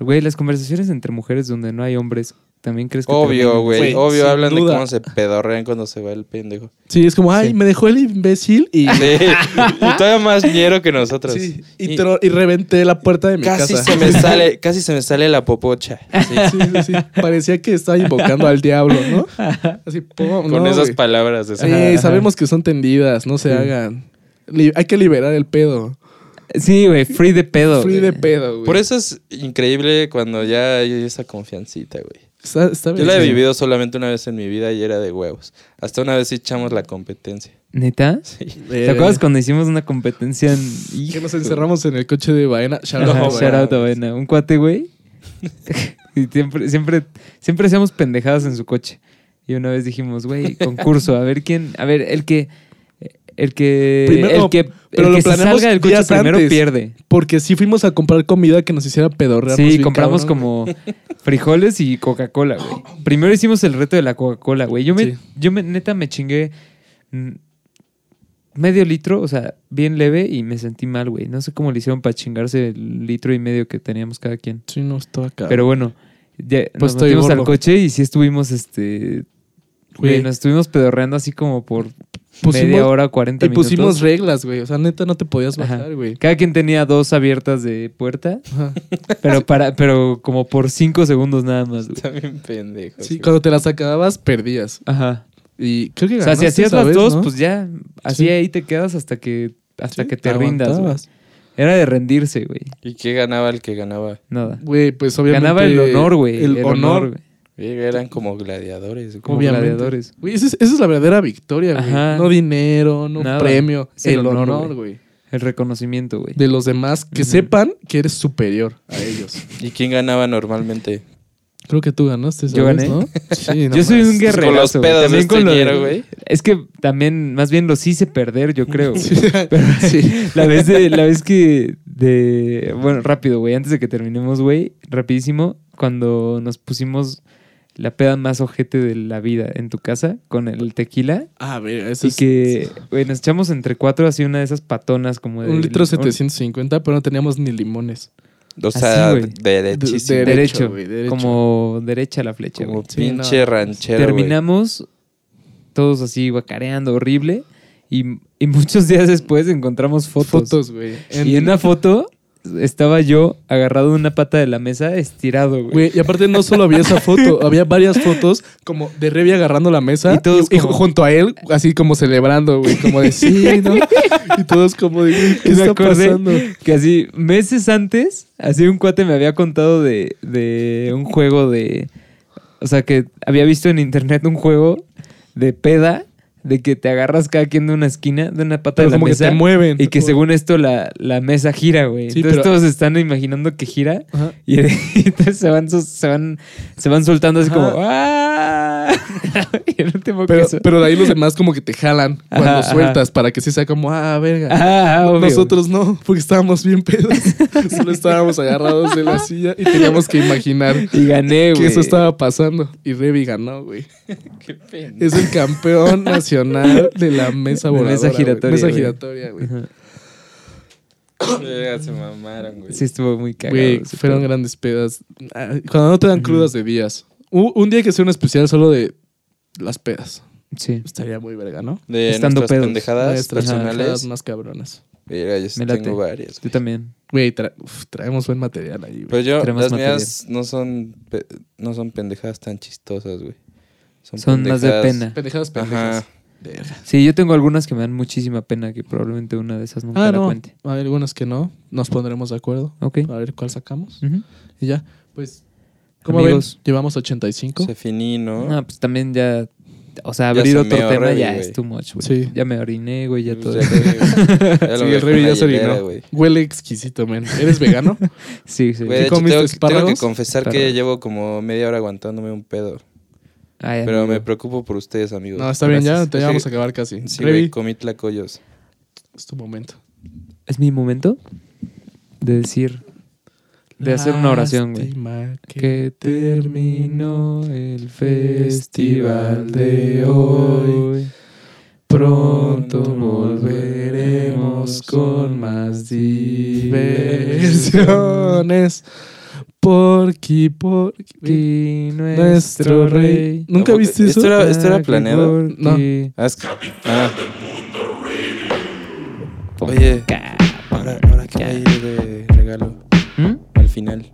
B: Güey, las conversaciones entre mujeres donde no hay hombres, ¿también crees que...
A: Obvio,
B: terminan?
A: güey.
C: Güey,
A: Obvio,
C: sin
A: hablan de
C: duda.
A: cómo se pedorrean cuando se va el pendejo.
C: Sí, es como, ay,
B: Sí.
C: me dejó el imbécil y,
A: Sí. y todavía más ñero que nosotros.
C: Sí, y, tro- y reventé la puerta de mi
A: casi
C: casa.
A: se me sale, casi se me sale la popocha. Sí.
C: Sí, sí, sí. Parecía que estaba invocando al diablo, ¿no? Así, pum,
A: Con
C: no,
A: esas
C: güey.
A: palabras de
C: Sí, sabemos que son tendidas, no se
B: Sí.
C: hagan. Li- hay que liberar el pedo.
B: Sí, güey, free de pedo.
C: Free
B: güey.
C: de pedo, güey.
A: Por eso es increíble cuando ya hay esa confiancita, güey.
C: Está, está
A: Yo
C: bien.
A: la he vivido solamente una vez en mi vida y era de huevos. Hasta una vez sí echamos la competencia.
B: ¿Neta?
A: Sí.
B: ¿Te acuerdas cuando hicimos una competencia en...
C: Eh, Que nos encerramos en el coche de Baena. Shout out,
B: Ajá,
C: Baena.
B: shout out a Baena. Un cuate, güey. y siempre, siempre, siempre hacíamos pendejadas en su coche. Y una vez dijimos, güey, concurso, a ver quién, a ver, el que, el que,
C: Primero,
B: el que, el
C: pero lo
B: que se
C: planeamos
B: salga del coche
C: días
B: primero
C: antes.
B: pierde.
C: Porque sí fuimos a comprar comida que nos hiciera pedorrearnos.
B: Sí,
C: bien
B: compramos
C: cabrón, güey.
B: como frijoles y Coca-Cola, güey. Primero hicimos el reto de la Coca-Cola, güey. Yo me,
C: Sí.
B: yo me, neta, me chingué mm, medio litro, o sea, bien leve y me sentí mal, güey. No sé cómo le hicieron para chingarse el litro y medio que teníamos cada quien.
C: Sí, no, estaba acá.
B: Pero bueno, ya
C: Ah. Pues
B: nos
C: estoy
B: metimos al
C: gordo.
B: coche y sí estuvimos, este...
C: Güey.
B: güey, nos estuvimos pedorreando así como por
C: Pusimos-
B: media hora, 40
C: y
B: minutos.
C: pusimos reglas, güey. O sea, neta, no te podías
B: Ajá.
C: bajar, güey.
B: Cada quien tenía dos abiertas de puerta,
C: Ajá.
B: pero para pero como por cinco segundos nada más. güey.
A: También pendejo.
C: Sí, cuando te las acababas, perdías.
B: Ajá.
C: Y creo que
B: O sea, si
C: ganaste
B: hacías
C: esa
B: las
C: vez,
B: dos,
C: ¿no?
B: pues ya, así
C: Sí.
B: ahí te quedas hasta que hasta
C: Sí,
B: que te rindas, güey.
C: aguantabas.
B: Era de rendirse, güey.
A: ¿Y qué ganaba el que ganaba?
B: Nada.
C: Güey, pues obviamente.
B: Ganaba el honor, güey.
C: El, honor.
B: güey.
A: Eran como gladiadores. güey.
B: como
C: obviamente.
B: gladiadores.
C: Güey, esa es, esa es la verdadera victoria, güey.
B: Ajá.
C: No dinero, no
B: Nada.
C: premio.
B: Es
C: El,
B: el
C: honor,
B: honor,
C: güey.
B: El reconocimiento, güey.
C: De los demás que
B: Ujú.
C: sepan que eres superior a ellos.
A: ¿Y quién ganaba normalmente?
C: Creo que tú ganaste esa
B: Yo
C: vez,
B: gané.
C: ¿no? Sí, no
B: Yo soy
C: mames.
B: un guerrero.
A: Pues
B: Guerrerazo, güey.
A: Con los pedos de
B: También
A: este
B: con lo de-
A: ñero, güey.
B: Es que también, más bien los hice perder, yo creo. güey.
C: Sí. Sí.
B: La vez, de- la vez que. De, bueno, rápido, güey. Antes de que terminemos, güey. Rapidísimo. Cuando nos pusimos la peda más ojete de la vida en tu casa con el tequila.
C: Ah, ver, eso
B: Y
C: es
B: que, güey, nos echamos entre cuatro así una de esas patonas como de.
C: un litro
B: un-
C: 750, pero no teníamos ni limones.
A: O sea,
B: Así, güey.
A: derechísimo.
C: De-
B: Derecho,
C: Derecho, güey, derecho.
B: Como derecha la flecha,
A: como
B: güey.
C: Sí,
A: pinche
C: no.
A: ranchero. güey.
B: Terminamos todos así guacareando, horrible. Y, y muchos días después encontramos fotos.
C: Fotos, güey.
B: Y en una foto estaba yo agarrado de una pata de la mesa, estirado, güey.
C: Güey, y aparte no solo había esa foto, había varias fotos como de Revi agarrando la mesa
B: Y todos
C: y, y
B: como-
C: junto a él, así como celebrando, güey, como de sí, ¿no? Y todos como de, güey, ¿qué
B: Y me
C: está
B: acordé
C: pasando?
B: que así meses antes, así un cuate me había contado de, de un juego de... O sea, que había visto en internet un juego de peda, de que te agarras cada quien de una esquina, de una pata
C: Pero
B: de la
C: como que
B: mesa.
C: te mueven.
B: y que según esto la, la mesa gira, güey.
C: Sí,
B: Entonces
C: pero-
B: todos están imaginando que gira
C: Ajá.
B: y, y entonces se van, sus- se van, se van soltando así
C: Ajá.
B: como ¡Ah! y el último que
C: Pero,
B: eso-
C: pero de ahí los demás como que te jalan cuando
B: Ajá, ajá.
C: sueltas para que sí sea como, ah, verga.
B: Ah, obvio.
C: Nosotros no, porque estábamos bien pedos. Solo estábamos agarrados de la silla y teníamos que imaginar
B: Y gané, güey.
C: que eso estaba pasando. Y Revi ganó, güey.
A: Qué pena.
C: Es el campeón nacional de la mesa
B: De mesa
C: voladora. güey.
B: giratoria,
C: Mesa
B: güey.
C: giratoria, güey.
B: Ajá.
A: Verga, se mamaron, güey.
B: Sí, estuvo muy cagado.
C: Güey,
B: ese
C: fueron
B: pedo.
C: grandes pedas. Ah, Cuando no te dan crudas de días. U- Un día hay que hacer un especial solo de las pedas.
B: Sí.
C: Estaría muy verga, ¿no?
A: De
B: Estando
A: nuestras
B: pedos.
A: pendejadas
C: Nuestras
A: personales.
C: pendejadas más cabronas.
A: Verga, yo sí
B: Me late.
A: tengo varias.
B: Tú
A: güey.
B: también.
C: Güey, tra- uf, traemos buen material ahí, güey.
A: Pero Pues yo,
B: Traemos
A: las
B: material.
A: mías no son, pe- no son pendejadas tan chistosas, güey.
B: Son más de
A: pendejadas-
B: pena.
C: Pendejadas, pendejas.
A: Ajá.
C: Verga.
B: Sí, yo tengo algunas que me dan muchísima pena que probablemente una de esas nunca
C: Ah,
B: la
C: no.
B: cuente.
C: Hay algunas que no. Nos pondremos de acuerdo.
B: Ok.
C: A ver cuál sacamos.
B: Ujú.
C: Y ya. Pues, como
B: Amigos.
C: ven, llevamos 85.
A: Se finí, ¿no?
B: Ah, pues también ya. O sea,
A: Ya
B: abrir
A: se
B: otro
A: meó,
B: tema
A: Revi,
B: ya
A: güey.
B: es too much, güey.
C: Sí.
B: Ya me oriné, güey, ya
A: Pues
B: todo.
A: ya te digo. Ya lo
C: Sí,
A: voy a
C: el
A: dejar en
C: Revi
A: la
C: ya se
A: hielera,
C: orinó.
A: güey.
C: Huele exquisito, men. ¿Eres vegano?
B: Sí, sí.
A: Güey,
C: ¿Qué
A: de
C: comiste,
A: hecho, tengo, que- tengo que
C: espárragos?
A: confesar que
B: Espárragos.
A: llevo como media hora aguantándome un pedo.
B: Ay,
A: Pero me
B: amigo.
A: preocupo por ustedes, amigos.
C: no, está bien,
B: gracias.
C: ya te
A: Sí.
C: vamos a acabar casi.
A: Sí,
C: Revi,
A: güey, comí tlacoyos.
C: es tu momento.
B: Es mi momento de decir, de hacer
C: Ah,
B: una oración, güey.
C: Lástima
B: Que terminó el
C: festival
B: festival
C: de
B: de
C: hoy.
B: hoy. Pronto
C: Pronto volveremos
B: volveremos
C: con
B: con más diversión.
C: Versiones. Porky, porky.
B: Y
C: Nuestro rey. ¿Nunca
A: No,
C: viste
A: esto
C: eso?
A: era- ¿Esto planeado?
C: No.
A: Ah, es que- ah. Oye, ahora, ahora que hay de regalo al final.